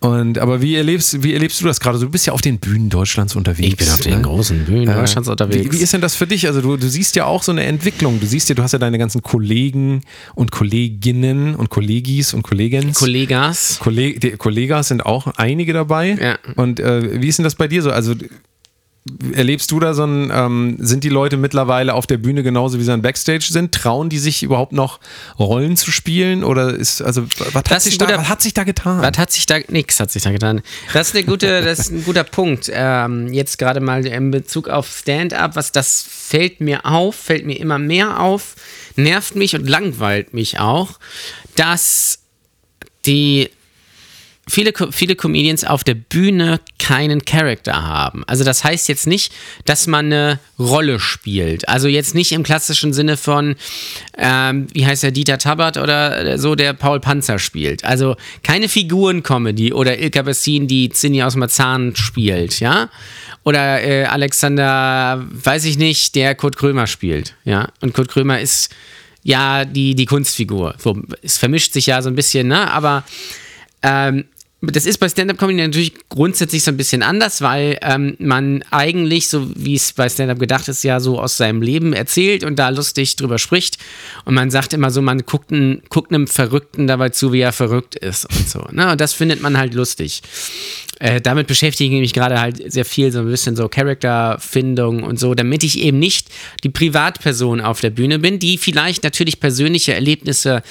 Speaker 2: Und aber wie erlebst, wie erlebst du das gerade? Du bist ja auf den Bühnen Deutschlands unterwegs.
Speaker 3: Ich bin auf den
Speaker 2: ne?
Speaker 3: großen Bühnen
Speaker 2: Äh,
Speaker 3: Deutschlands unterwegs.
Speaker 2: Wie, wie ist denn das für dich? Also du, du siehst ja auch so eine Entwicklung. Du siehst ja, du hast ja deine ganzen Kollegen und Kolleginnen und Kollegis und Kollegens.
Speaker 3: Kollegas?
Speaker 2: Kolleg die Kollegas sind auch einige dabei.
Speaker 3: Ja.
Speaker 2: Und äh, wie ist denn das bei dir so? Also erlebst du da so ein, ähm, sind die Leute mittlerweile auf der Bühne genauso wie sie an Backstage sind? Trauen die sich überhaupt noch Rollen zu spielen? Oder ist, also was, hat
Speaker 3: Das ist
Speaker 2: sich,
Speaker 3: ein guter-
Speaker 2: da, was hat sich da getan?
Speaker 3: Was hat sich da, nix hat sich da getan. Das ist, eine gute, das ist ein guter Punkt. Ähm, jetzt gerade mal in Bezug auf Stand-up, was das fällt mir auf, fällt mir immer mehr auf, nervt mich und langweilt mich auch, dass die viele, Co- viele Comedians auf der Bühne keinen Charakter haben. Also das heißt jetzt nicht, dass man eine Rolle spielt. Also jetzt nicht im klassischen Sinne von, ähm, wie heißt der Dieter Tabbert oder äh, so, der Paul Panzer spielt. Also keine Figuren-Comedy oder Ilka Bessin, die Zinni aus Marzahn spielt, ja? Oder äh, Alexander, weiß ich nicht, der Kurt Krömer spielt, ja? Und Kurt Krömer ist ja die, die Kunstfigur. So, es vermischt sich ja so ein bisschen, ne? Aber ähm, das ist bei Stand-Up-Comedy natürlich grundsätzlich so ein bisschen anders, weil ähm, man eigentlich, so wie es bei Stand-Up gedacht ist, ja so aus seinem Leben erzählt und da lustig drüber spricht. Und man sagt immer so, man guckt, n, guckt einem Verrückten dabei zu, wie er verrückt ist und so. Ne? Und das findet man halt lustig. Äh, damit beschäftige ich mich gerade halt sehr viel, so ein bisschen so Charakterfindung und so, damit ich eben nicht die Privatperson auf der Bühne bin, die vielleicht natürlich persönliche Erlebnisse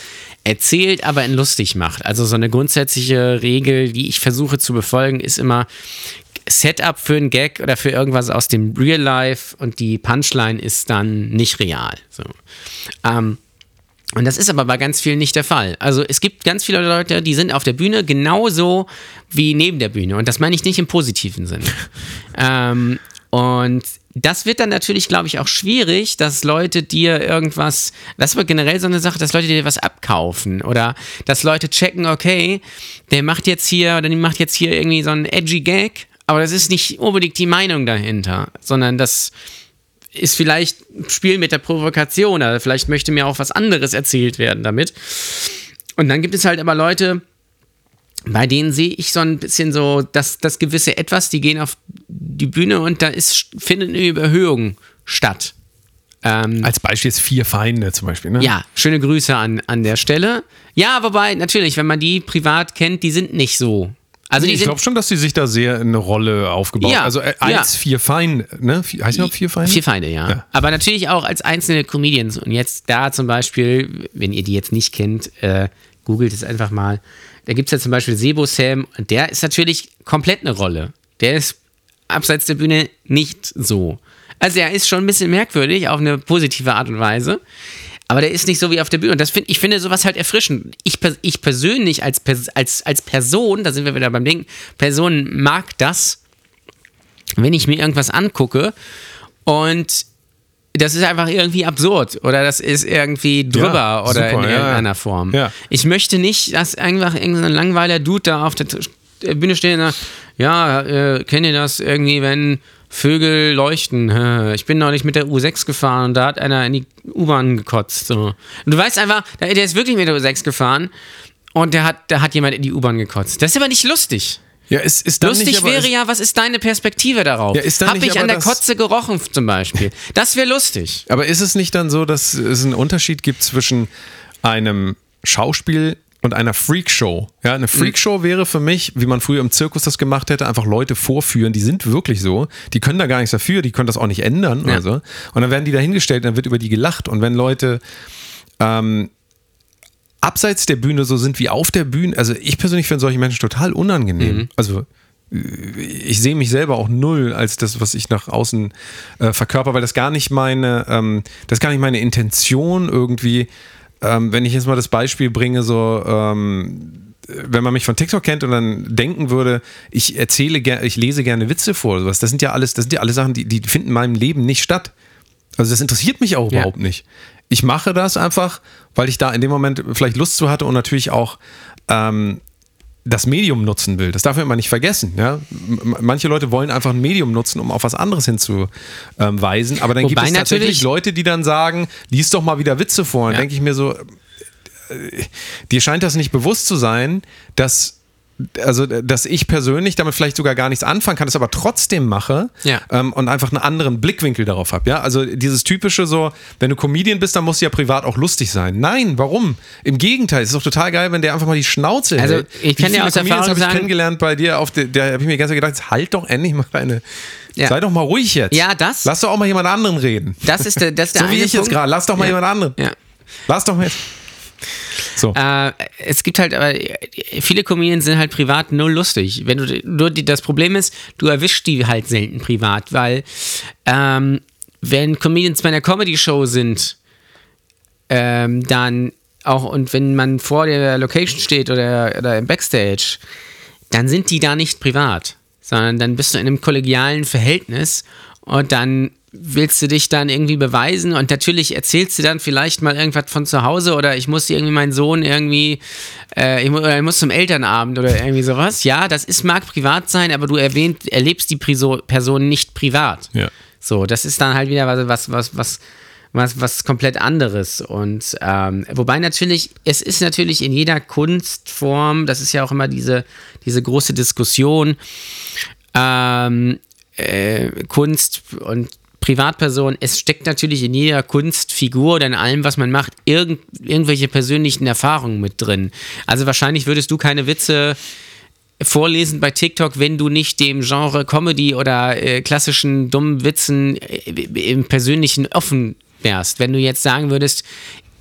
Speaker 3: erzählt, aber in lustig macht. Also so eine grundsätzliche Regel, die ich versuche zu befolgen, ist immer Setup für einen Gag oder für irgendwas aus dem Real Life und die Punchline ist dann nicht real. So. Ähm, und das ist aber bei ganz vielen nicht der Fall. Also es gibt ganz viele Leute, die sind auf der Bühne genauso wie neben der Bühne. Und das meine ich nicht im positiven Sinne. ähm, und das wird dann natürlich, glaube ich, auch schwierig, dass Leute dir irgendwas, das ist aber generell so eine Sache, dass Leute dir was abkaufen oder dass Leute checken, okay, der macht jetzt hier oder die macht jetzt hier irgendwie so einen edgy Gag, aber das ist nicht unbedingt die Meinung dahinter, sondern das ist vielleicht ein Spiel mit der Provokation, oder vielleicht möchte mir auch was anderes erzählt werden damit. Und dann gibt es halt aber Leute, bei denen sehe ich so ein bisschen so das, das gewisse Etwas, die gehen auf die Bühne und da ist, findet eine Überhöhung statt. Ähm,
Speaker 2: Als Beispiel ist Vier Feinde zum Beispiel. Ne?
Speaker 3: ja, schöne Grüße an, an der Stelle. Ja, wobei, natürlich, wenn man die privat kennt, die sind nicht so. Also die
Speaker 2: ich
Speaker 3: sind
Speaker 2: glaube schon, dass sie sich da sehr eine Rolle aufgebaut
Speaker 3: Ja,
Speaker 2: haben. Also äh,
Speaker 3: ja.
Speaker 2: als Vier Feinde, ne? Vi- Heißt die noch Vier Feinde?
Speaker 3: Vier Feinde, ja.
Speaker 2: Ja.
Speaker 3: Aber natürlich auch als einzelne Comedians. Und jetzt da zum Beispiel, wenn ihr die jetzt nicht kennt, äh, googelt es einfach mal. Da gibt es ja zum Beispiel Sebo Sam und der ist natürlich komplett eine Rolle. Der ist abseits der Bühne nicht so. Also er ist schon ein bisschen merkwürdig auf eine positive Art und Weise. Aber der ist nicht so wie auf der Bühne. Und das find, ich finde sowas halt erfrischend. Ich, pers- ich persönlich als, Pers- als, als Person, da sind wir wieder beim Denken, Person mag das, wenn ich mir irgendwas angucke und das ist einfach irgendwie absurd oder das ist irgendwie drüber
Speaker 2: Ja,
Speaker 3: oder in
Speaker 2: super, ja, ja.
Speaker 3: irgendeiner Form.
Speaker 2: Ja.
Speaker 3: Ich möchte nicht, dass einfach irgendein langweiler Dude da auf der T- äh, Bühne steht und sagt, ja, äh, kennt ihr das irgendwie, wenn Vögel leuchten? Hä, Ich bin neulich mit der U6 gefahren und da hat einer in die U-Bahn gekotzt. So. Und du weißt einfach, der der ist wirklich mit der U6 gefahren und der hat, da hat jemand in die U-Bahn gekotzt. Das ist aber nicht lustig.
Speaker 2: Ja, ist, ist dann
Speaker 3: Lustig
Speaker 2: nicht, aber
Speaker 3: wäre
Speaker 2: ist-
Speaker 3: ja, was ist deine Perspektive darauf?
Speaker 2: Ja, ist dann
Speaker 3: Hab
Speaker 2: nicht
Speaker 3: ich an
Speaker 2: aber
Speaker 3: der
Speaker 2: das-
Speaker 3: Kotze gerochen f- zum Beispiel? Das wäre lustig.
Speaker 2: Aber ist es nicht dann so, dass es einen Unterschied gibt zwischen einem Schauspiel und einer Freakshow? Ja, eine Freakshow wäre für mich, wie man früher im Zirkus das gemacht hätte, einfach Leute vorführen, die sind wirklich so, die können da gar nichts dafür, die können das auch nicht ändern
Speaker 3: Ja.
Speaker 2: oder so. Und dann werden die dahingestellt, dann wird über die gelacht. Und wenn Leute ähm, abseits der Bühne so sind wie auf der Bühne. Also ich persönlich finde solche Menschen total unangenehm. Also äh, ich sehe mich selber auch null als das, was ich nach außen äh, verkörper, weil das gar nicht meine, ähm, das ist gar nicht meine Intention irgendwie. Ähm, wenn ich jetzt mal das Beispiel bringe, so ähm, wenn man mich von TikTok kennt und dann denken würde, ich erzähle, ger- ich lese gerne Witze vor oder sowas. Das sind ja alles, das sind ja alle Sachen, die, die finden in meinem Leben nicht statt. Also das interessiert mich auch
Speaker 3: Ja.
Speaker 2: überhaupt nicht. Ich mache das einfach, weil ich da in dem Moment vielleicht Lust zu hatte und natürlich auch ähm, das Medium nutzen will. Das darf man immer nicht vergessen. Ja? M- Manche Leute wollen einfach ein Medium nutzen, um auf was anderes hinzuweisen. Aber dann gibt
Speaker 3: Wobei
Speaker 2: es tatsächlich
Speaker 3: natürlich-
Speaker 2: Leute, die dann sagen, lies doch mal wieder Witze vor. Und
Speaker 3: Ja.
Speaker 2: denke ich mir so, äh, dir scheint das nicht bewusst zu sein, dass also dass ich persönlich damit vielleicht sogar gar nichts anfangen kann, das aber trotzdem mache
Speaker 3: Ja.
Speaker 2: ähm, und einfach einen anderen Blickwinkel darauf habe. Ja, also dieses typische so, wenn du Comedian bist, dann musst du ja privat auch lustig sein. Nein, warum? Im Gegenteil, es ist doch total geil, wenn der einfach mal die Schnauze
Speaker 3: Also,
Speaker 2: hält.
Speaker 3: ich
Speaker 2: Wie
Speaker 3: kann dir
Speaker 2: viele
Speaker 3: aus
Speaker 2: Comedians
Speaker 3: Erfahrung
Speaker 2: habe ich
Speaker 3: sagen-
Speaker 2: kennengelernt bei dir auf der, da habe ich mir ganz gedacht, halt doch endlich mal deine
Speaker 3: Ja.
Speaker 2: Sei doch mal ruhig jetzt.
Speaker 3: Ja, das-
Speaker 2: Lass doch auch mal jemand anderen reden.
Speaker 3: Das ist der, das ist der
Speaker 2: So wie
Speaker 3: eine
Speaker 2: ich jetzt
Speaker 3: Punkt.
Speaker 2: gerade, lass doch mal
Speaker 3: Ja.
Speaker 2: jemand anderen.
Speaker 3: Ja.
Speaker 2: Lass doch mal jetzt. So.
Speaker 3: Äh, es gibt halt, aber viele Comedians sind halt privat null lustig. Wenn du nur die, das Problem ist, du erwischst die halt selten privat, weil ähm, wenn Comedians bei einer Comedy-Show sind, ähm, dann auch und wenn man vor der Location steht oder, oder im Backstage, dann sind die da nicht privat, sondern dann bist du in einem kollegialen Verhältnis und dann willst du dich dann irgendwie beweisen und natürlich erzählst du dann vielleicht mal irgendwas von zu Hause oder ich muss irgendwie meinen Sohn irgendwie, äh, ich, mu oder ich muss zum Elternabend oder irgendwie sowas. Ja, das ist, mag privat sein, aber du erwähnt, erlebst die Priso Person nicht privat.
Speaker 2: Ja.
Speaker 3: So, das ist dann halt wieder was, was, was, was, was, was komplett anderes. Und ähm, wobei natürlich, es ist natürlich in jeder Kunstform, das ist ja auch immer diese, diese große Diskussion, ähm, äh, Kunst und Privatperson, es steckt natürlich in jeder Kunstfigur oder in allem, was man macht, irgend, irgendwelche persönlichen Erfahrungen mit drin. Also wahrscheinlich würdest du keine Witze vorlesen bei TikTok, wenn du nicht dem Genre Comedy oder äh, klassischen dummen Witzen äh, im Persönlichen offen wärst. Wenn du jetzt sagen würdest,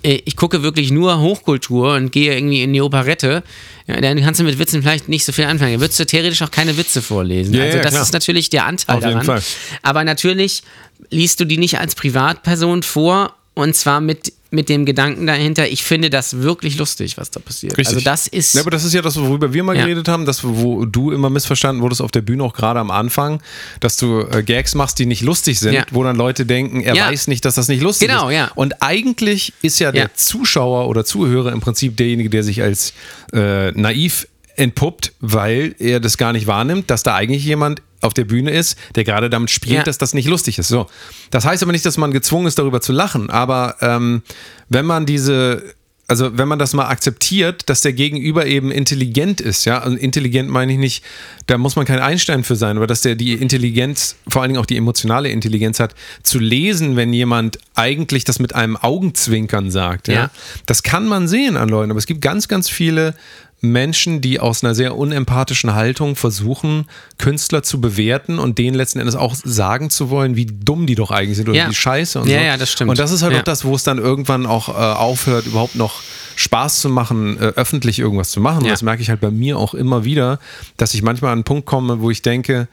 Speaker 3: äh, ich gucke wirklich nur Hochkultur und gehe irgendwie in die Operette, ja, dann kannst du mit Witzen vielleicht nicht so viel anfangen. Dann würdest du theoretisch auch keine Witze vorlesen.
Speaker 2: Ja,
Speaker 3: also
Speaker 2: ja,
Speaker 3: das
Speaker 2: klar.
Speaker 3: ist natürlich der Anteil
Speaker 2: Auf jeden
Speaker 3: daran.
Speaker 2: Fall.
Speaker 3: Aber natürlich liest du die nicht als Privatperson vor und zwar mit, mit dem Gedanken dahinter, ich finde das wirklich lustig, was da passiert. Also das ist...
Speaker 2: Ja, aber das ist ja das, worüber wir mal
Speaker 3: Ja.
Speaker 2: geredet haben, dass wo du immer missverstanden wurdest auf der Bühne, auch gerade am Anfang, dass du äh, Gags machst, die nicht lustig sind,
Speaker 3: Ja.
Speaker 2: wo dann Leute denken, er
Speaker 3: Ja.
Speaker 2: weiß nicht, dass das nicht lustig ist.
Speaker 3: Genau, ja.
Speaker 2: Und eigentlich ist ja der
Speaker 3: Ja.
Speaker 2: Zuschauer oder Zuhörer im Prinzip derjenige, der sich als äh, naiv entpuppt, weil er das gar nicht wahrnimmt, dass da eigentlich jemand auf der Bühne ist, der gerade damit spielt,
Speaker 3: Ja.
Speaker 2: dass das nicht lustig ist. So. Das heißt aber nicht, dass man gezwungen ist, darüber zu lachen. Aber ähm, wenn man diese, also wenn man das mal akzeptiert, dass der Gegenüber eben intelligent ist, ja, also intelligent meine ich nicht, da muss man kein Einstein für sein, aber dass der die Intelligenz, vor allen Dingen auch die emotionale Intelligenz hat, zu lesen, wenn jemand eigentlich das mit einem Augenzwinkern sagt, ja.
Speaker 3: Ja.
Speaker 2: Das kann man sehen an Leuten, aber es gibt ganz, ganz viele Menschen, die aus einer sehr unempathischen Haltung versuchen, Künstler zu bewerten und denen letzten Endes auch sagen zu wollen, wie dumm die doch eigentlich sind oder
Speaker 3: Ja.
Speaker 2: wie scheiße und
Speaker 3: Ja,
Speaker 2: so.
Speaker 3: ja, das stimmt.
Speaker 2: Und das ist halt
Speaker 3: Ja.
Speaker 2: auch das, wo es dann irgendwann auch äh, aufhört, überhaupt noch Spaß zu machen, äh, öffentlich irgendwas zu machen. Und
Speaker 3: Ja.
Speaker 2: das merke ich halt bei mir auch immer wieder, dass ich manchmal an einen Punkt komme, wo ich denke,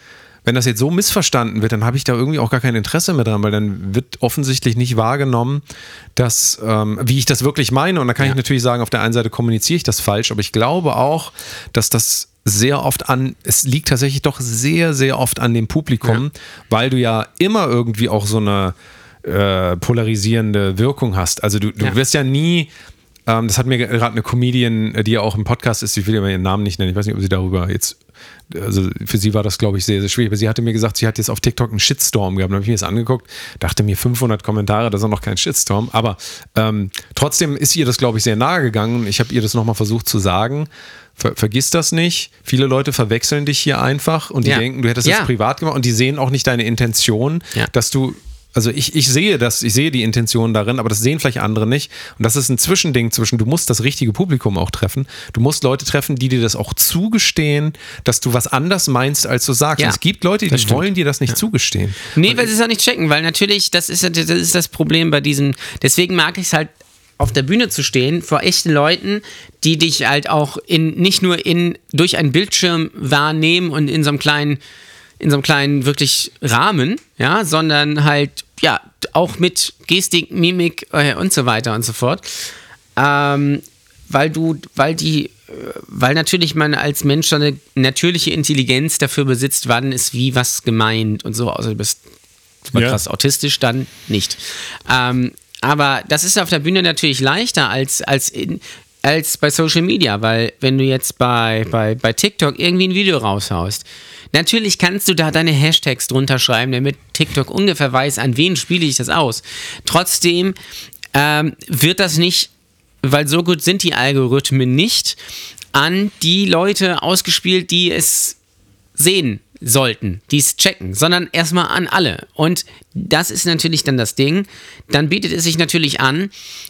Speaker 2: wenn das jetzt so missverstanden wird, dann habe ich da irgendwie auch gar kein Interesse mehr dran, weil dann wird offensichtlich nicht wahrgenommen, dass, ähm, wie ich das wirklich meine. Und da kann ich natürlich sagen, auf der einen Seite kommuniziere ich das falsch, aber ich glaube auch, dass das sehr oft an, es liegt tatsächlich doch sehr, sehr oft an dem Publikum, weil du ja immer irgendwie auch so eine äh, polarisierende Wirkung hast. Also du, du
Speaker 3: Ja.
Speaker 2: wirst ja nie, ähm, das hat mir gerade eine Comedian, äh, die ja auch im Podcast ist, ich will ja mal ihren Namen nicht nennen, ich weiß nicht, ob sie darüber jetzt, also für sie war das, glaube ich, sehr, sehr schwierig, aber sie hatte mir gesagt, sie hat jetzt auf TikTok einen Shitstorm gehabt, dann habe ich mir das angeguckt, dachte mir 500 Kommentare, das ist auch noch kein Shitstorm, aber ähm, trotzdem ist ihr das, glaube ich, sehr nahe gegangen. Ich habe ihr das nochmal versucht zu sagen, Ver vergiss das nicht, viele Leute verwechseln dich hier einfach und die
Speaker 3: Ja.
Speaker 2: denken, du hättest
Speaker 3: Ja.
Speaker 2: das privat gemacht und die sehen auch nicht deine Intention,
Speaker 3: Ja.
Speaker 2: dass du, also ich, ich sehe das, ich sehe die Intention darin, aber das sehen vielleicht andere nicht. Und das ist ein Zwischending zwischen, du musst das richtige Publikum auch treffen. Du musst Leute treffen, die dir das auch zugestehen, dass du was anders meinst, als du sagst.
Speaker 3: Ja,
Speaker 2: Und es gibt Leute, die
Speaker 3: das stimmt.
Speaker 2: wollen dir das nicht zugestehen.
Speaker 3: Nee, weil sie es auch nicht checken, weil natürlich, das ist, ja- das ist das Problem bei diesem. Deswegen mag ich es halt, auf der Bühne zu stehen, vor echten Leuten, die dich halt auch in, nicht nur in, durch einen Bildschirm wahrnehmen und in so einem kleinen, in so einem kleinen wirklich Rahmen, ja, sondern halt, ja, auch mit Gestik, Mimik äh, und so weiter und so fort. Ähm, weil du, weil die, äh, weil natürlich man als Mensch so eine natürliche Intelligenz dafür besitzt, wann ist wie was gemeint und so, außer du bist super
Speaker 2: Ja.
Speaker 3: krass autistisch, dann nicht. Ähm, aber das ist auf der Bühne natürlich leichter als, als in, als bei Social Media, weil wenn du jetzt bei, bei, bei TikTok irgendwie ein Video raushaust, natürlich kannst du da deine Hashtags drunter schreiben, damit TikTok ungefähr weiß, an wen spiele ich das aus. Trotzdem ähm, wird das nicht, weil so gut sind die Algorithmen nicht, an die Leute ausgespielt, die es sehen sollten, die es checken, sondern erstmal an alle. Und das ist natürlich dann das Ding. Dann bietet es sich natürlich an,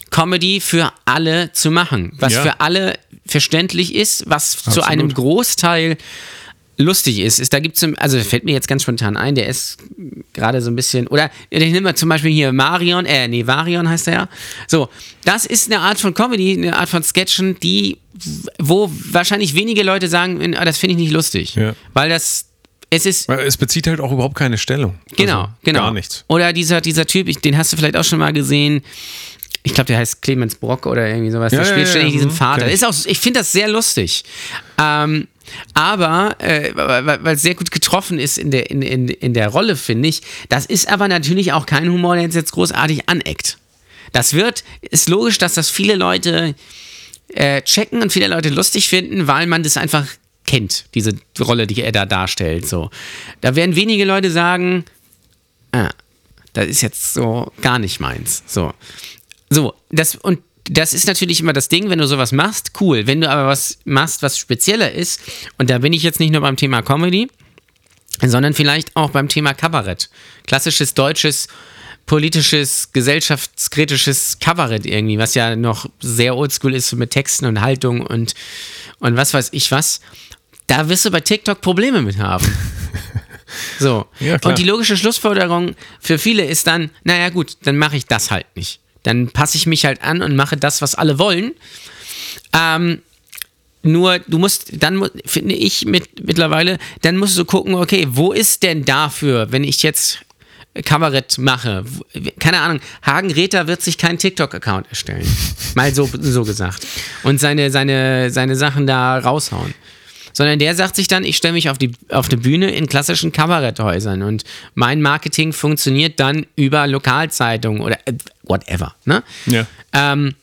Speaker 3: Comedy für alle zu machen, was
Speaker 2: Ja.
Speaker 3: für alle verständlich ist, was zu
Speaker 2: Absolut.
Speaker 3: einem Großteil lustig ist, ist, da gibt es, also fällt mir jetzt ganz spontan ein, der ist gerade so ein bisschen, oder ich nehme mal zum Beispiel hier Marion, äh, nee, Varion heißt er ja. So, das ist eine Art von Comedy, eine Art von Sketchen, die, wo wahrscheinlich wenige Leute sagen, "Ah, das finde ich nicht lustig,
Speaker 2: Ja.
Speaker 3: weil das, es ist,
Speaker 2: Weil Es bezieht halt auch überhaupt keine Stellung.
Speaker 3: genau,
Speaker 2: Also
Speaker 3: genau.
Speaker 2: Gar nichts.
Speaker 3: Oder dieser, dieser Typ, ich, den hast du vielleicht auch schon mal gesehen, ich glaube, der heißt Clemens Brock oder irgendwie sowas,
Speaker 2: Ja,
Speaker 3: der
Speaker 2: ja,
Speaker 3: spielt
Speaker 2: ja,
Speaker 3: ständig
Speaker 2: mhm,
Speaker 3: diesen Vater.
Speaker 2: kenn ich.
Speaker 3: Ist auch, ich finde das sehr lustig. Ähm, aber, äh, weil es sehr gut getroffen ist in der, in, in, in der Rolle, finde ich, das ist aber natürlich auch kein Humor, der jetzt großartig aneckt. Das wird, ist logisch, dass das viele Leute äh, checken und viele Leute lustig finden, weil man das einfach kennt, diese Rolle, die er da darstellt. So. Da werden wenige Leute sagen, ah, das ist jetzt so gar nicht meins. So. So, das und das ist natürlich immer das Ding, wenn du sowas machst, cool. Wenn du aber was machst, was spezieller ist, und da bin ich jetzt nicht nur beim Thema Comedy, sondern vielleicht auch beim Thema Kabarett. Klassisches deutsches politisches, gesellschaftskritisches Kabarett irgendwie, was ja noch sehr oldschool ist mit Texten und Haltung und, und was weiß ich was. Da wirst du bei TikTok Probleme mit haben. So.
Speaker 2: Ja, klar.
Speaker 3: und die logische Schlussfolgerung für viele ist dann, naja gut, dann mache ich das halt nicht. Dann passe ich mich halt an und mache das, was alle wollen. Ähm, nur, du musst, dann mu- finde ich mit, mittlerweile, dann musst du gucken, okay, wo ist denn dafür, wenn ich jetzt Kabarett mache? W- Keine Ahnung, Hagen Räther wird sich keinen TikTok-Account erstellen. Mal so, so gesagt. Und seine, seine, seine Sachen da raushauen. Sondern der sagt sich dann, ich stelle mich auf die, auf die Bühne in klassischen Kabaretthäusern und mein Marketing funktioniert dann über Lokalzeitungen oder äh, whatever. Ne?
Speaker 2: Ja.
Speaker 3: Ähm,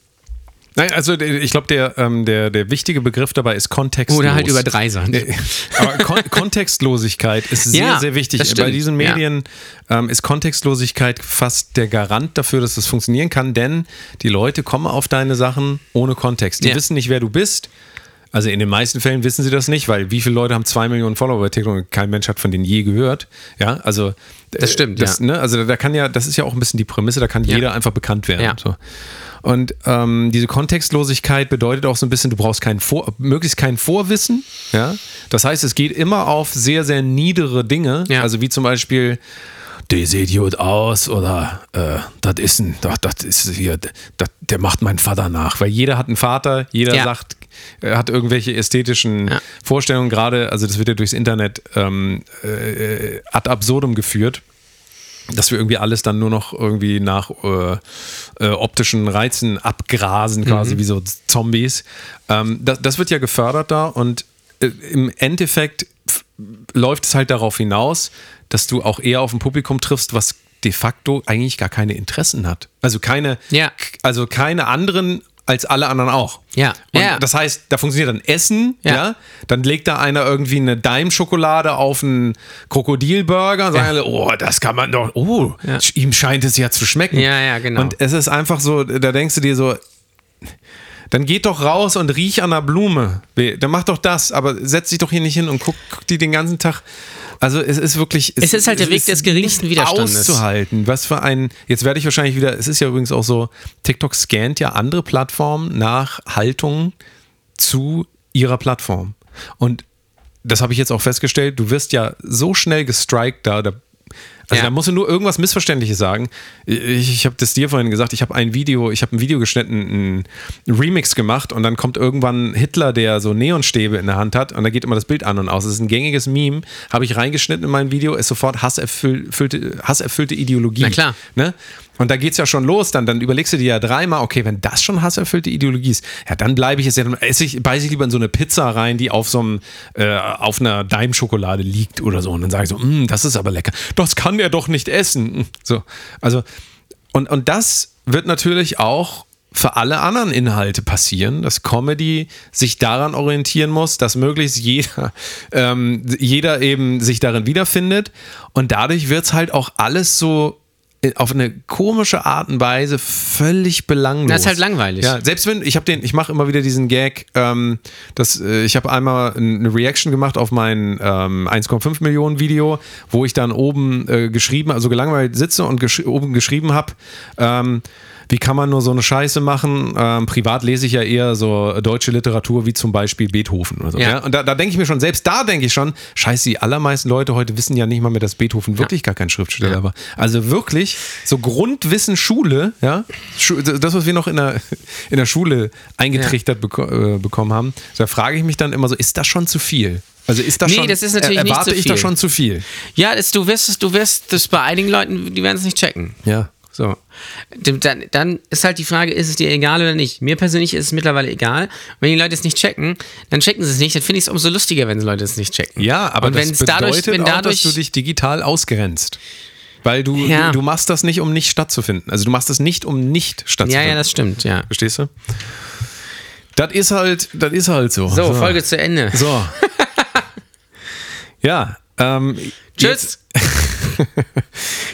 Speaker 2: Nein, also der- ich glaube, der, ähm, der, der wichtige Begriff dabei ist kontextlos.
Speaker 3: oder halt über drei Sachen.
Speaker 2: Nee, Aber Kon Kontextlosigkeit ist sehr,
Speaker 3: Ja,
Speaker 2: sehr wichtig.
Speaker 3: das
Speaker 2: Bei
Speaker 3: stimmt.
Speaker 2: diesen
Speaker 3: Ja.
Speaker 2: Medien ähm, ist Kontextlosigkeit fast der Garant dafür, dass das funktionieren kann, denn die Leute kommen auf deine Sachen ohne Kontext. Die
Speaker 3: Ja.
Speaker 2: wissen nicht, wer du bist. Also in den meisten Fällen wissen sie das nicht, weil wie viele Leute haben zwei Millionen Follower bei TikTok und kein Mensch hat von denen je gehört. Ja, also
Speaker 3: Das stimmt,
Speaker 2: Das,
Speaker 3: ja.
Speaker 2: ne, also da kann ja, das ist ja auch ein bisschen die Prämisse, da kann jeder einfach bekannt werden.
Speaker 3: Ja.
Speaker 2: So. Und ähm, diese Kontextlosigkeit bedeutet auch so ein bisschen, du brauchst kein Vor möglichst kein Vorwissen. Ja? Das heißt, es geht immer auf sehr, sehr niedere Dinge.
Speaker 3: Ja.
Speaker 2: Also wie zum Beispiel, der sieht gut aus oder äh, das ist ein, das, das ist hier, das, der macht meinen Vater nach. Weil jeder hat einen Vater, jeder
Speaker 3: Ja.
Speaker 2: sagt, er hat irgendwelche ästhetischen
Speaker 3: Ja.
Speaker 2: Vorstellungen gerade, also das wird ja durchs Internet ähm, äh, ad absurdum geführt dass wir irgendwie alles dann nur noch irgendwie nach äh, äh, optischen Reizen abgrasen,
Speaker 3: Mhm.
Speaker 2: quasi wie so Z- Zombies. Ähm, das, das wird ja gefördert da und äh, im Endeffekt f- läuft es halt darauf hinaus, dass du auch eher auf ein Publikum triffst, was de facto eigentlich gar keine Interessen hat. Also keine,
Speaker 3: Ja.
Speaker 2: k- also keine anderen als alle anderen auch.
Speaker 3: Ja.
Speaker 2: Und
Speaker 3: Ja.
Speaker 2: das heißt, da funktioniert dann Essen, ja.
Speaker 3: Ja.
Speaker 2: Dann legt da einer irgendwie eine Daim-Schokolade auf einen Krokodilburger und sagen alle, oh, das kann man doch, oh,
Speaker 3: Ja.
Speaker 2: ihm scheint es ja zu schmecken.
Speaker 3: Ja, ja, genau.
Speaker 2: Und es ist einfach so, da denkst du dir so, dann geht doch raus und riech an der Blume. We- Dann mach doch das, aber setz dich doch hier nicht hin und guck, guck die den ganzen Tag. Also es ist wirklich.
Speaker 3: Es ist halt der Weg des geringsten
Speaker 2: nicht
Speaker 3: Widerstandes.
Speaker 2: Auszuhalten. Was für ein. Jetzt werde ich wahrscheinlich wieder. Es ist ja übrigens auch so, TikTok scannt ja andere Plattformen nach Haltungen zu ihrer Plattform. Und das habe ich jetzt auch festgestellt, du wirst ja so schnell gestrikt da. da also
Speaker 3: Ja.
Speaker 2: da musst du nur irgendwas Missverständliches sagen. Ich, ich habe das dir vorhin gesagt, ich habe ein Video, ich habe ein Video geschnitten, ein Remix gemacht und dann kommt irgendwann Hitler, der so Neonstäbe in der Hand hat und da geht immer das Bild an und aus. Das ist ein gängiges Meme, habe ich reingeschnitten in mein Video, ist sofort hasserfüllte, hasserfüllte Ideologie.
Speaker 3: Na klar.
Speaker 2: Ne? Und da geht es ja schon los, dann, dann überlegst du dir ja dreimal, okay, wenn das schon hasserfüllte Ideologie ist, ja, dann bleibe ich jetzt, ja, dann esse ich, beiße ich lieber in so eine Pizza rein, die auf so einem, äh, auf einer Daimschokolade liegt oder so. Und dann sage ich so, "Mm, das ist aber lecker. Das kann Mm, er doch nicht essen. So, also, und, und das wird natürlich auch für alle anderen Inhalte passieren, dass Comedy sich daran orientieren muss, dass möglichst jeder, ähm, jeder eben sich darin wiederfindet. Und dadurch wird es halt auch alles so äh, auf eine komische Art und Weise völlig belanglos.
Speaker 3: Das ist halt langweilig.
Speaker 2: Ja, selbst wenn ich habe den, ich mache immer wieder diesen Gag, ähm, dass äh, ich habe einmal eine Reaction gemacht auf mein ähm, 1,5 Millionen Video, wo ich dann oben äh, geschrieben, also gelangweilt sitze und gesch oben geschrieben habe. Ähm, wie kann man nur so eine Scheiße machen? Ähm, privat lese ich ja eher so deutsche Literatur wie zum Beispiel Beethoven oder so. Ja.
Speaker 3: Ja.
Speaker 2: Und da, da denke ich mir schon, selbst da denke ich schon, scheiße, die allermeisten Leute heute wissen ja nicht mal mehr, dass Beethoven wirklich gar kein Schriftsteller war. Also wirklich, so Grundwissen Schule, ja, Schu das, was wir noch in der, in der Schule eingetrichtert beko äh, bekommen haben, da frage ich mich dann immer so, ist das schon zu viel? Also ist das
Speaker 3: Nee,
Speaker 2: schon,
Speaker 3: das ist natürlich nicht
Speaker 2: erwarte
Speaker 3: zu
Speaker 2: ich da
Speaker 3: viel.
Speaker 2: schon zu viel?
Speaker 3: Ja, das, du wirst es, du wirst das bei einigen Leuten, die werden es nicht checken.
Speaker 2: Ja.
Speaker 3: So. Dem- Dann, dann ist halt die Frage, ist es dir egal oder nicht? Mir persönlich ist es mittlerweile egal. Wenn die Leute es nicht checken, dann checken sie es nicht. Dann finde ich es umso lustiger, wenn die Leute es nicht checken.
Speaker 2: Ja, aber
Speaker 3: Und
Speaker 2: das
Speaker 3: wenn es
Speaker 2: bedeutet
Speaker 3: dadurch, wenn
Speaker 2: auch, dass
Speaker 3: dadurch,
Speaker 2: du dich digital ausgrenzt. Weil du,
Speaker 3: Ja.
Speaker 2: du, du machst das nicht, um nicht stattzufinden. Also du machst das nicht, um nicht
Speaker 3: ja,
Speaker 2: stattzufinden.
Speaker 3: ja, das stimmt, ja.
Speaker 2: Verstehst du? Das ist halt, das ist halt so.
Speaker 3: So, Folge zu Ende.
Speaker 2: So. ja. Ähm,
Speaker 3: Tschüss.
Speaker 2: jetzt-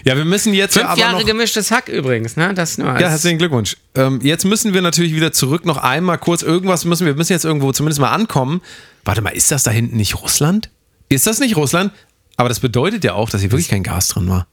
Speaker 2: Ja, wir müssen jetzt ja
Speaker 3: Fünf
Speaker 2: aber
Speaker 3: Jahre
Speaker 2: noch...
Speaker 3: gemischtes Hack übrigens, ne? Das nur als
Speaker 2: Ja, herzlichen Glückwunsch. Ähm, jetzt müssen wir natürlich wieder zurück, noch einmal kurz irgendwas müssen wir, wir müssen jetzt irgendwo zumindest mal ankommen. Warte mal, ist das da hinten nicht Russland? Ist das nicht Russland? Aber das bedeutet ja auch, dass hier wirklich kein Gas drin war.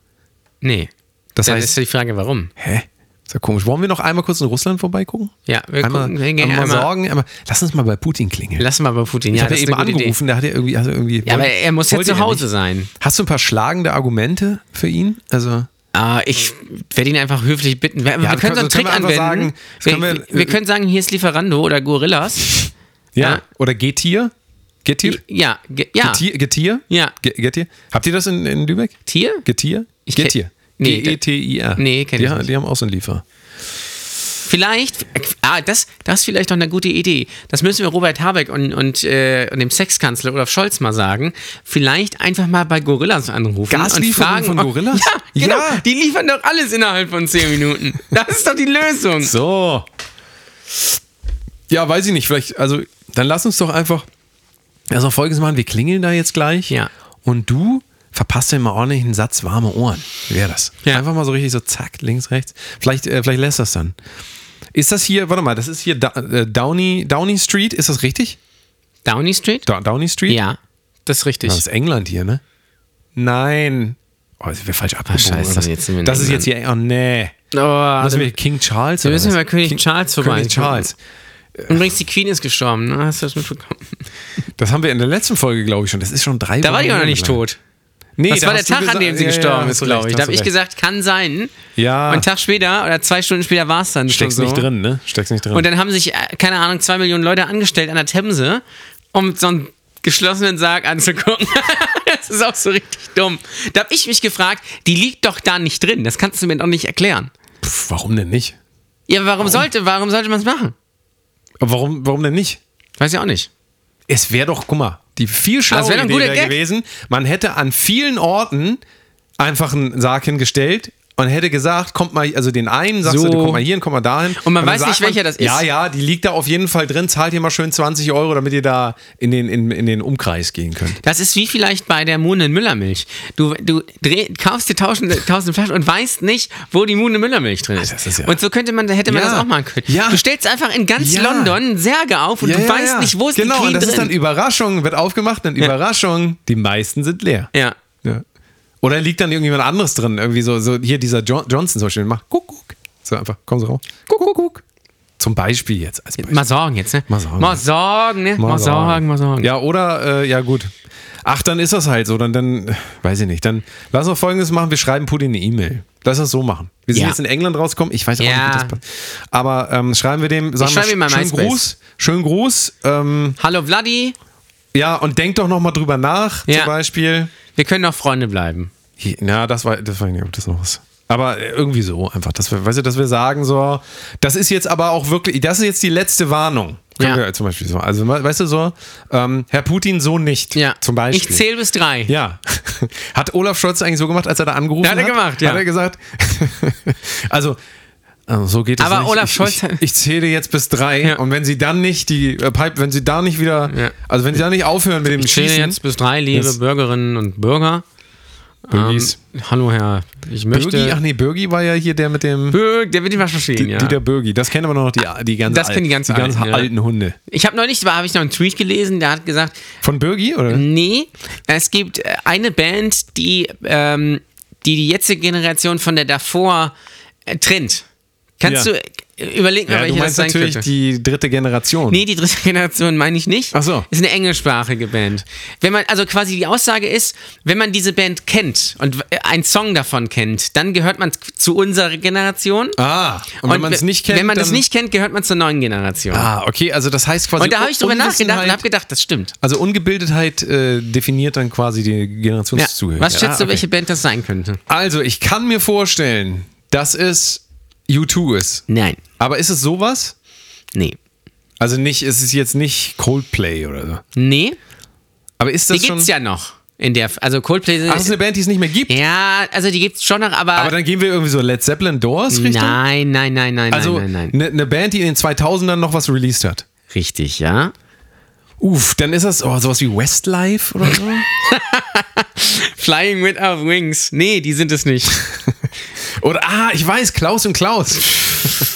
Speaker 3: Nee.
Speaker 2: Das
Speaker 3: dann
Speaker 2: heißt-
Speaker 3: ist die Frage, warum?
Speaker 2: Hä? Ist ja komisch. Wollen wir noch einmal kurz in Russland vorbeigucken?
Speaker 3: Ja, wir
Speaker 2: einmal,
Speaker 3: gucken, wir gehen
Speaker 2: einmal,
Speaker 3: einmal-
Speaker 2: sorgen. Einmal, lass uns mal bei Putin klingeln.
Speaker 3: Lass mal bei Putin.
Speaker 2: ich
Speaker 3: Ja,
Speaker 2: hatte
Speaker 3: das ist
Speaker 2: eben
Speaker 3: eine gute
Speaker 2: angerufen, der hat ja irgendwie, hat ja irgendwie.
Speaker 3: Idee. Ja, aber er muss ja
Speaker 2: wollte
Speaker 3: zu Hause
Speaker 2: nicht.
Speaker 3: sein.
Speaker 2: Hast du ein paar schlagende Argumente für ihn? Also,
Speaker 3: Ah, ich werde ihn einfach höflich bitten. Wir, wir
Speaker 2: das können-
Speaker 3: können so einen
Speaker 2: das Also können
Speaker 3: Trick
Speaker 2: wir einfach
Speaker 3: anwenden.
Speaker 2: sagen, das
Speaker 3: wir,
Speaker 2: können
Speaker 3: können
Speaker 2: wir-
Speaker 3: wir, können sagen, hier ist Lieferando oder Gorillas.
Speaker 2: ja.
Speaker 3: Ja.
Speaker 2: ne? Oder Getier? Getier?
Speaker 3: Ja, ge, ja.
Speaker 2: Getier? Getier?
Speaker 3: Ja.
Speaker 2: Ge- Getier? Habt ihr das in, in Lübeck?
Speaker 3: Tier?
Speaker 2: Getier?
Speaker 3: Ich kenn-
Speaker 2: Getier.
Speaker 3: Nee,
Speaker 2: E
Speaker 3: da-
Speaker 2: G-E-T-I-R.
Speaker 3: Nee, kenn
Speaker 2: die,
Speaker 3: ich
Speaker 2: ha-
Speaker 3: nicht.
Speaker 2: die haben auch so einen Liefer.
Speaker 3: Vielleicht, ah, das, das ist vielleicht doch eine gute Idee. Das müssen wir Robert Habeck und, und, äh, und dem Sexkanzler Olaf Scholz mal sagen. Vielleicht einfach mal bei Gorillas anrufen. und
Speaker 2: Gaslieferung
Speaker 3: fragen,
Speaker 2: von
Speaker 3: ob-
Speaker 2: Gorillas?
Speaker 3: Ja, genau.
Speaker 2: Ja.
Speaker 3: Die liefern doch alles innerhalb von 10 Minuten. Das ist doch die Lösung.
Speaker 2: So. Ja, weiß ich nicht. Vielleicht, also, dann lass uns doch einfach. Also folgendes machen, wir klingeln da jetzt gleich.
Speaker 3: Ja.
Speaker 2: Und du verpasst dir mal ordentlich einen Satz warme Ohren. Wie wäre das?
Speaker 3: Ja.
Speaker 2: Einfach mal so richtig so zack, links, rechts. Vielleicht, äh, vielleicht lässt das dann. Ist das hier, warte mal, das ist hier da, äh, Downey, Downey Street, ist das richtig?
Speaker 3: Downey Street?
Speaker 2: Da, Downey Street?
Speaker 3: Ja, das ist richtig.
Speaker 2: Das ist England hier, ne? Nein. Oh, das wäre falsch abgebogen.
Speaker 3: Ah, scheiße,
Speaker 2: oder was?
Speaker 3: jetzt sind wir in
Speaker 2: das ist jetzt
Speaker 3: England.
Speaker 2: hier, oh nee.
Speaker 3: Oh,
Speaker 2: Müssen wir King Charles
Speaker 3: Wir
Speaker 2: oder
Speaker 3: müssen
Speaker 2: was?
Speaker 3: mal König Charles vorbei.
Speaker 2: König Charles.
Speaker 3: Übrigens, die Queen ist gestorben, ne? Hast du das mitbekommen?
Speaker 2: Das haben wir in der letzten Folge, glaube ich, schon. Das ist schon drei
Speaker 3: Da war die
Speaker 2: Wochen
Speaker 3: auch noch nicht
Speaker 2: lang.
Speaker 3: tot.
Speaker 2: Nee,
Speaker 3: Das
Speaker 2: da
Speaker 3: war der
Speaker 2: hast du
Speaker 3: Tag, an
Speaker 2: gesagt-
Speaker 3: dem sie
Speaker 2: Ja, ja,
Speaker 3: gestorben
Speaker 2: hast
Speaker 3: ist,
Speaker 2: du
Speaker 3: glaube
Speaker 2: recht,
Speaker 3: ich. Da habe
Speaker 2: hast
Speaker 3: ich
Speaker 2: du recht.
Speaker 3: gesagt, kann sein.
Speaker 2: Ja.
Speaker 3: Und einen Tag später oder zwei Stunden später war es dann
Speaker 2: steckst
Speaker 3: schon so.
Speaker 2: nicht drin, ne? Steckst nicht drin.
Speaker 3: Und dann haben sich, äh, keine Ahnung, zwei Millionen Leute angestellt an der Themse, um so einen geschlossenen Sarg anzugucken. das ist auch so richtig dumm. Da habe ich mich gefragt, die liegt doch da nicht drin. Das kannst du mir doch nicht erklären.
Speaker 2: Pff, warum denn nicht?
Speaker 3: Ja, warum, sollte, warum sollte man es machen?
Speaker 2: Aber warum, warum denn nicht?
Speaker 3: Weiß ich auch nicht.
Speaker 2: Es wäre doch, guck mal, die viel
Speaker 3: das
Speaker 2: schlauere
Speaker 3: Ah, wär doch ein
Speaker 2: Idee
Speaker 3: guter
Speaker 2: wär
Speaker 3: Gag.
Speaker 2: gewesen. Man hätte an vielen Orten einfach einen Sarg hingestellt und hätte gesagt, kommt mal, also den einen sagst
Speaker 3: So.
Speaker 2: du, kommt mal hierhin, kommt mal dahin.
Speaker 3: Und man
Speaker 2: dann
Speaker 3: weiß
Speaker 2: sagt
Speaker 3: nicht, welcher das ist.
Speaker 2: Ja, ja, die liegt da auf jeden Fall drin, zahlt ihr mal schön 20 Euro, damit ihr da in den, in, in den Umkreis gehen könnt.
Speaker 3: Das ist wie vielleicht bei der Mune Müllermilch. Du, du dreh, kaufst dir tausend, tausend Flaschen und weißt nicht, wo die Mune Müllermilch drin ist.
Speaker 2: Ah, das ist ja-
Speaker 3: Und so könnte man, hätte man
Speaker 2: Ja.
Speaker 3: das auch machen können.
Speaker 2: Ja.
Speaker 3: Du stellst einfach in ganz
Speaker 2: Ja.
Speaker 3: London Särge auf und
Speaker 2: Ja,
Speaker 3: du
Speaker 2: ja,
Speaker 3: weißt
Speaker 2: ja.
Speaker 3: nicht, wo es
Speaker 2: Genau,
Speaker 3: die
Speaker 2: und
Speaker 3: Queen
Speaker 2: das ist dann
Speaker 3: drin
Speaker 2: Überraschung, wird aufgemacht, dann Überraschung, die meisten sind leer.
Speaker 3: Ja.
Speaker 2: Ja. Oder liegt dann irgendjemand anderes drin? Irgendwie so, so hier dieser jo Johnson zum Beispiel macht Kuckuck. So einfach, komm so raus. Kuckuck. Zum Beispiel jetzt. Als Beispiel.
Speaker 3: Mal sorgen jetzt, ne?
Speaker 2: Mal sorgen.
Speaker 3: Mal sorgen, ne? Mal sorgen, mal sorgen.
Speaker 2: Ja, oder, äh, ja gut. Ach, dann ist das halt so. Dann, dann, äh, weiß ich nicht. Dann lass uns folgendes machen: Wir schreiben Putin eine E-Mail. Lass das so machen. Wir sind
Speaker 3: Ja.
Speaker 2: jetzt in England rausgekommen. Ich weiß auch
Speaker 3: Ja.
Speaker 2: nicht, wie das passt. Aber ähm, schreiben wir dem, sagen
Speaker 3: Ich schreibe ihm
Speaker 2: wir
Speaker 3: mal
Speaker 2: schönen
Speaker 3: MySpace.
Speaker 2: Gruß. Schönen Gruß. Ähm,
Speaker 3: Hallo Vladi,
Speaker 2: ja, und denk doch nochmal drüber nach,
Speaker 3: Ja.
Speaker 2: zum Beispiel.
Speaker 3: wir können doch Freunde bleiben.
Speaker 2: Hi- Na, das war, das war nicht, ob das noch was. Aber äh, irgendwie so einfach, dass wir, weißt du, dass wir sagen so, das ist jetzt aber auch wirklich, das ist jetzt die letzte Warnung. Können
Speaker 3: Ja.
Speaker 2: wir zum Beispiel so. Also, weißt du so, ähm, Herr Putin so nicht.
Speaker 3: Ja.
Speaker 2: Zum Beispiel.
Speaker 3: Ich zähle bis drei.
Speaker 2: Ja. Hat Olaf Scholz eigentlich so gemacht, als er da angerufen hat?
Speaker 3: Hat er gemacht, ja.
Speaker 2: Hat er gesagt. also, Also so geht es
Speaker 3: Aber
Speaker 2: nicht.
Speaker 3: Olaf
Speaker 2: ich,
Speaker 3: Scholz-
Speaker 2: Ich, ich zähle jetzt bis drei
Speaker 3: Ja.
Speaker 2: und wenn sie dann nicht die äh, Pipe, wenn sie da nicht wieder,
Speaker 3: Ja.
Speaker 2: also wenn sie da nicht aufhören mit dem
Speaker 3: Ich zähle
Speaker 2: Schießen,
Speaker 3: jetzt bis drei, liebe
Speaker 2: Yes.
Speaker 3: Bürgerinnen und Bürger. Ähm,
Speaker 2: Bürgis.
Speaker 3: hallo Herr, ich möchte...
Speaker 2: Bürgi, ach nee, Bürgi war ja hier der mit dem
Speaker 3: Bürg, der wird die Waschmaschine,
Speaker 2: die,
Speaker 3: ja.
Speaker 2: Dieter Bürgi. Das kennen aber noch die, die ganzen,
Speaker 3: Das kennen die ganz
Speaker 2: ganz
Speaker 3: Alten, ja.
Speaker 2: alten Hunde.
Speaker 3: Ich habe neulich, war habe ich noch einen Tweet gelesen, der hat gesagt,
Speaker 2: Von Bürgi oder?
Speaker 3: nee, es gibt äh, eine Band, die ähm, die, die jetzige Generation von der davor äh, trennt. Kannst
Speaker 2: Ja.
Speaker 3: du äh, überlegen,
Speaker 2: Ja,
Speaker 3: welche
Speaker 2: du
Speaker 3: das
Speaker 2: meinst
Speaker 3: sein
Speaker 2: natürlich
Speaker 3: könnte?
Speaker 2: die dritte Generation.
Speaker 3: Nee, die dritte Generation meine ich nicht.
Speaker 2: Ach so.
Speaker 3: Ist eine englischsprachige Band. Wenn man, also quasi die Aussage ist, wenn man diese Band kennt und w- einen Song davon kennt, dann gehört man zu unserer Generation.
Speaker 2: Ah, und, wenn man es
Speaker 3: we-
Speaker 2: nicht kennt,
Speaker 3: Wenn man
Speaker 2: dann,
Speaker 3: es nicht kennt, gehört man zur neuen Generation.
Speaker 2: Ah, okay, also das heißt quasi
Speaker 3: und da habe ich drüber nachgedacht und
Speaker 2: Unwissenheit-
Speaker 3: habe gedacht, das stimmt.
Speaker 2: Also Ungebildetheit äh, definiert dann quasi die
Speaker 3: Ja.
Speaker 2: Generationszugehörigkeit.
Speaker 3: Was schätzt
Speaker 2: Ah,
Speaker 3: du,
Speaker 2: okay.
Speaker 3: welche Band das sein könnte?
Speaker 2: Also, ich kann mir vorstellen, dass es U2 ist.
Speaker 3: Nein.
Speaker 2: Aber ist es sowas?
Speaker 3: Nee.
Speaker 2: Also nicht, ist es jetzt nicht Coldplay oder so.
Speaker 3: Nee,
Speaker 2: Aber ist das
Speaker 3: die
Speaker 2: schon.
Speaker 3: gibt's ja noch. In der, also Coldplay sind.
Speaker 2: Ach, das ist eine Band, die es nicht mehr gibt.
Speaker 3: ja, also die gibt's schon noch, aber.
Speaker 2: Aber dann gehen wir irgendwie so Led Zeppelin Doors Richtung.
Speaker 3: nein, nein, nein, nein,
Speaker 2: also
Speaker 3: nein, nein, nein.
Speaker 2: Eine, eine Band, die in den 2000ern noch was released hat.
Speaker 3: Richtig, ja.
Speaker 2: Uff, dann ist das oh, sowas wie Westlife oder so.
Speaker 3: Flying Without Wings. Nee, die sind es nicht.
Speaker 2: oder ah, ich weiß, Klaus und Klaus.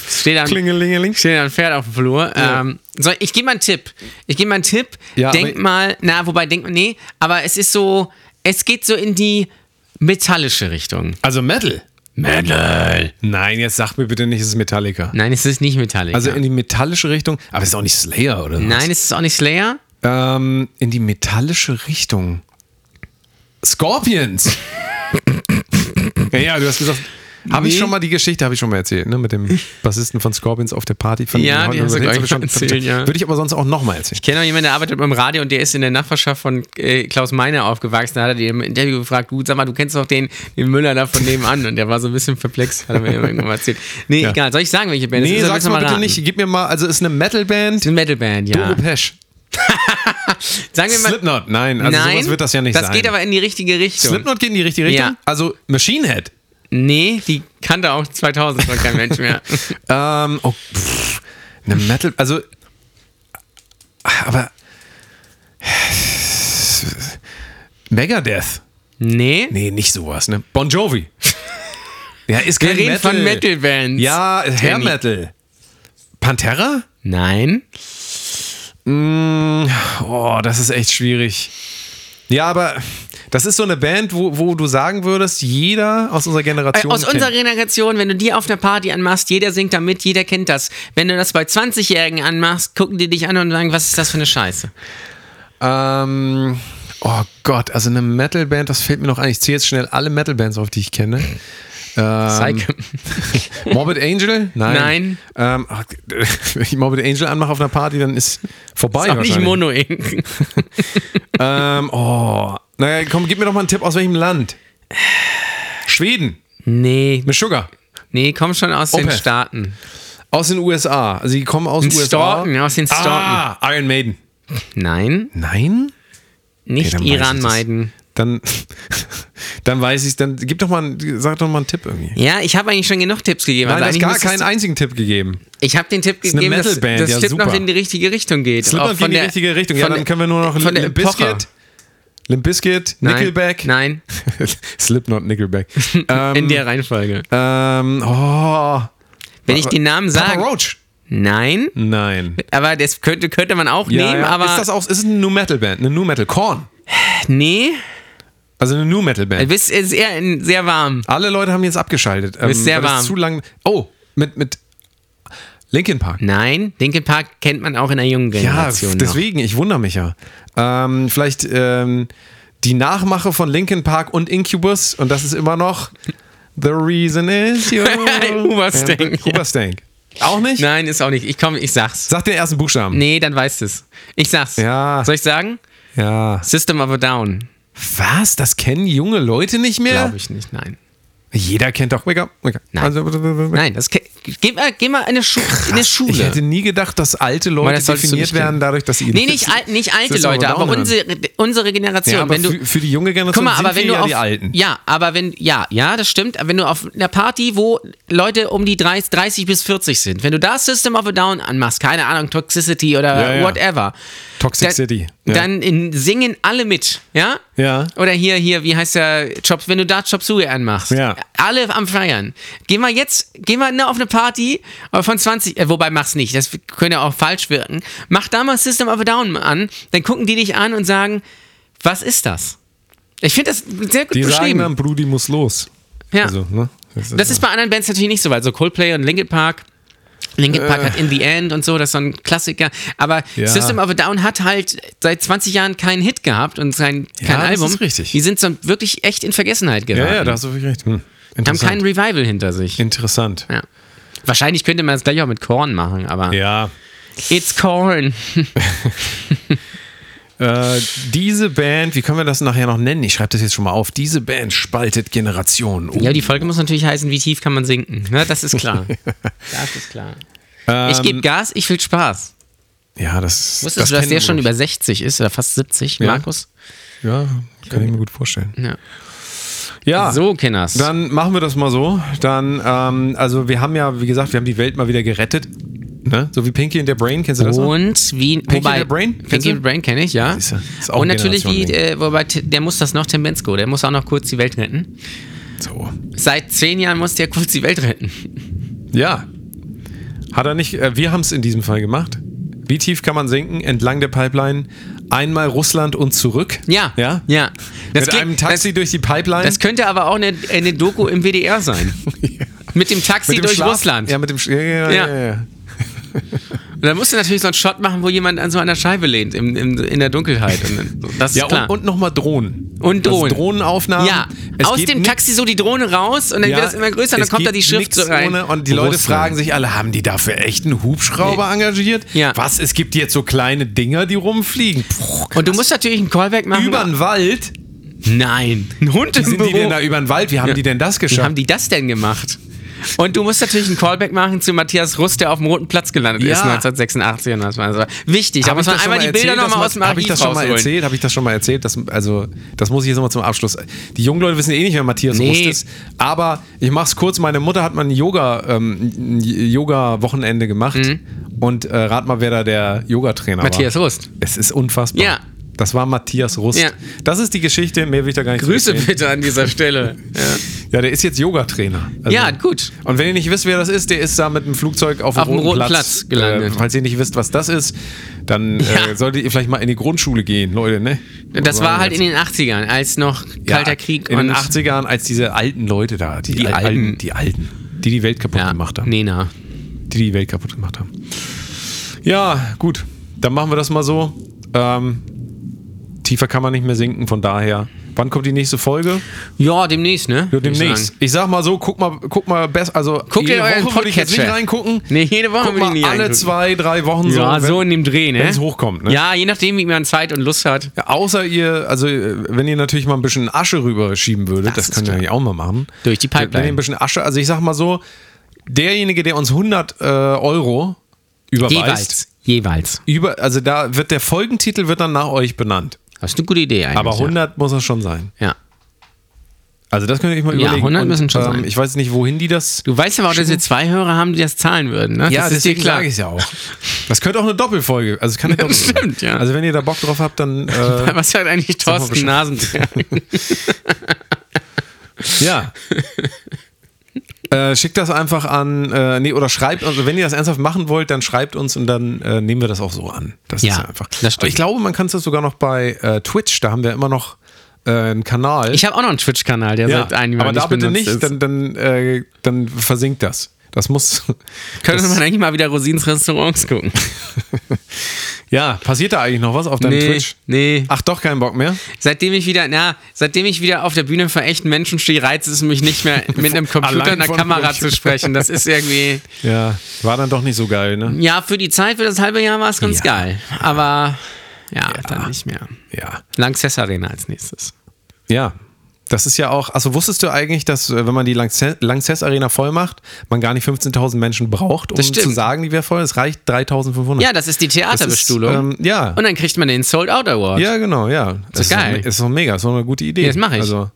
Speaker 3: Steht am,
Speaker 2: Klingelingeling.
Speaker 3: steht am Pferd auf dem Flur.
Speaker 2: Ja.
Speaker 3: Ähm, soll, ich gebe mal einen Tipp. Ich gebe mal einen Tipp.
Speaker 2: Ja,
Speaker 3: denk
Speaker 2: aber-
Speaker 3: mal, na, wobei, denk mal, nee, aber es ist so, es geht so in die metallische Richtung.
Speaker 2: Also Metal.
Speaker 3: Metal.
Speaker 2: Nein, jetzt sag mir bitte nicht, es ist Metallica.
Speaker 3: Nein, es ist nicht metallisch.
Speaker 2: Also in die metallische Richtung, aber es ist auch nicht Slayer oder so.
Speaker 3: nein, es ist auch nicht Slayer.
Speaker 2: Ähm, in die metallische Richtung. Scorpions! ja, ja, du hast gesagt. Habe ich
Speaker 3: Nee.
Speaker 2: schon mal die Geschichte, habe ich schon mal erzählt, ne? Mit dem Bassisten von Scorpions auf der Party. Von
Speaker 3: Ja,
Speaker 2: den
Speaker 3: die hast du,
Speaker 2: Hotline-
Speaker 3: glaub ich,
Speaker 2: hab ich
Speaker 3: mal erzählt, ja.
Speaker 2: Würde ich aber sonst auch nochmal erzählen.
Speaker 3: Ich kenne auch jemanden, der arbeitet beim Radio und der ist in der Nachbarschaft von äh, Klaus Meiner aufgewachsen. Da hat er den im Interview gefragt, du, sag mal, du kennst doch den, den Müller da von nebenan. Und der war so ein bisschen perplex, hat er mir irgendwann mal erzählt. Nee,
Speaker 2: Ja.
Speaker 3: egal. Soll ich sagen, welche Band es
Speaker 2: Nee,
Speaker 3: ist? Oder
Speaker 2: sag's
Speaker 3: willst du
Speaker 2: mal bitte
Speaker 3: raten?
Speaker 2: nicht. Gib mir mal, also ist eine Metalband.
Speaker 3: Ist eine Metalband, ja.
Speaker 2: Doro Pesch.
Speaker 3: Sagen wir mal,
Speaker 2: Slipknot, nein, also
Speaker 3: nein,
Speaker 2: sowas wird das ja nicht
Speaker 3: Das
Speaker 2: sein.
Speaker 3: geht aber in die richtige Richtung.
Speaker 2: Slipknot geht in die richtige Richtung.
Speaker 3: Ja.
Speaker 2: Also Machine Head.
Speaker 3: Nee, die kannte auch 2000 schon kein Mensch mehr.
Speaker 2: Ähm, oh, pff, eine Metal, also, aber Megadeth.
Speaker 3: Nee,
Speaker 2: Nee, nicht sowas, ne? Bon Jovi. Ja, ist
Speaker 3: wir
Speaker 2: kein
Speaker 3: reden
Speaker 2: Metal.
Speaker 3: von Metalbands.
Speaker 2: Ja, Hair Metal. Pantera?
Speaker 3: Nein.
Speaker 2: Oh, das ist echt schwierig. Ja, aber das ist so eine Band, wo, wo du sagen würdest, jeder aus unserer
Speaker 3: Äh,
Speaker 2: Generation.
Speaker 3: Aus
Speaker 2: kennt.
Speaker 3: unserer Generation, wenn du die auf einer Party anmachst, jeder singt damit, jeder kennt das. Wenn du das bei 20-Jährigen anmachst, gucken die dich an und sagen, was ist das für eine Scheiße?
Speaker 2: Ähm, oh Gott, also eine Metalband, das fällt mir noch ein. Ich zähle jetzt schnell alle Metalbands auf, die ich kenne. Ähm,
Speaker 3: Psyche.
Speaker 2: Morbid Angel? Nein.
Speaker 3: Nein.
Speaker 2: Ähm, ach, wenn ich Morbid Angel anmache auf einer Party, dann ist vorbei.
Speaker 3: Ist auch nicht
Speaker 2: wahrscheinlich.
Speaker 3: mono
Speaker 2: Ähm, oh. Naja, komm, gib mir doch mal einen Tipp, aus welchem Land? Schweden.
Speaker 3: Nee,
Speaker 2: Mit Sugar.
Speaker 3: nee, komm schon aus den
Speaker 2: Opeth.
Speaker 3: Staaten.
Speaker 2: Aus den USA. Also die kommen aus den
Speaker 3: Den
Speaker 2: USA.
Speaker 3: Storten, aus den Storten.
Speaker 2: Ah, Iron Maiden.
Speaker 3: Nein,
Speaker 2: Nein?
Speaker 3: nicht
Speaker 2: dann weiß
Speaker 3: Iran
Speaker 2: ich das.
Speaker 3: meiden.
Speaker 2: Dann, dann weiß ich Dann gib doch mal, einen- sag doch mal einen Tipp irgendwie.
Speaker 3: Ja, ich habe eigentlich schon genug Tipps gegeben.
Speaker 2: Nein, du
Speaker 3: also
Speaker 2: hast
Speaker 3: eigentlich
Speaker 2: gar
Speaker 3: müsstest
Speaker 2: keinen
Speaker 3: du-
Speaker 2: einzigen Tipp gegeben. Äh,
Speaker 3: ich habe den Tipp
Speaker 2: eine
Speaker 3: gegeben, dass
Speaker 2: Metalband,
Speaker 3: das
Speaker 2: ja,
Speaker 3: Tipp noch
Speaker 2: super.
Speaker 3: in die richtige Richtung geht. Auch
Speaker 2: Slipknot
Speaker 3: von
Speaker 2: geht in die
Speaker 3: der-
Speaker 2: richtige Richtung. Ja,
Speaker 3: von
Speaker 2: dann
Speaker 3: der-
Speaker 2: können wir nur noch
Speaker 3: von der
Speaker 2: Limp
Speaker 3: Epoche.
Speaker 2: Bizkit. Limp Bizkit,
Speaker 3: Nein,
Speaker 2: Nickelback.
Speaker 3: Nein,
Speaker 2: Slipknot, Nickelback.
Speaker 3: in
Speaker 2: Ähm,
Speaker 3: der Reihenfolge.
Speaker 2: ähm, oh.
Speaker 3: Wenn ich den Namen
Speaker 2: Papa
Speaker 3: sage.
Speaker 2: Roach.
Speaker 3: Nein.
Speaker 2: Nein.
Speaker 3: Aber das könnte, könnte man auch
Speaker 2: Ja,
Speaker 3: nehmen,
Speaker 2: ja.
Speaker 3: aber.
Speaker 2: ist das auch, ist es eine New Metal Band? Eine New Metal Korn.
Speaker 3: nee,
Speaker 2: Also eine New Metal
Speaker 3: du
Speaker 2: Band.
Speaker 3: bist ist eher in, sehr warm.
Speaker 2: Alle Leute haben jetzt abgeschaltet. Ähm,
Speaker 3: bist sehr
Speaker 2: weil das
Speaker 3: warm.
Speaker 2: Zu lang. Oh, mit, mit Linkin Park.
Speaker 3: Nein, Linkin Park kennt man auch in der jungen
Speaker 2: Ja,
Speaker 3: Generation.
Speaker 2: deswegen, ich wundere mich ja. Ähm, vielleicht ähm, die Nachmache von Linkin Park und Incubus und das ist immer noch The Reason is you.
Speaker 3: Uwe Stank,
Speaker 2: Ja, Uwe Stank. Auch nicht?
Speaker 3: Noch. Nein, ist auch nicht. Ich komme, ich sag's.
Speaker 2: Sag den ersten Buchstaben.
Speaker 3: Nee, dann weißt es. Ich sag's.
Speaker 2: Ja.
Speaker 3: Soll ich sagen?
Speaker 2: Ja.
Speaker 3: System of a Down.
Speaker 2: Was? Das kennen junge Leute nicht mehr?
Speaker 3: Glaube ich nicht, nein.
Speaker 2: Jeder kennt doch Wake Up. Wake up.
Speaker 3: Nein.
Speaker 2: Also,
Speaker 3: Nein, das ke- Geh mal, geh mal in eine, Schu in eine Schule.
Speaker 2: Ich hätte nie gedacht, dass alte
Speaker 3: Aber
Speaker 2: Leute
Speaker 3: das solltest du
Speaker 2: definiert
Speaker 3: nicht kennen.
Speaker 2: werden dadurch, dass sie
Speaker 3: Nee, nicht, al nicht alte
Speaker 2: System of a
Speaker 3: Leute, aber
Speaker 2: Down haben.
Speaker 3: unsere, unsere Generation.
Speaker 2: Ja, aber
Speaker 3: wenn du,
Speaker 2: für, für die junge Generation
Speaker 3: Guck mal, aber
Speaker 2: sind wir
Speaker 3: wenn du
Speaker 2: ja
Speaker 3: auf,
Speaker 2: die Alten.
Speaker 3: Ja, aber wenn, ja, ja, das stimmt. Wenn du auf einer Party, wo Leute um die 30, 30 bis 40 sind, wenn du da System of a Down anmachst, keine Ahnung, Toxicity oder
Speaker 2: Ja, ja.
Speaker 3: whatever.
Speaker 2: Toxic
Speaker 3: dann,
Speaker 2: City, ja.
Speaker 3: Dann in, singen alle mit, ja?
Speaker 2: Ja.
Speaker 3: Oder hier, hier, wie heißt der Jobs, wenn du da Jobsuge anmachst.
Speaker 2: Ja.
Speaker 3: Alle am Feiern. Geh mal jetzt, geh mal ne, auf eine Party äh, von 20, äh, wobei mach's nicht, das könnte auch falsch wirken. Mach da mal System of a Down an, dann gucken die dich an und sagen, was ist das? Ich finde das sehr gut
Speaker 2: Die sagen
Speaker 3: beschrieben.
Speaker 2: dann, Brudi muss los.
Speaker 3: ja.
Speaker 2: Also, ne?
Speaker 3: das ist bei anderen Bands natürlich nicht so weit. So Coldplay und Linkin Park. Linkin Park hat In the End und so, das ist so ein Klassiker. Aber
Speaker 2: Äh. Ja.
Speaker 3: System of a Down hat halt seit 20 Jahren keinen Hit gehabt und sein, kein
Speaker 2: das
Speaker 3: Album.
Speaker 2: ist richtig.
Speaker 3: Die sind so wirklich echt in Vergessenheit geraten.
Speaker 2: ja, ja, da hast du wirklich recht. Hm.
Speaker 3: haben
Speaker 2: Interessant.
Speaker 3: kein Revival hinter sich.
Speaker 2: Interessant.
Speaker 3: Ja. Wahrscheinlich könnte man das gleich auch mit Korn machen, aber
Speaker 2: Ja.
Speaker 3: it's Korn.
Speaker 2: Äh, diese Band, wie können wir das nachher noch nennen? Ich schreibe das jetzt schon mal auf. Diese Band spaltet Generationen. Oh.
Speaker 3: Ja, die Folge muss natürlich heißen, wie tief kann man sinken. Ne, das ist klar. das ist klar. ich gebe Gas, ich will Spaß.
Speaker 2: Ähm, ja, das
Speaker 3: Wusstest du,
Speaker 2: das
Speaker 3: dass der
Speaker 2: kennen
Speaker 3: schon
Speaker 2: wir.
Speaker 3: über 60 ist oder fast 70,
Speaker 2: Ja.
Speaker 3: Markus?
Speaker 2: Ja, kann ich mir gut vorstellen.
Speaker 3: Ja.
Speaker 2: Ja.
Speaker 3: So, Kenners.
Speaker 2: Ah. Dann machen wir das mal so. Dann, ähm, also wir haben ja, wie gesagt, wir haben die Welt mal wieder gerettet. Ne? So wie Pinky in der Brain, kennst du das noch?
Speaker 3: und wie Pinky wobei,
Speaker 2: the Brain? Kennst
Speaker 3: Pinky
Speaker 2: du?
Speaker 3: in the Brain kenne ich, ja.
Speaker 2: Siehst du, ist auch
Speaker 3: und
Speaker 2: ein
Speaker 3: natürlich wie,
Speaker 2: Generationending.
Speaker 3: äh, wobei Ti- der muss das noch, Tim Bensko, der muss auch noch kurz die Welt retten.
Speaker 2: So.
Speaker 3: Seit zehn Jahren muss der kurz die Welt retten.
Speaker 2: Ja. Hat er nicht, äh, wir haben es in diesem Fall gemacht. Wie tief kann man sinken? Entlang der Pipeline. Einmal Russland und zurück.
Speaker 3: Ja.
Speaker 2: Ja.
Speaker 3: Ja. Das,
Speaker 2: Mit
Speaker 3: geht-
Speaker 2: einem Taxi
Speaker 3: das,
Speaker 2: durch die Pipeline.
Speaker 3: das könnte aber auch eine, eine Doku im WDR sein. Mit dem Taxi
Speaker 2: Mit dem
Speaker 3: durch
Speaker 2: Schlaf-
Speaker 3: Russland.
Speaker 2: Ja, mit dem Sch ja, ja,
Speaker 3: Ja.
Speaker 2: ja. Ja, ja.
Speaker 3: Und dann musst du natürlich so einen Shot machen, wo jemand an so einer Scheibe lehnt, im, im, in der Dunkelheit. Und dann, das ist
Speaker 2: ja
Speaker 3: klar.
Speaker 2: und, und nochmal Drohnen.
Speaker 3: Und
Speaker 2: Das
Speaker 3: Drohnen.
Speaker 2: Drohnenaufnahmen.
Speaker 3: ja,
Speaker 2: Es
Speaker 3: aus
Speaker 2: geht
Speaker 3: dem
Speaker 2: nicht-
Speaker 3: Taxi so die Drohne raus und dann
Speaker 2: Ja,
Speaker 3: wird das immer größer und dann
Speaker 2: es
Speaker 3: kommt da die
Speaker 2: gibt nix
Speaker 3: Schrift so rein.
Speaker 2: Ohne, und die Leute
Speaker 3: Russland.
Speaker 2: fragen sich alle, haben die dafür echt einen Hubschrauber engagiert?
Speaker 3: Ja.
Speaker 2: Was, es gibt jetzt so kleine Dinger, die rumfliegen. Puh,
Speaker 3: Und du musst natürlich einen Callback machen.
Speaker 2: über den Wald?
Speaker 3: Nein, ein Hund
Speaker 2: Wie
Speaker 3: im
Speaker 2: sind
Speaker 3: Büro.
Speaker 2: die denn da über den Wald? Wie haben
Speaker 3: Ja.
Speaker 2: die denn das
Speaker 3: Wie
Speaker 2: geschafft?
Speaker 3: haben die das denn gemacht? Und du musst natürlich einen Callback machen zu Matthias Rust, der auf dem Roten Platz gelandet
Speaker 2: Ja.
Speaker 3: ist 1986. Und das war also wichtig. Da
Speaker 2: Hab
Speaker 3: muss
Speaker 2: ich
Speaker 3: man
Speaker 2: das schon
Speaker 3: einmal die
Speaker 2: mal
Speaker 3: Bilder
Speaker 2: erzählt, dass
Speaker 3: nochmal
Speaker 2: man-
Speaker 3: aus dem Archiv
Speaker 2: Hab ich das schon mal
Speaker 3: rausholen.
Speaker 2: erzählt? Habe ich das schon mal erzählt? Das, also, das muss ich jetzt nochmal zum Abschluss. Die jungen Leute wissen eh nicht, wer Matthias
Speaker 3: Nee.
Speaker 2: Rust ist. Aber ich mach's kurz. Meine Mutter hat mal ein Yoga, ähm, ein Yoga-Wochenende gemacht. Und äh, rat mal, wer da der Yoga-Trainer war.
Speaker 3: Mhm. Matthias Rust.
Speaker 2: Es ist unfassbar.
Speaker 3: Ja.
Speaker 2: Das war Matthias Rust.
Speaker 3: Ja.
Speaker 2: Das ist die Geschichte, mehr will ich da gar nicht zu
Speaker 3: Grüße
Speaker 2: erzählen.
Speaker 3: bitte an dieser Stelle.
Speaker 2: Ja, der ist jetzt Yoga-Trainer. Also-
Speaker 3: Ja, gut.
Speaker 2: Und wenn ihr nicht wisst, wer das ist, der ist da mit dem Flugzeug auf,
Speaker 3: Auf dem
Speaker 2: dem roten
Speaker 3: Roten
Speaker 2: Platz,
Speaker 3: Platz gelandet.
Speaker 2: Äh, falls ihr nicht wisst, was das ist, dann
Speaker 3: Ja.
Speaker 2: äh, solltet ihr vielleicht mal in die Grundschule gehen, Leute, ne?
Speaker 3: Das
Speaker 2: So
Speaker 3: war
Speaker 2: sagen
Speaker 3: halt in
Speaker 2: jetzt.
Speaker 3: den 80ern, als noch Kalter
Speaker 2: Ja,
Speaker 3: Krieg
Speaker 2: In
Speaker 3: und
Speaker 2: den 80ern, als diese alten Leute da, die,
Speaker 3: Die
Speaker 2: al-
Speaker 3: Alten.
Speaker 2: die Alten, die die Welt kaputt
Speaker 3: ja,
Speaker 2: gemacht haben.
Speaker 3: Nena.
Speaker 2: Die die Welt kaputt gemacht haben. Ja, gut. Dann machen wir das mal so. Ähm, tiefer kann man nicht mehr sinken, von daher. Wann kommt die nächste Folge?
Speaker 3: Ja, demnächst, ne?
Speaker 2: Ja,
Speaker 3: Würde ich
Speaker 2: demnächst.
Speaker 3: sagen.
Speaker 2: Ich sag mal so, guck mal, guck mal besser, also
Speaker 3: Guckt
Speaker 2: jede
Speaker 3: in euren
Speaker 2: Woche würde ich jetzt nicht
Speaker 3: Podcatcher.
Speaker 2: reingucken.
Speaker 3: Nee, jede Woche
Speaker 2: guck
Speaker 3: würde ich
Speaker 2: mal
Speaker 3: nie
Speaker 2: alle
Speaker 3: reingucken.
Speaker 2: zwei, drei Wochen so.
Speaker 3: Ja,
Speaker 2: Also, wenn-
Speaker 3: so in dem Dreh, ne?
Speaker 2: wenn es hochkommt, ne?
Speaker 3: Ja, je nachdem, wie man Zeit und Lust hat.
Speaker 2: Ja, Außer ihr, also äh, wenn ihr natürlich mal ein bisschen Asche rüberschieben würdet,
Speaker 3: Das
Speaker 2: das,
Speaker 3: ist
Speaker 2: könnt ihr
Speaker 3: klar.
Speaker 2: natürlich auch mal machen.
Speaker 3: Durch die Pipeline.
Speaker 2: Wenn ihr ein bisschen Asche, also ich sag mal so, derjenige, der uns 100 äh, Euro überweist,
Speaker 3: Jeweils. Jeweils.
Speaker 2: über, also da wird der Folgentitel wird dann nach euch benannt.
Speaker 3: Das ist eine gute Idee eigentlich.
Speaker 2: Aber 100 muss es schon sein.
Speaker 3: Ja. ja.
Speaker 2: Also das könnt ihr euch mal
Speaker 3: Ja,
Speaker 2: überlegen.
Speaker 3: 100
Speaker 2: Und, ähm,
Speaker 3: müssen schon sein.
Speaker 2: Ich weiß nicht, wohin die das
Speaker 3: Du weißt aber auch, dass wir zwei Hörer haben, die das zahlen würden, ne?
Speaker 2: Ja,
Speaker 3: das
Speaker 2: das
Speaker 3: ist dir
Speaker 2: deswegen
Speaker 3: klar.
Speaker 2: sage ich ja auch. Das könnte auch eine Doppelfolge. Also es kann eine
Speaker 3: Ja,
Speaker 2: Doppelfolge.
Speaker 3: stimmt, ja.
Speaker 2: Also wenn ihr da Bock drauf habt, dann äh,
Speaker 3: Was hat eigentlich
Speaker 2: mal
Speaker 3: Thorsten
Speaker 2: Bescheid.
Speaker 3: Nasenträger?
Speaker 2: ja. Äh, schickt das einfach an, äh, nee, oder schreibt, also wenn ihr das ernsthaft machen wollt, dann schreibt uns und dann äh, nehmen wir das auch so an. Das
Speaker 3: Ja,
Speaker 2: ist einfach.
Speaker 3: das stimmt.
Speaker 2: Aber ich glaube, man kann es das sogar noch bei äh, Twitch, da haben wir immer noch äh, einen Kanal.
Speaker 3: Ich habe auch noch einen Twitch-Kanal, der
Speaker 2: ja,
Speaker 3: seit einem Jahr
Speaker 2: aber da bitte
Speaker 3: benutzt
Speaker 2: nicht,
Speaker 3: ist.
Speaker 2: dann, dann, äh, dann versinkt das. Das muss.
Speaker 3: Könnte
Speaker 2: das,
Speaker 3: man eigentlich mal wieder Rosins Restaurants gucken.
Speaker 2: ja, passiert da eigentlich noch was auf deinem
Speaker 3: Nee,
Speaker 2: Twitch? Ah.
Speaker 3: nee.
Speaker 2: Ach doch, keinen Bock mehr?
Speaker 3: Seitdem ich wieder, na, seitdem ich wieder auf der Bühne vor echten Menschen stehe, reizt es mich nicht mehr, mit einem Computer und
Speaker 2: Allein
Speaker 3: einer
Speaker 2: von
Speaker 3: Kamera
Speaker 2: euch.
Speaker 3: zu sprechen. Das ist irgendwie.
Speaker 2: Ja, war dann doch nicht so geil, ne?
Speaker 3: Ja, für die Zeit, für das halbe Jahr war es ganz
Speaker 2: Ja.
Speaker 3: geil. Aber ja, dann nicht mehr.
Speaker 2: Ja.
Speaker 3: Lanxess Arena als nächstes.
Speaker 2: Ja. Das ist ja auch, also wusstest du eigentlich, dass äh, wenn man die Lanxess Lanxess Arena voll macht, man gar nicht 15.000 Menschen braucht, um
Speaker 3: Das stimmt.
Speaker 2: zu sagen, die wäre voll, es reicht 3.500.
Speaker 3: Ja, das ist die Theaterbestuhlung.
Speaker 2: Das ist, ähm, ja.
Speaker 3: Und dann kriegt man den Sold Out Award.
Speaker 2: Ja, genau, ja. Das
Speaker 3: ist geil.
Speaker 2: Ist, doch- ist doch mega, ist doch eine gute Idee.
Speaker 3: Ja, das mach ich.
Speaker 2: Also,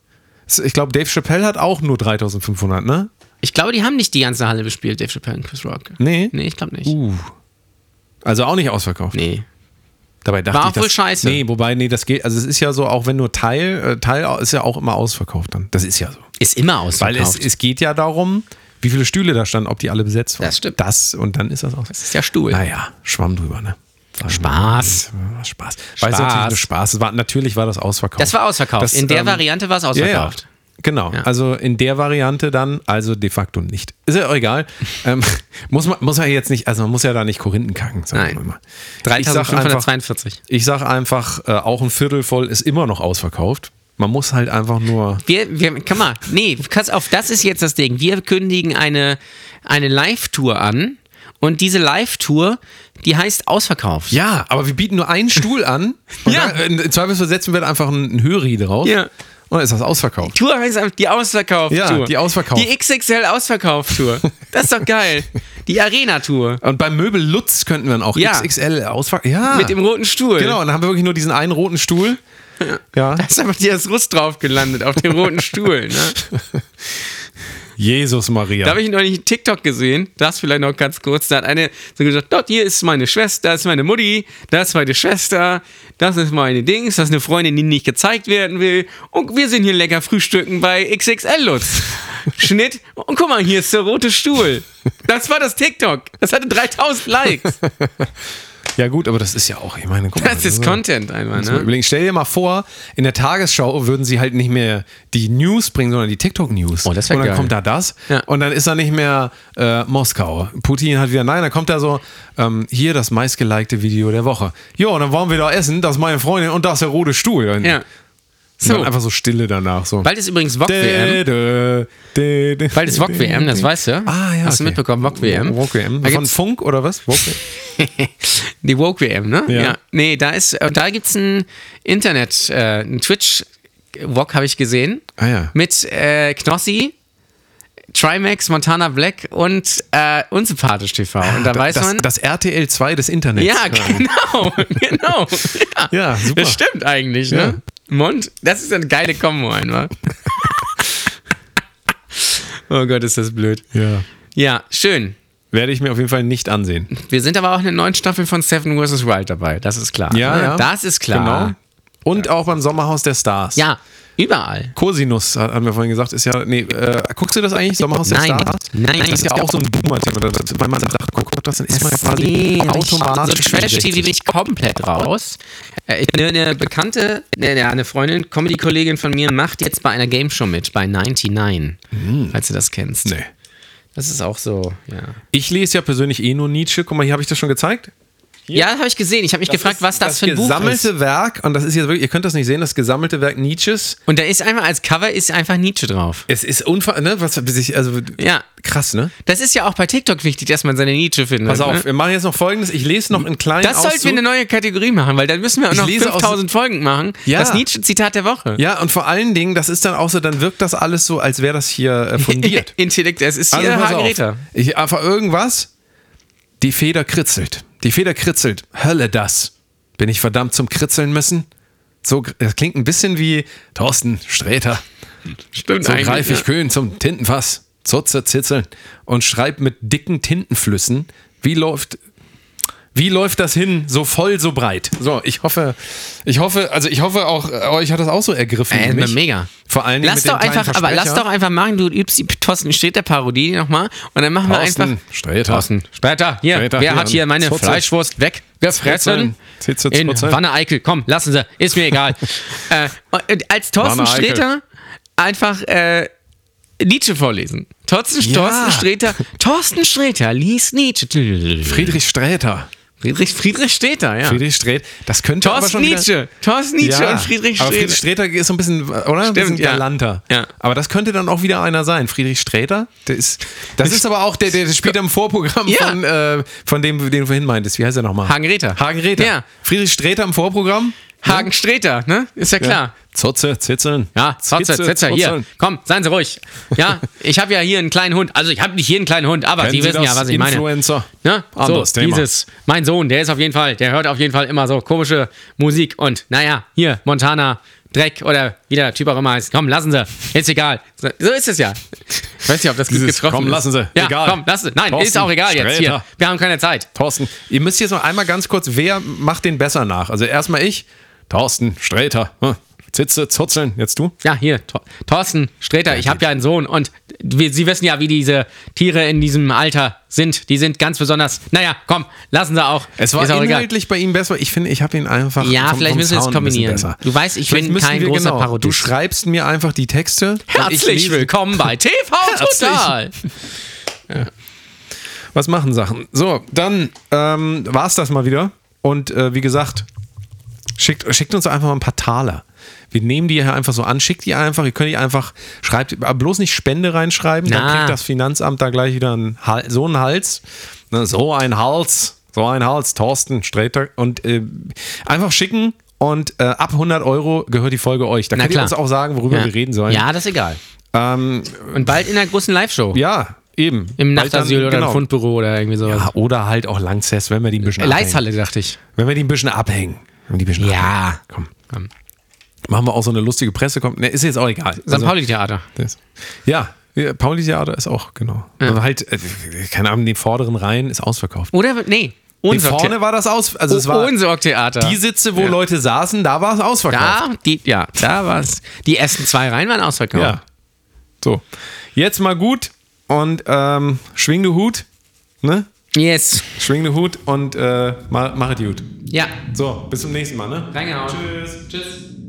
Speaker 2: es- ich glaube, Dave Chappelle hat auch nur 3.500, ne?
Speaker 3: Ich glaube, die haben nicht die ganze Halle bespielt, Dave Chappelle und Chris Rock.
Speaker 2: Nee.
Speaker 3: Nee, ich glaube nicht.
Speaker 2: Uh. Also auch nicht ausverkauft.
Speaker 3: Nee.
Speaker 2: Dabei dachte
Speaker 3: War
Speaker 2: ich, das,
Speaker 3: voll scheiße.
Speaker 2: Nee, wobei, nee, das geht. Also es ist ja so, auch wenn nur Teil, äh, Teil ist ja auch immer ausverkauft dann. Das ist ja so.
Speaker 3: Ist immer
Speaker 2: Weil
Speaker 3: ausverkauft.
Speaker 2: es, es geht ja darum, wie viele Stühle da standen, ob die alle besetzt waren.
Speaker 3: Das stimmt.
Speaker 2: Das und dann ist das auch.
Speaker 3: ist ja Stuhl.
Speaker 2: Naja, Schwamm drüber, ne? Sag ich mal.
Speaker 3: Spaß.
Speaker 2: Spaß. Spaß. Weil es natürlich nur Spaß. Es war, natürlich war das ausverkauft.
Speaker 3: Das war ausverkauft.
Speaker 2: Das,
Speaker 3: In der
Speaker 2: ähm,
Speaker 3: Variante war es
Speaker 2: Ja, ja.
Speaker 3: ausverkauft.
Speaker 2: Genau,
Speaker 3: Ja.
Speaker 2: also in der Variante dann, also de facto nicht. Ist ja auch egal. ähm, muss, man, muss man jetzt nicht, also man muss ja da nicht Korinthen kacken, sagen
Speaker 3: Nein.
Speaker 2: wir mal. Ich sag einfach,
Speaker 3: 3542.
Speaker 2: ich sag einfach äh, auch ein Viertel voll ist immer noch ausverkauft. Man muss halt einfach nur.
Speaker 3: Wir, wir, kann mal, nee, pass auf, das ist jetzt das Ding. Wir kündigen eine, eine Live-Tour an und diese Live-Tour, die heißt ausverkauft.
Speaker 2: Ja, aber wir bieten nur einen Stuhl an. Und
Speaker 3: Ja.
Speaker 2: ja. Dann, in, in Zweifelsfall setzen wir da einfach einen, einen Höri drauf.
Speaker 3: Ja.
Speaker 2: Und dann ist das ausverkauft.
Speaker 3: Tour heißt einfach die Ausverkauf-Tour.
Speaker 2: Ja, die Ausverkauf.
Speaker 3: Die XXL-Ausverkauf-Tour. Das ist doch geil. Die Arena-Tour.
Speaker 2: Und beim Möbel Lutz könnten wir dann auch
Speaker 3: Ja.
Speaker 2: XXL ausverkauft. Ja.
Speaker 3: Mit dem roten Stuhl.
Speaker 2: Ah. genau, und dann haben wir wirklich nur diesen einen roten Stuhl. Ja.
Speaker 3: Da ist einfach das Rust drauf gelandet auf dem roten Stuhl. Ne?
Speaker 2: Jesus Maria.
Speaker 3: Da habe ich neulich einen TikTok gesehen, das vielleicht noch ganz kurz. Da hat eine so gesagt: Dort, hier ist meine Schwester, das ist meine Mutti, das ist meine Schwester, das ist meine Dings, das ist eine Freundin, die nicht gezeigt werden will. Und wir sind hier lecker frühstücken bei XXL Lutz. Schnitt. Und guck mal, hier ist der rote Stuhl. Das war das TikTok. Das hatte 3000 Likes.
Speaker 2: ja, gut, aber das ist ja auch, ich meine, guck mal,
Speaker 3: Also, Das ist Content einmal,
Speaker 2: Muss man
Speaker 3: ne?
Speaker 2: Überlegen. Stell dir mal vor, in der Tagesschau würden sie halt nicht mehr die News bringen, sondern die TikTok-News.
Speaker 3: Oh, das wär
Speaker 2: und dann
Speaker 3: geil.
Speaker 2: kommt da das
Speaker 3: Ja.
Speaker 2: und dann ist da nicht mehr äh, Moskau. Putin hat wieder, nein, dann kommt da so, ähm, hier das meistgelikte Video der Woche. Jo, und dann wollen wir da essen, das ist meine Freundin und das ist der rote Stuhl. Und
Speaker 3: Ja.
Speaker 2: dann
Speaker 3: So.
Speaker 2: einfach so Stille danach. So.
Speaker 3: Bald ist übrigens
Speaker 2: Dä,
Speaker 3: Wok-WM.
Speaker 2: dä, dä, dä,
Speaker 3: Bald ist
Speaker 2: dä,
Speaker 3: Wok-WM,
Speaker 2: dä.
Speaker 3: das weißt du.
Speaker 2: Ah, ja.
Speaker 3: Hast du
Speaker 2: okay.
Speaker 3: mitbekommen, Wok-WM?
Speaker 2: Wok-WM.
Speaker 3: Da
Speaker 2: Von
Speaker 3: gibt's-
Speaker 2: Funk oder was? Wok-WM.
Speaker 3: Die Woke WM, ne?
Speaker 2: Ja.
Speaker 3: Nee, da ist, äh, da gibt's ein Internet, äh, ein Twitch Wok habe ich gesehen.
Speaker 2: Ah, ja.
Speaker 3: Mit äh, Knossi, Trimax, Montana Black und äh, unsympathisch TV. Und da weiß
Speaker 2: Ah, das,
Speaker 3: man.
Speaker 2: das RTL 2 des Internets.
Speaker 3: ja, genau, genau. Ja,
Speaker 2: Ja, super.
Speaker 3: Das stimmt eigentlich, ne? Mond, das ist eine geile Kombo einmal. oh Gott, ist das blöd.
Speaker 2: ja.
Speaker 3: Ja, schön.
Speaker 2: Werde ich mir auf jeden Fall nicht ansehen.
Speaker 3: Wir sind aber auch in der neuen Staffel von Seven vs. Wild dabei. Das ist klar.
Speaker 2: Ja,
Speaker 3: ne?
Speaker 2: ja.
Speaker 3: Das ist klar.
Speaker 2: Genau. Und auch beim Sommerhaus der Stars.
Speaker 3: Ja, überall.
Speaker 2: Cosinus, hat- haben wir vorhin gesagt, ist ja. Nee, äh, guckst du das eigentlich? Sommerhaus
Speaker 3: Nein.
Speaker 2: der Stars?
Speaker 3: Nein.
Speaker 2: Das ist ja auch so ein Boomer-Thema. da- da- Wenn man sagt, guck, guck, das dann ist man ja quasi
Speaker 3: Nee,
Speaker 2: automatisch.
Speaker 3: So Trash-TV bin ich komplett raus. Äh, Ich eine, eine Bekannte, ne, ne, eine Freundin, Comedy-Kollegin von mir, macht jetzt bei einer Game Show mit, bei 99, falls du das kennst.
Speaker 2: Mhm. Nee.
Speaker 3: Das ist auch so, ja.
Speaker 2: Ich lese ja persönlich eh nur Nietzsche. Guck mal, hier habe ich das schon gezeigt.
Speaker 3: Ja, habe ich gesehen. Ich habe mich gefragt,
Speaker 2: ist
Speaker 3: was das, für ein Buch ist.
Speaker 2: gesammelte Werk, und das ist jetzt wirklich, ihr könnt das nicht sehen, das gesammelte Werk Nietzsches.
Speaker 3: Und da ist einfach als Cover ist einfach Nietzsche drauf.
Speaker 2: Es ist unver... Ne? Was, sich- also,
Speaker 3: Ja.
Speaker 2: Krass, ne?
Speaker 3: Das ist ja auch bei TikTok wichtig, dass man seine Nietzsche findet.
Speaker 2: Pass auf,
Speaker 3: ne?
Speaker 2: wir machen jetzt noch folgendes. Ich lese noch einen kleinen
Speaker 3: Das sollten wir
Speaker 2: Auszug.
Speaker 3: eine neue Kategorie machen, weil dann müssen wir auch
Speaker 2: Ich
Speaker 3: noch
Speaker 2: lese aus-
Speaker 3: 5000 Folgen machen.
Speaker 2: Ja.
Speaker 3: Das Nietzsche-Zitat der Woche.
Speaker 2: Ja, und vor allen Dingen, das ist dann auch so, dann wirkt das alles so, als wäre das hier äh, fundiert.
Speaker 3: Intellekt, es ist
Speaker 2: Also
Speaker 3: hier
Speaker 2: pass auf.
Speaker 3: Hageräter.
Speaker 2: Ich einfach irgendwas. Die Feder kritzelt. Die Feder kritzelt. Hölle das. Bin ich verdammt zum Kritzeln müssen? So, gr- das klingt ein bisschen wie Thorsten Sträter.
Speaker 3: Stimmt
Speaker 2: So greife ich
Speaker 3: ja.
Speaker 2: Köhn zum Tintenfass. Zutze, zitzeln. Und schreib mit dicken Tintenflüssen. Wie läuft, wie läuft das hin? So voll, so breit. So, ich hoffe, ich hoffe, also ich hoffe auch, äh, euch hat das auch so ergriffen.
Speaker 3: Äh,
Speaker 2: wie mich.
Speaker 3: mega.
Speaker 2: Vor allen Dingen
Speaker 3: Lass
Speaker 2: mit
Speaker 3: doch
Speaker 2: dem kleinen
Speaker 3: einfach, aber lass
Speaker 2: Versprecher.
Speaker 3: doch einfach machen, du übst die Thorsten Sträter Parodie nochmal und dann machen wir
Speaker 2: Thorsten
Speaker 3: einfach.
Speaker 2: Sträter.
Speaker 3: Thorsten Sträter, hier,
Speaker 2: Sträter,
Speaker 3: wer
Speaker 2: hier,
Speaker 3: hat hier meine
Speaker 2: Zutze.
Speaker 3: Fleischwurst weggefressen?
Speaker 2: Zutzeln. Zitze,
Speaker 3: In
Speaker 2: Zutzeln.
Speaker 3: Wanne Eickel, komm, lassen Sie, ist mir egal. äh, und als Thorsten
Speaker 2: Wanne Eickel.
Speaker 3: Sträter einfach äh, Nietzsche vorlesen. Thorsten,
Speaker 2: Ja.
Speaker 3: Thorsten Sträter, Thorsten Sträter liest Nietzsche.
Speaker 2: Friedrich Sträter.
Speaker 3: Friedrich, Friedrich Sträter, ja.
Speaker 2: Friedrich Sträter. Das könnte aber
Speaker 3: Thorsten
Speaker 2: schon wieder-
Speaker 3: Nietzsche, Thorsten Nietzsche
Speaker 2: Ja,
Speaker 3: und Friedrich
Speaker 2: Aber
Speaker 3: Sträter.
Speaker 2: Friedrich Sträter ist so ein bisschen, oder? ein bisschen
Speaker 3: Stimmt, ja.
Speaker 2: galanter.
Speaker 3: Ja.
Speaker 2: Aber das könnte dann auch wieder einer sein. Friedrich Sträter, der ist, das ist aber auch der, der spielt im Vorprogramm
Speaker 3: Ja.
Speaker 2: von, äh, von dem, den du vorhin meintest. Wie heißt er nochmal?
Speaker 3: Hagen Räther.
Speaker 2: Hagen Räther.
Speaker 3: Ja.
Speaker 2: Friedrich Sträter im Vorprogramm.
Speaker 3: Hagen Streter, ne? Ist ja klar.
Speaker 2: Zotze, Zitzeln.
Speaker 3: Ja, Zotze,
Speaker 2: Zitze,
Speaker 3: Zitze, hier.
Speaker 2: Zotzeln.
Speaker 3: Komm, seien Sie ruhig. Ja, ich habe ja hier einen kleinen Hund. Also ich habe nicht hier einen kleinen Hund, aber
Speaker 2: Kennen
Speaker 3: Sie wissen
Speaker 2: das,
Speaker 3: ja, was ich meine.
Speaker 2: Influencer.
Speaker 3: Ne? So,
Speaker 2: Anderes Thema.
Speaker 3: dieses, mein Sohn, der ist auf jeden Fall, der hört auf jeden Fall immer so komische Musik und naja, hier, Montana, Dreck oder wie der Typ auch immer heißt. Komm, lassen Sie, ist egal. So, so ist es ja. Ich weiß nicht, ob das gut
Speaker 2: Dieses,
Speaker 3: getroffen
Speaker 2: komm,
Speaker 3: ist.
Speaker 2: lassen Sie,
Speaker 3: ja,
Speaker 2: egal.
Speaker 3: komm, lassen Sie. Nein, ist
Speaker 2: Thorsten
Speaker 3: auch egal jetzt hier.
Speaker 2: Sträter.
Speaker 3: Wir haben keine Zeit.
Speaker 2: Thorsten, ihr müsst jetzt noch einmal ganz kurz, wer macht den besser nach? Also erstmal ich, Thorsten, Sträter, hm, Zitze, Zutzeln, jetzt du.
Speaker 3: Ja, hier, Thor Thorsten Sträter, ich habe ja einen Sohn und wir, Sie wissen ja, wie diese Tiere in diesem Alter sind. Die sind ganz besonders. Naja, komm, lassen Sie auch.
Speaker 2: Es war
Speaker 3: Ist auch egal.
Speaker 2: inhaltlich bei ihm besser. Ich finde, ich habe ihn einfach.
Speaker 3: Ja, vielleicht müssen wir es
Speaker 2: Sound ein bisschen
Speaker 3: kombinieren.
Speaker 2: besser.
Speaker 3: Du weißt, ich
Speaker 2: Vielleicht
Speaker 3: bin
Speaker 2: müssen
Speaker 3: kein
Speaker 2: wir-
Speaker 3: großer
Speaker 2: genau, Du
Speaker 3: Parodist.
Speaker 2: schreibst mir einfach die Texte. und ich
Speaker 3: Herzlich
Speaker 2: lese-
Speaker 3: willkommen bei TV Total.
Speaker 2: Was machen Sachen? So, dann ähm, war es das mal wieder. Und äh, wie gesagt, schickt, schickt uns doch einfach mal ein paar Taler. Wir nehmen die hier einfach so an, schickt die einfach, ihr könnt die einfach, schreibt, aber bloß nicht Spende reinschreiben, dann
Speaker 3: Na.
Speaker 2: kriegt das Finanzamt da gleich wieder einen, Hal- so einen Hals. Ne, so ein Hals, so ein Hals, Thorsten, Sträter. Und äh, einfach schicken und äh, ab 100 Euro gehört die Folge euch. Da
Speaker 3: Na
Speaker 2: könnt ihr
Speaker 3: klar.
Speaker 2: uns auch sagen, worüber
Speaker 3: Ja.
Speaker 2: wir reden sollen.
Speaker 3: Ja, das ist egal.
Speaker 2: ähm,
Speaker 3: Und bald in einer großen Live-Show.
Speaker 2: ja eben.
Speaker 3: Im
Speaker 2: Bald dann- genau.
Speaker 3: Nachtasyl oder im Fundbüro oder irgendwie sowas. Äh,
Speaker 2: Ah, Oder halt auch Langzess, wenn wir die ein bisschen abhängen.
Speaker 3: Leishalle, dachte ich.
Speaker 2: Wenn wir die ein bisschen abhängen. Wenn wir die ein bisschen abhängen.
Speaker 3: Ja.
Speaker 2: Komm. Machen wir auch so eine lustige Presse. Kommt. Ne, ist jetzt auch egal.
Speaker 3: St. Pauli-Theater.
Speaker 2: das- Ja, ja, Pauli Theater ist auch, genau. Aber halt, äh, keine Ahnung, die vorderen Reihen ist ausverkauft.
Speaker 3: Oder? Nee.
Speaker 2: Die
Speaker 3: Unsorg
Speaker 2: vorne war das aus. Also es war
Speaker 3: Theater.
Speaker 2: die Sitze, wo Leute saßen, da war es ausverkauft.
Speaker 3: Da, die, ja, da war es. Die ersten zwei Reihen waren ausverkauft.
Speaker 2: Ja. So. Jetzt mal gut und ähm, schwing du Hut. Ne?
Speaker 3: Yes.
Speaker 2: Schwing du Hut und äh, ma- machet gut.
Speaker 3: Ja.
Speaker 2: So, bis zum nächsten Mal, ne?
Speaker 3: Reingehauen.
Speaker 2: Tschüss.
Speaker 3: Tschüss.